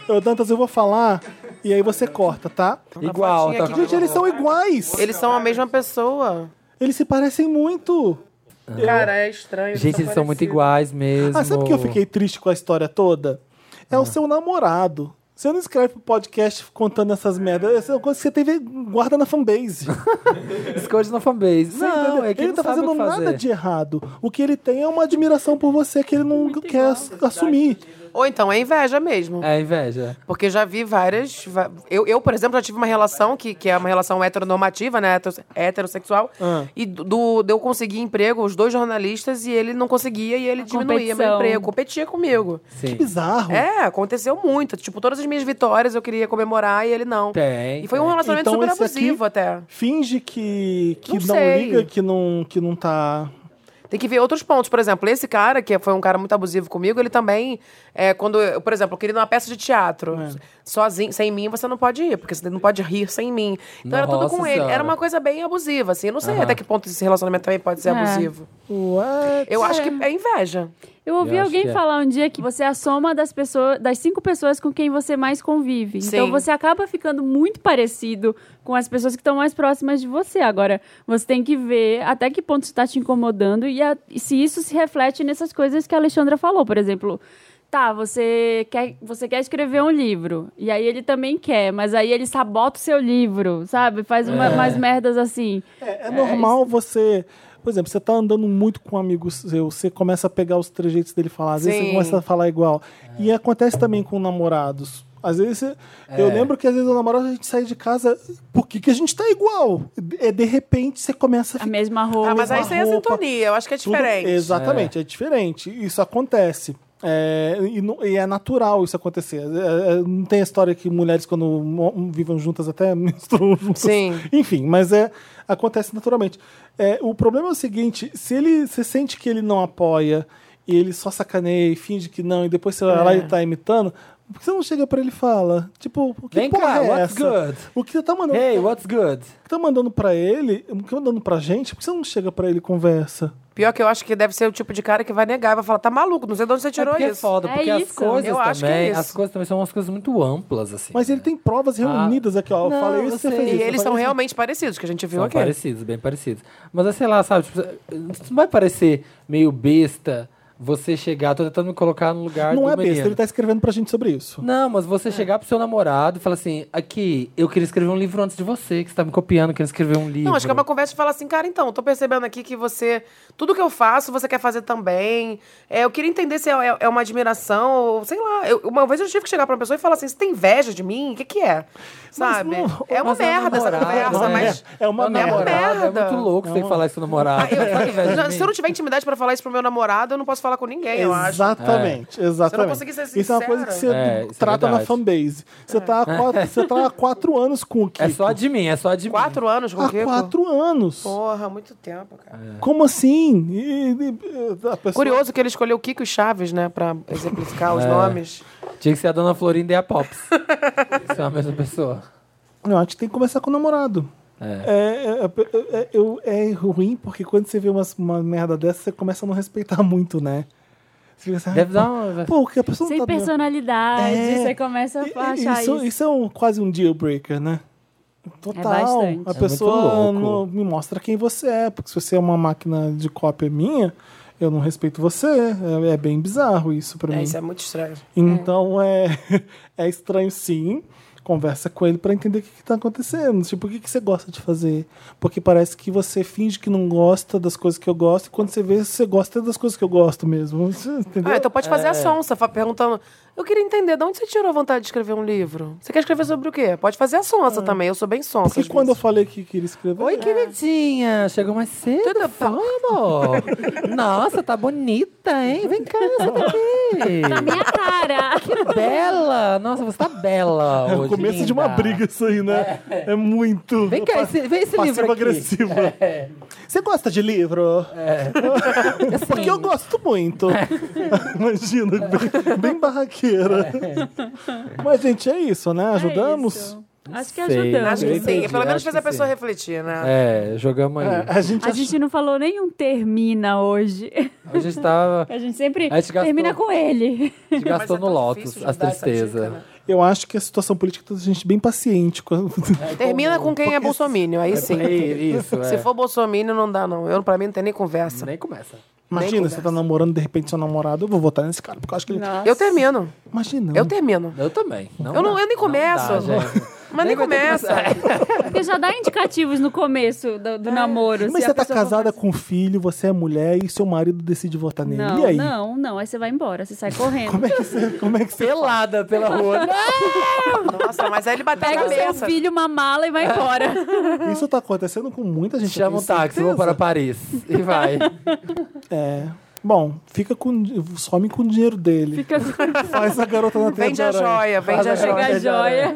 Eu, Dantas, eu vou falar e aí você corta, tá? Igual. fotinha Tá... aqui Gente, eles são iguais! Eles são a mesma pessoa. Eles se parecem muito! Cara, é estranho. Gente, eles são muito iguais mesmo. Ah, sabe por que eu fiquei triste com a história toda? É Ah. o seu namorado. Você não escreve pro podcast contando essas merdas. Essa é uma coisa que você teve, guarda na fanbase. Esconde na fanbase. Você Não, entendeu? é que ele não tá sabe o fazendo que fazer. nada de errado. O que ele tem é uma admiração por você que ele não quer ass- assumir. Ou então é inveja mesmo. É inveja. Porque já vi várias. va- Eu, eu, por exemplo, já tive uma relação que, que é uma relação heteronormativa, né? hetero- Heterossexual. Ah. E do, do, de eu conseguir emprego, os dois jornalistas, e ele não conseguia e ele diminuía meu competição. emprego, competia comigo. Sim. Bizarro. É, aconteceu muito. Tipo, todas as minhas vitórias eu queria comemorar e ele não. Tem. E foi um relacionamento Então, super esse abusivo aqui- até. Finge que, que Não não, sei. liga, que não, que não tá. Tem que ver outros pontos. Por exemplo, esse cara, que foi um cara muito abusivo comigo, ele também, é, quando, eu, por exemplo, eu queria ir numa peça de teatro. Sozinho, sem mim, você não pode ir, porque você não pode rir sem mim. Então era tudo Nossa com ele. Senhora. Era uma coisa bem abusiva, assim. Eu não sei Aham. até que ponto esse relacionamento também pode ser É. abusivo. Ué, Eu acho que é inveja. Eu ouvi Eu acho alguém que é. falar um dia que você é a soma das pessoas, das cinco pessoas com quem você mais convive. Então Sim. você acaba ficando muito parecido com as pessoas que estão mais próximas de você. Agora, você tem que ver até que tá ponto isso está te incomodando e, a- e se isso se reflete nessas coisas que a Alexandra falou, por exemplo. tá, você quer, você quer escrever um livro. E aí ele também quer, mas aí ele sabota o seu livro, sabe? Faz É. uma- umas merdas assim. É normal você. Por exemplo, você tá andando muito com um amigo seu, você começa a pegar os trejeitos dele falar, às vezes Sim. você começa a falar igual. E acontece também com namorados. Às vezes você- eu lembro que às vezes o namorado a gente sai de casa, por que, que a gente tá igual? É de repente você começa a Tá A ficar mesma roupa. Ah, mas aí mesma tem a roupa, sintonia, eu acho que é tudo- diferente. Exatamente, é. diferente. Isso acontece. É, e, não- e é natural isso acontecer. É, é, não tem a história que mulheres, quando mo- vivem juntas, até menstruam juntas. Sim. Enfim, mas é, acontece naturalmente. É, o problema é o seguinte: se ele se sente que ele não apoia, e ele só sacaneia e finge que não, e depois você vai É. lá e tá imitando, por que você não chega pra ele e fala? Tipo, o que Vem porra cá, é what's essa? good? O que você tá mandando? Hey, what's good? O que tá mandando pra ele, o que tá mandando pra gente, por que você não chega pra ele e conversa? Pior que eu acho que deve ser o tipo de cara que vai negar, vai falar, tá maluco, não sei de onde você tirou porque é isso. foda, É porque as isso. coisas Eu acho que é também, isso. as coisas também são umas coisas muito amplas assim. Mas ele tem provas reunidas aqui, ó. Eu Não, falei isso, eu você sei. fez E isso. E eu eles são falei isso. realmente parecidos, que a gente viu São aqui. parecidos, bem parecidos. Mas é, sei lá, sabe, tipo, não vai parecer meio besta você chegar, tô tentando me colocar no lugar Não do é besta, menino. ele tá É. escrevendo pra gente sobre isso. Não, mas você chegar pro seu namorado e falar assim, aqui, eu queria escrever um livro antes de você, que você tá me copiando, querendo escrever um livro. Não, acho que é uma conversa de falar assim, cara, então, tô percebendo aqui que você. Tudo que eu faço, você quer fazer também. É, eu queria entender se é, é- é uma admiração, ou sei lá. Eu- uma vez eu tive que chegar pra uma pessoa e falar assim: você tem inveja de mim? O que, que é? Sabe? não- é uma Mas é merda essa namorado, conversa, né? mas. É uma namorada, merda. É muito louco você ir falar isso pro namorado. Ah, Eu falei, Velho, se eu não tiver intimidade pra falar isso pro meu namorado, eu não posso falar com ninguém, É, eu acho. Exatamente, exatamente. conseguir ser Isso é uma coisa que você sincera. É, isso é trata na verdade. fanbase. Você tá há quatro, você tá há quatro anos com o Kiko. É só de mim, é só de mim. Quatro anos com o Há Kiko? quatro anos. É. Porra, muito tempo, É. cara. Como assim? E- e- a pessoa- Curioso que ele escolheu Kiko e Chaves, né, pra exemplificar os nomes. Tinha que ser a dona Florinda e a Pops. São a mesma pessoa. Não, acho que tem que conversar com o namorado. É, é- é- é- eu- é ruim porque quando você vê umas- uma, merda dessa, você começa a não respeitar muito, né? Você fica assim, ah, Deve dar uma... Pô, que a pessoa Sem não tá dando- personalidade, É. você começa a I- achar isso, isso. isso é um, quase um deal breaker, né? Total. bastante. a É pessoa muito não, louco. me mostra quem você é, porque se você é uma máquina de cópia minha, eu não respeito você. É, é bem bizarro isso pra É, mim. isso é muito estranho. Então é. é estranho sim. Conversa com ele pra entender o que, que tá acontecendo. Tipo, o que, que você gosta de fazer? Porque parece que você finge que não gosta das coisas que eu gosto, e quando você vê, você gosta das coisas que eu gosto mesmo. Você- Entendeu? Ah, então pode fazer a sonsa, fa- perguntando. Eu queria entender, de onde você tirou a vontade de escrever um livro? Você quer escrever sobre o quê? Pode fazer a sonsa também, eu sou bem sonsa. Porque às quando eu vezes. falei que queria escrever. Oi, queridinha! Chegou mais cedo? é. Tudo foi, amor? Nossa, tá bonita, hein? Vem cá, senta Na aqui. minha cara. Bela! Nossa, você tá bela É hoje, o começo de uma linda. briga isso aí, né? É, muito. Vem cá, esse, vem esse livro aqui. Passivo-agressiva. Você gosta de livro? Porque eu gosto muito. Imagina, bem, bem barraqueira. Mas, gente, é isso, né? Ajudamos? É isso. Acho que Sei, ajudamos. Acho que Eu entendi, sim, pelo menos acho fez que a pessoa sim. refletir, né? É, jogamos aí. É, a gente, A gente não falou nenhum termina hoje. A gente tá tava... A gente sempre A gente gastou- termina com ele. A gente Mas gastou é no tão Lotus, difícil as de dar essa dica, tristezas. né? Eu acho que a situação política tá a gente bem paciente. quando- Termina com quem é bolsominion, aí sim. É isso, é. Se for bolsominion, não dá, não. Eu, pra mim, não tem nem conversa. Nem começa. Imagina, você tá namorando, de repente, seu namorado. Eu vou votar nesse cara, porque eu acho que ele. Eu termino. Imagina. Eu termino. Eu também. Não Eu não- dá. eu nem começo. dá, gente. Mas nem vai ter que começa. Porque já dá indicativos no começo do, do namoro. Mas você se a tá pessoa for- casada com um filho, você é mulher e seu marido decide votar nele. Não, e aí? não, não. Aí você vai embora, você sai correndo. Como é que você. Como é que você Pelada pela rua. Nossa, mas aí ele bateu a Pega o seu cabeça. filho, uma mala e vai embora. Isso tá acontecendo com muita gente. eu Chama um é tenho táxi, vou certeza. para Paris. E vai. É. Bom, fica com. Some com o dinheiro dele. Fica Faz a garota na teia Vende de a aranha. joia, vende Tá a Faz a joia. pegar a joia.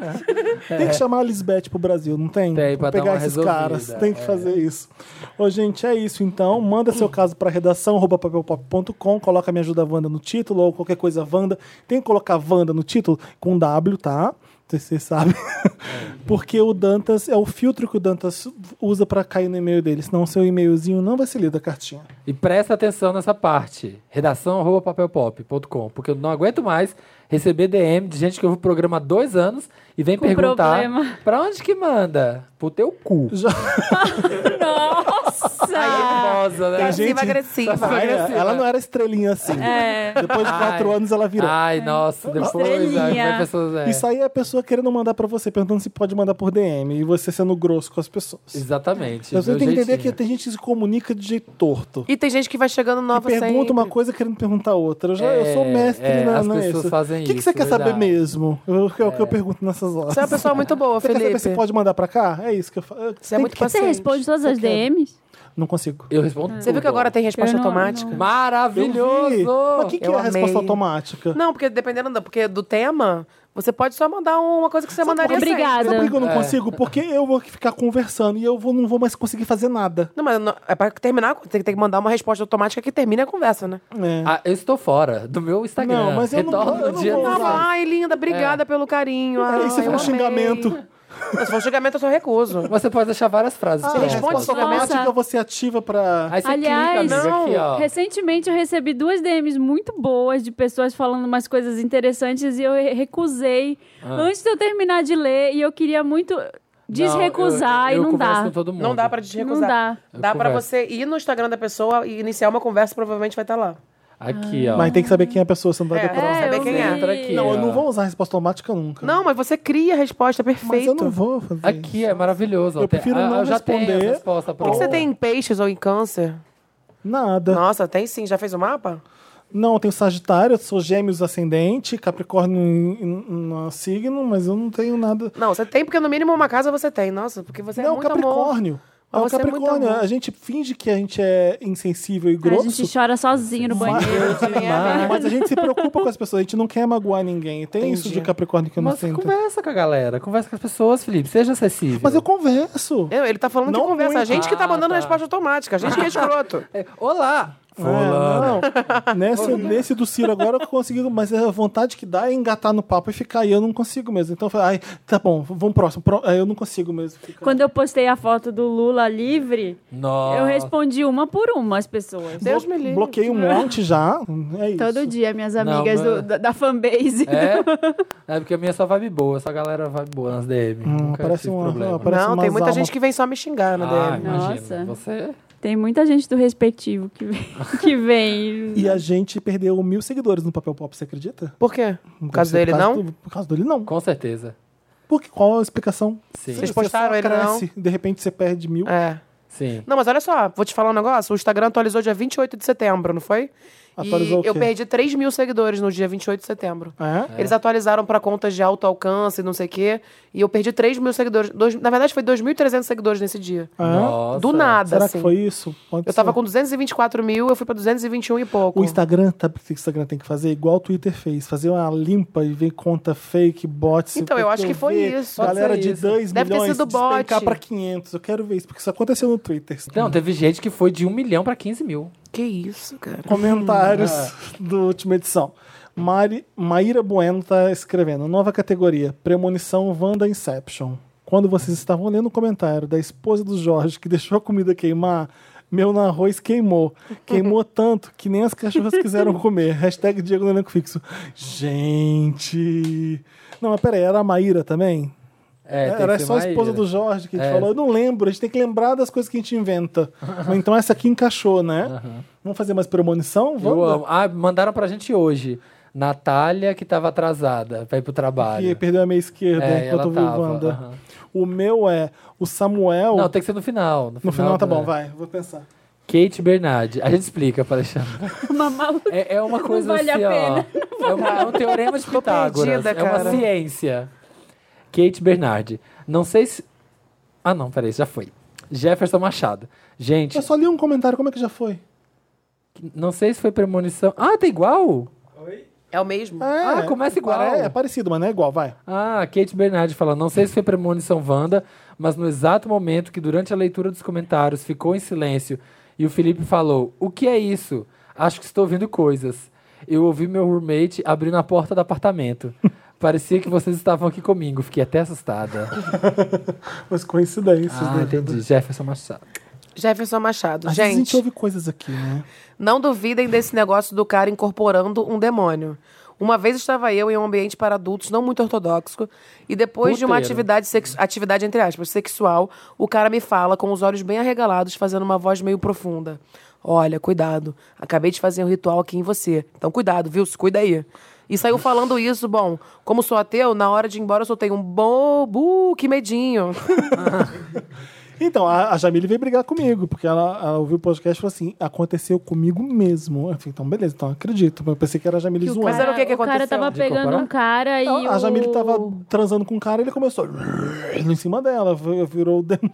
Tem que chamar a Lisbeth pro Brasil, não tem? É. Tem, pra dar pegar uma esses resolvida, caras. Tem que é. fazer isso. Ô, gente, é isso então. Manda seu caso pra redação, arroba papelpop.com, coloca Me Ajuda Wanda no título ou qualquer coisa Wanda. Tem que colocar Wanda no título com W, tá? Vocês sabem. Porque o Dantas é o filtro que o Dantas usa pra cair no e-mail dele. Senão o seu e-mailzinho não vai ser lido a cartinha. E presta atenção nessa parte. Redação arroba papelpop.com, porque eu não aguento mais receber DM de gente que ouve o programa há dois anos e vem Com perguntar problema. pra onde que manda? Pro teu cu. Já, Nossa! Nossa! Aí é nervosa, né? Tem Passiva gente- tá agressiva. Ai, Ela não era estrelinha assim. É. Depois de quatro Ai. anos ela virou. Ai, nossa, depois Estrelinha. aí vai pessoas. É. Isso aí é a pessoa querendo mandar pra você, perguntando se pode mandar por DM. E você sendo grosso com as pessoas. Exatamente. Mas Você do tem que entender que jeitinho. tem gente que se comunica de jeito torto. E tem gente que vai chegando E nova pergunta sempre. uma coisa querendo perguntar outra. Eu, já, eu sou É, mestre é, na, as na pessoas isso. fazem O que, que você isso, quer saber verdade. mesmo? Eu- É o que eu pergunto nessas horas. Você é uma pessoa muito boa, Você quer Felipe. saber se pode mandar pra cá? É isso que eu falo. Você é Tem muito que- Você paciente. responde todas as DMs? Não consigo. Eu respondo. Você viu que agora tem resposta Eu não- automática? não. Eu vi. Mas o Maravilhoso! que, que é Eu a resposta amei. automática? Não, porque dependendo do, porque do tema, você pode só mandar uma coisa que você mandaria sempre. Obrigada. Sabe por que eu não É. consigo? Porque eu vou ficar conversando e eu vou, não vou mais conseguir fazer nada. Não, mas não- é pra terminar, tem que- tem que mandar uma resposta automática que termine a conversa, né? É. Ah, eu estou fora do meu Instagram. Não, mas eu não- Retorno eu no não dia vou do- usar. Não, ai, linda, obrigada É. pelo carinho. Ah, Aí você eu for um amei. xingamento. Se for um xingamento, eu só recuso. Você pode deixar várias Ah, frases. é. prontas. responde resposta automática Nossa. você ativa pra. Aí você Aliás, clica, amiga, não. aqui, ó. Recentemente eu recebi duas DMs muito boas de pessoas falando umas coisas interessantes e eu re- recusei Ah. antes de eu terminar de ler e eu queria muito desrecusar Não, eu- eu- e não Eu dá. converso com todo mundo. Não dá pra desrecusar. Não dá. Dá Eu pra converso. você ir no Instagram da pessoa e iniciar uma conversa, provavelmente vai estar lá. Aqui, ó. Mas tem que saber quem é a pessoa, você não vai É, decorar. é, saber eu quem é. vi. Entra aqui, Não, eu ó. não vou usar a resposta automática nunca. Não, mas você cria a resposta, perfeito. mas eu não vou fazer. Aqui é maravilhoso. Eu Até- prefiro ah, não eu já Tenho responder. a resposta O que que você pronta. tem em peixes ou em câncer? Nada. Nossa, tem sim. Já fez o mapa? Não, eu tenho Sagitário, eu sou Gêmeos ascendente, Capricórnio em- em- no signo, mas eu não tenho nada. Não, você tem porque no mínimo uma casa você tem. Nossa, porque você é não, muito amor. Capricórnio. Mas É o você é muito Capricórnio. amor. a gente finge que a gente é insensível e A grosso. gente chora sozinho no mas, banheiro. é mas a gente se preocupa com as pessoas, a gente não quer magoar ninguém. Tem isso Entendi. de Capricórnio que eu não Mas sinto. conversa com a galera, conversa com as pessoas, Felipe. Seja acessível. Mas eu converso. Eu- Ele tá falando Não que conversa. A muito. gente que tá Ah, mandando tá. resposta automática. A gente que é escroto. É, Olá! Fulano. É, não. Nesse, nesse do Ciro agora eu consegui, mas a vontade que dá é engatar no papo e ficar, e eu não consigo mesmo. Então eu falei, ai, tá bom, vamos próximo. Pro- aí eu não consigo mesmo. ficar. Quando eu postei a foto do Lula livre, Nossa. eu respondi uma por uma as pessoas. Deus me livre. Bloqueei um monte já. É isso. Todo dia, minhas Não, amigas do- mas- da, da fanbase. É? É porque a minha é só vibe boa, só a galera vibe boa nas DM. Hum, Nunca parece tive uma- problema. uma- parece não, umas tem muita almas. gente que vem só me xingar na Ah, DM. Nossa. imagina. Você. Tem muita gente do respectivo que vem. Que vem. E a gente perdeu mil seguidores no Papel Pop, você acredita? Por quê? Por causa Deve dele, ser não? do- por causa dele, não. Com certeza. Porque qual a explicação? Você- Sim. Vocês você postaram só ele, cresce, De repente você perde mil. É. Sim. Não, mas olha só, vou te falar um negócio. O Instagram atualizou dia 28 de setembro, não foi? Atualizou o e eu quê? perdi 3 mil seguidores no dia 28 de setembro. É? Eles atualizaram pra contas de alto alcance, não sei o quê. E eu perdi 3 mil seguidores. Dois- na verdade, foi 2.300 seguidores nesse dia. É? Nossa. Do nada, Será assim. que foi isso? Pode Eu tava ser. com 224 mil, eu fui pra 221 e pouco. O Instagram, tá? O Instagram tem que fazer igual o Twitter fez, fazer uma limpa e ver conta fake, bots. Então, eu porque acho que foi vi isso. Galera Pode ser de isso. 2 Deve ter milhões sido bot. despencar pra 500. Eu quero ver isso, porque isso aconteceu no Twitter. Não, Então, teve gente que foi de 1 milhão pra 15 mil. Que isso, cara. Comentários do última edição. Mari, Maíra Bueno tá escrevendo. Nova categoria, Premonição Wanda Inception. Quando vocês estavam lendo o comentário da esposa do Jorge que deixou a comida queimar, meu arroz queimou. Queimou tanto que nem as cachorras quiseram comer. Hashtag Diego no elenco fixo. Gente... Não, mas peraí, era a Maíra também? É, tem Era que ser só a esposa Maíra. do Jorge que a gente É. falou. Eu não lembro, a gente tem que lembrar das coisas que a gente inventa. Mas então essa aqui encaixou, né? Vamos fazer mais premonição? Eu Vamos. amo. Ah, mandaram pra gente hoje. Natália, que tava atrasada pra ir pro trabalho. E perdeu a meia esquerda É, enquanto eu vi ela tava, Wanda. aham. O meu é o Samuel. Não, tem que ser no final. No final, No final tá da- bom, vai, vou pensar. Kate Bernardi. A gente explica pra Alexandre. Uma maluca. É, é uma coisa vale a assim, pena. ó. É, uma- é um teorema de Pitágoras. perdida, é uma cara. ciência. Kate Bernardi. Não sei se... Ah, não, peraí, já foi. Jefferson Machado. Gente, Eu só li um comentário, como é que já foi? não sei se foi premonição... Ah, tá igual? É o mesmo? Ah, começa igual. pare- É, parecido, mas não é igual, vai. Ah, Kate Bernardi fala, não sei se foi premonição Wanda, mas no exato momento que durante a leitura dos comentários ficou em silêncio e o Felipe falou, o que é isso? Acho que estou ouvindo coisas. Eu ouvi meu roommate abrindo a porta do apartamento. Parecia que vocês estavam aqui comigo. Fiquei até assustada. Mas coincidências, ah, né? entendi. Jefferson Machado. Jefferson Machado. Às vezes a gente, gente ouve coisas aqui, né? não duvidem desse negócio do cara incorporando um demônio. Uma vez estava eu em um ambiente para adultos não muito ortodoxo e depois de uma Puteiro. atividade, sex- atividade entre aspas, sexual, o cara me fala com os olhos bem arregalados, fazendo uma voz meio profunda. Olha, cuidado. Acabei de fazer um ritual aqui em você. Então cuidado, viu? Se cuida aí. E saiu falando isso, bom, como sou ateu, na hora de ir embora eu soltei um bobo, que medinho. Então, a, a Jamile veio brigar comigo, porque ela, ela ouviu o podcast e falou assim: aconteceu comigo mesmo. Eu falei, então, beleza, então acredito. Eu pensei que era a Jamile zoando. Mas era o que que o cara aconteceu? tava De pegando comparar? um cara e. Ela- a Jamile o- tava transando com um cara e ele começou em cima dela, vi- virou o demônio.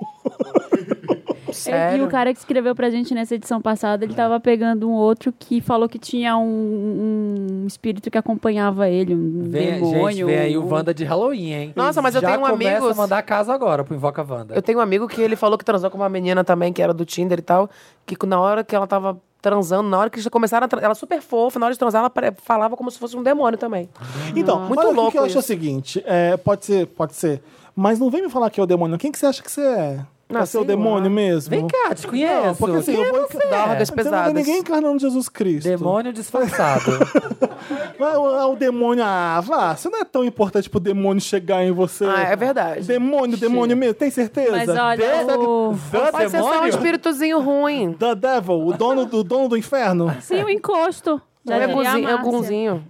Ele, e Sério? o cara que escreveu pra gente nessa edição passada, É. ele tava pegando um outro que falou que tinha um, um espírito que acompanhava ele, um Vem, demônio. gente, vem aí o um- Wanda de Halloween, hein? Nossa, mas eu Já tenho um começa amigo- a mandar casa agora pro Invoca Wanda. Eu tenho um amigo que ele falou que transou com uma menina também, que era do Tinder e tal, que na hora que ela tava transando, na hora que eles começaram a tra- ela é super fofa, na hora de transar ela pare- falava como se fosse um demônio também. Então, Muito olha, o que louco que eu acho é o isso. seguinte: é, pode ser, pode ser. Mas não vem me falar que é o demônio. Quem que você acha que você é? Ah, Pra ser o sei demônio lá. mesmo? Vem cá, te conheço. Não, porque assim, Quem eu é vou você? Drogas Você não vê pesadas. ninguém encarnando Jesus Cristo. Demônio disfarçado. Mas o, o demônio, ah, vá, você não é tão importante pro demônio chegar em você. Ah, é verdade. Demônio, demônio mesmo, tem certeza? Mas olha, o... Hã, Pode ser só um espíritozinho ruim. The Devil, o dono do, dono do inferno. sim, o encosto. Já É diria a gunzinho, é Márcia. gunzinho.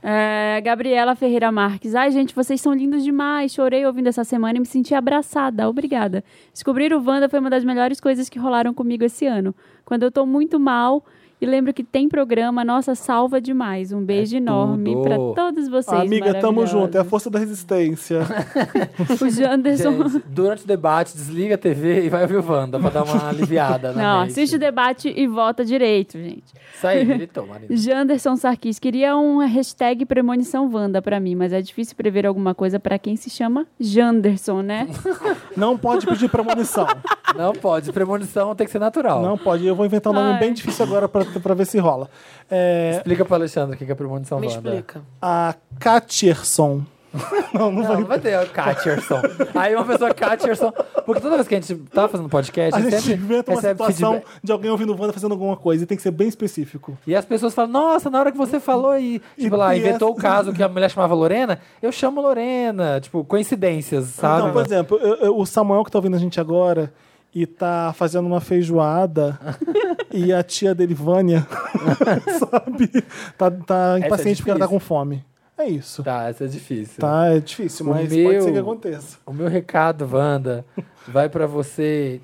É, Gabriela Ferreira Marques. Ai, gente, vocês são lindos demais. Chorei ouvindo essa semana e me senti abraçada. Obrigada. Descobrir o Wanda foi uma das melhores coisas que rolaram comigo esse ano. Quando eu tô muito mal e lembro que tem programa, nossa, salva demais. Um beijo enorme tudo. pra todos vocês. É Amiga, tamo maravilhosos. junto, é a força da resistência. O Janderson. Gente, durante o debate, desliga a TV e vai ouvir o Wanda pra dar uma aliviada. na Não, mente. assiste o debate e vota direito, gente. Isso aí, militou, Marina. Janderson Sarkis, queria uma hashtag premonição Wanda pra mim, mas é difícil prever alguma coisa pra quem se chama Janderson, né? Não pode pedir premonição. Não pode, premonição tem que ser natural. Não pode. Eu vou inventar um nome Ai. bem difícil agora pra, pra ver se rola. É, Explica pro Alexandre o que que é premonição Me Wanda. explica. a Katierson. Não, não Não, não vai ter o Catcherson. Aí uma pessoa Catcherson. Porque toda vez que a gente tá fazendo podcast, A a gente gente sempre inventa uma recebe situação feedback. de alguém ouvindo Wanda fazendo alguma coisa e tem que ser bem específico. E as pessoas falam, nossa, na hora que você falou e, tipo, lá, e inventou o essa- caso que a mulher chamava Lorena, eu chamo Lorena. Tipo, coincidências, sabe? Então, por exemplo, eu- eu- o Samuel que tá ouvindo a gente agora e tá fazendo uma feijoada e a tia dele, Vânia, sabe? Tá, tá é impaciente porque ela tá difícil. com fome. É isso. Tá, Tá, essa é difícil. é difícil, O mas pode meu- ser que aconteça. O meu recado, Wanda, vai pra você,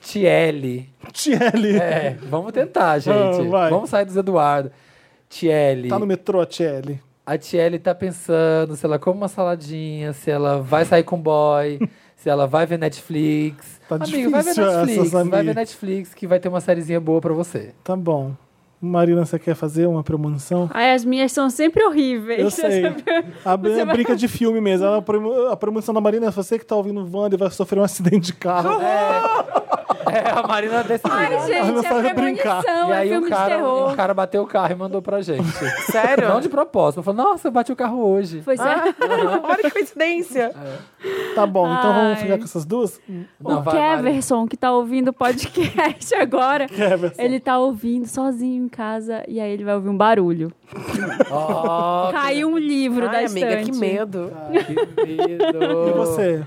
Tiele. Tiele. É, vamos tentar, gente. Ah, vai. vamos sair dos Eduardo. Tiele. Tá no metrô, a Tiele. A Tiele tá pensando se ela come uma saladinha, se ela vai sair com o boy, se ela vai ver Netflix. Tá Amigo, vai ver difícil essa, Netflix, vai sabia? ver Netflix que vai ter uma sériezinha boa pra você. Tá bom. Marina, você quer fazer uma premonição? Ai, as minhas são sempre horríveis. Eu sei. A Bri- brinca de filme mesmo. Ela- a premo- a premonição da Marina é você que tá ouvindo o Wanda e vai sofrer um acidente de carro. É, a Marina desse Ai, não gente, é sabe brincar. premonição, E é aí filme o cara, de terror. o cara bateu o carro e mandou pra gente. Sério? Não de propósito. Falou, nossa, eu bati o carro hoje. Foi sério? Olha que coincidência. Tá bom, então vamos Ai. ficar com essas duas? Não, o vai, Mari. Keverson, que tá ouvindo o podcast agora, Keverson. É ele tá ouvindo sozinho em casa e aí ele vai ouvir um barulho. Ó, Caiu um livro da Ai, amiga, que estante. medo. que medo. E você?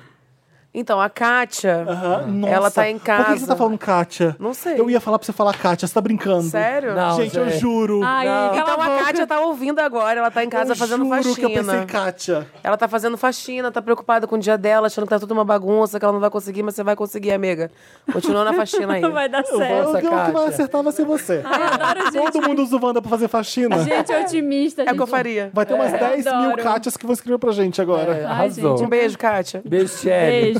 Então, a Kátia, Aham. Ah, Nossa, Ela tá em Por que que você casa. tá falando Kátia? Não sei. Eu ia falar pra você falar Kátia, você tá brincando. sério? Não, gente, eu gente. juro. Ai, Não. cala Então a a boca. Kátia tá ouvindo agora, ela tá em casa eu fazendo juro faxina. que eu pensei Kátia. Ela tá fazendo faxina, tá preocupada com o dia dela, achando que tá tudo uma bagunça, que ela não vai conseguir, mas você vai conseguir, amiga. Continua na faxina aí. Não vai dar certo. eu, Nossa, eu, que vai Kátia. acertar vai ser você. Ah, Ai, adoro gente, Todo mundo usa o Wanda pra fazer faxina. gente otimista. É o gente. que eu faria. Vai ter umas 10 mil adoro. Kátias que vão escrever pra gente É, agora. arrasou. Um beijo, Kátia. Beijo, Tiele. Beijo. É.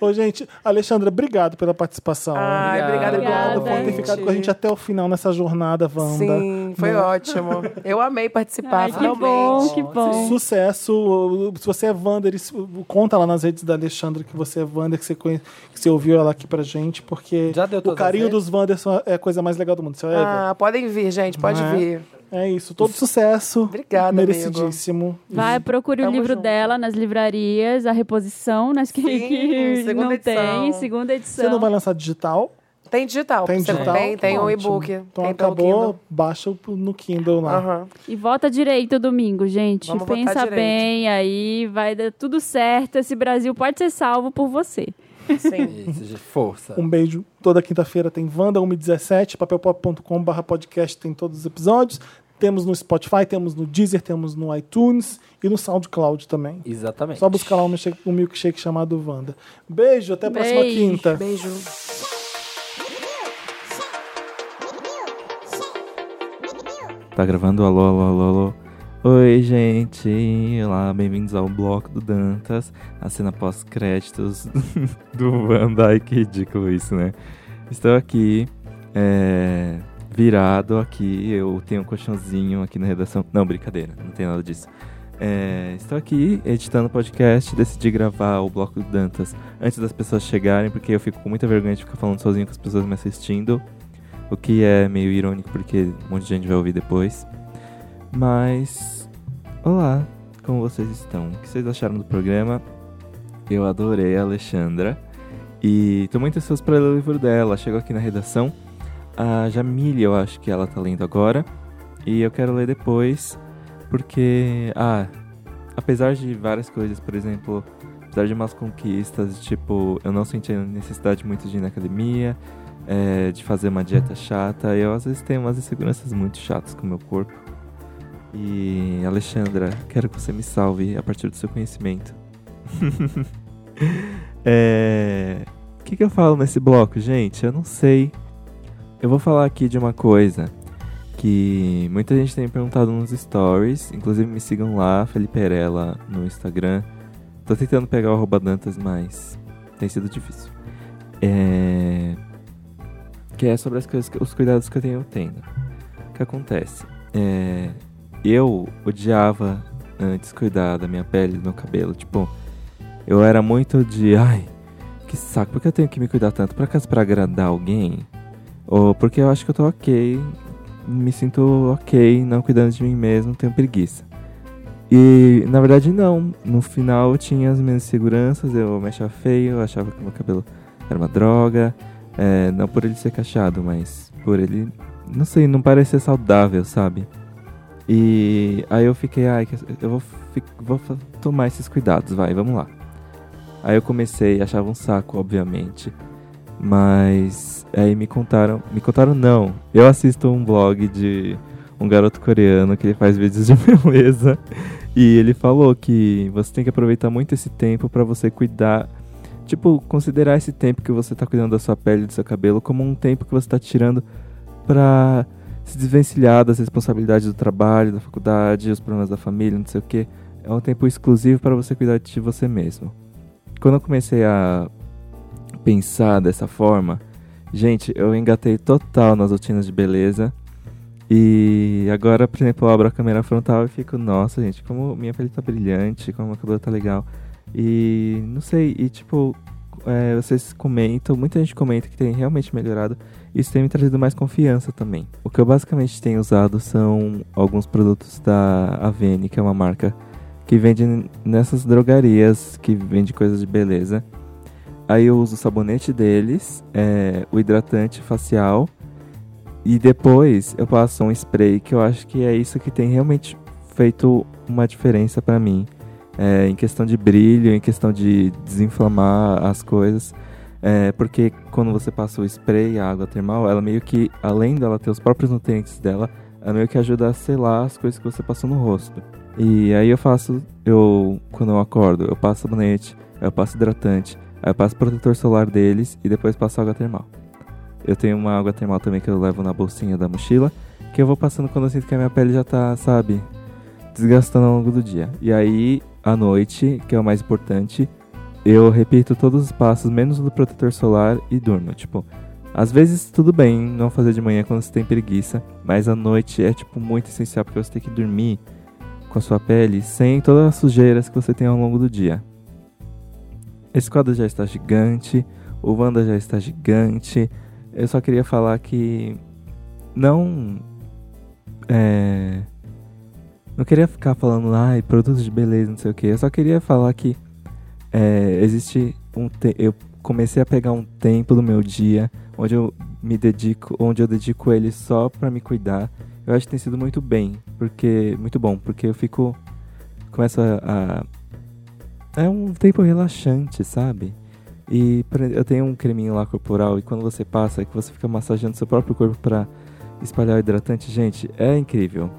Ô, gente, Alexandra, obrigado pela participação. Ai, Ah, obrigada, Obrigada, Obrigado por ter gente. ficado com a gente até o final nessa jornada, Wanda. Sim, foi ótimo. Eu amei participar, Ai, que finalmente. bom, que bom. Sucesso. Se você é Wander, isso- conta lá nas redes da Alexandra que você é Wander, que você, conhe- que você ouviu ela aqui pra gente, porque Já deu o todas as carinho redes? dos Wanders é a coisa mais legal do mundo. Você vai ver. Ah, podem vir, gente, pode Não é? vir. É isso. Todo sucesso. Obrigada, Merecidíssimo. Vai, procure o Uhum. Tamo livro junto. dela nas livrarias, a reposição, nas que, Sim, que segunda não edição. tem, segunda edição. Você não vai lançar digital? Tem digital. Tem você digital? Tem, tem o Ótimo. e-book. Então tem pelo Kindle. acabou, baixa o- no Kindle lá. Aham. E vota direito domingo, gente. Vamos votar Pensa direito. bem aí, vai dar tudo certo. Esse Brasil pode ser salvo por você. Sim. Isso, gente, força. Um beijo. Toda quinta-feira tem Wanda 117, papelpop.com.br podcast tem todos os episódios. Temos no Spotify, temos no Deezer, temos no iTunes e no SoundCloud também. Exatamente. Só buscar lá um milkshake, um milkshake chamado Wanda. Beijo, até a próxima Beijo. quinta. Beijo. Tá gravando? Alô, alô, alô, alô. Oi, gente. Olá, bem-vindos ao bloco do Dantas. A cena pós-créditos do Wanda. Ai, que ridículo isso, né? Estou aqui, é, virado aqui. Eu tenho um colchãozinho aqui na redação. Não, brincadeira, não tem nada disso. É, estou aqui editando o podcast. Decidi gravar o bloco do Dantas antes das pessoas chegarem, porque eu fico com muita vergonha de ficar falando sozinho com as pessoas me assistindo. O que é meio irônico porque um monte de gente vai ouvir depois. Mas. Olá, como vocês estão? O que vocês acharam do programa? Eu adorei a Alexandra. E tô muito ansioso pra ler o livro dela. Chegou aqui na redação. A Jamília, eu acho que ela tá lendo agora. E eu quero ler depois. Porque. Ah, apesar de várias coisas, por exemplo. Apesar de umas conquistas, tipo, eu não senti a necessidade muito de ir na academia é, de fazer uma dieta chata. Eu às vezes tenho umas inseguranças muito chatas com o meu corpo. E Alexandra, quero que você me salve a partir do seu conhecimento. É, O que, que eu falo nesse bloco, gente? Eu não sei. Eu vou falar aqui de uma coisa que muita gente tem perguntado nos stories. Inclusive me sigam lá, Felipe Erela, no Instagram. Tô tentando pegar o arroba Dantas, mas tem sido difícil. É que é sobre as coisas que- os cuidados que eu tenho tendo. O que acontece? É, eu odiava antes cuidar da minha pele, do meu cabelo. Tipo, eu era muito de, ai, que saco, por que eu tenho que me cuidar tanto? Por acaso pra agradar alguém? Ou porque eu acho que eu tô ok, me sinto ok, não cuidando de mim mesmo, tenho preguiça. E na verdade não. No final eu tinha as minhas inseguranças, eu me achava feio, eu achava que meu cabelo era uma droga. É, não por ele ser cacheado, mas por ele, não sei, não parecer saudável, sabe? E aí eu fiquei, ai, que- eu vou, fi- vou fa- tomar esses cuidados, vai, vamos lá. Aí eu comecei, achava um saco, obviamente. Mas aí me contaram, me contaram não. Eu assisto um blog de um garoto coreano que ele faz vídeos de beleza e ele falou que você tem que aproveitar muito esse tempo pra você cuidar Tipo, considerar esse tempo que você tá cuidando da sua pele, do seu cabelo, como um tempo que você tá tirando pra se desvencilhar das responsabilidades do trabalho, da faculdade, os problemas da família, não sei o quê. É um tempo exclusivo para você cuidar de você mesmo. Quando eu comecei a pensar dessa forma, gente, eu engatei total nas rotinas de beleza. E agora, por exemplo, eu abro a câmera frontal e fico, nossa, gente, como minha pele tá brilhante, como meu cabelo tá legal. E não sei, e tipo, é, vocês comentam, muita gente comenta que tem realmente melhorado. Isso tem me trazido mais confiança também. O que eu basicamente tenho usado são alguns produtos da Avene, que é uma marca que vende n- nessas drogarias, que vende coisas de beleza. Aí eu uso o sabonete deles, é, o hidratante facial. E depois eu passo um spray, que eu acho que é isso que tem realmente feito uma diferença pra mim. É, em questão de brilho, em questão de desinflamar as coisas. É, porque quando você passa o spray, a água termal, ela meio que, além dela ter os próprios nutrientes dela, ela meio que ajuda a selar as coisas que você passou no rosto. E aí eu faço, eu, quando eu acordo, eu passo sabonete, eu passo hidratante, aí eu passo protetor solar deles e depois passo água termal. Eu tenho uma água termal também que eu levo na bolsinha da mochila, que eu vou passando quando eu sinto que a minha pele já tá, sabe, desgastando ao longo do dia. E aí, à noite, que é o mais importante, eu repito todos os passos, menos o do protetor solar, e durmo. Tipo, às vezes tudo bem não fazer de manhã quando você tem preguiça, mas à noite é, tipo, muito essencial porque você tem que dormir com a sua pele sem todas as sujeiras que você tem ao longo do dia. Esse quadro já está gigante, o Wanda já está gigante. Eu só queria falar que. Não. É. Não queria ficar falando, ai, produtos de beleza, não sei o que. Eu só queria falar que é, existe um te- Eu comecei a pegar um tempo do meu dia onde eu me dedico, onde eu dedico ele só pra me cuidar. Eu acho que tem sido muito bem, porque muito bom, porque eu fico começo a, a é um tempo relaxante, sabe? E pra- eu tenho um creminho lá corporal e quando você passa, é que você fica massageando seu próprio corpo pra espalhar o hidratante, gente, é incrível.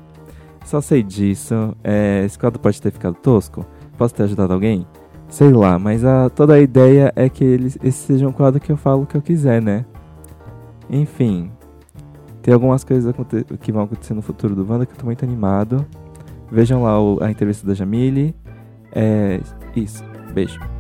Só sei disso. É, esse quadro pode ter ficado tosco. Posso ter ajudado alguém? Sei lá, mas a- toda a ideia é que ele, esse seja um quadro que eu falo o que eu quiser, né? Enfim, tem algumas coisas aconte- que vão acontecer no futuro do Wanda que eu tô muito animado. Vejam lá o- a entrevista da Jamile. É isso. Beijo.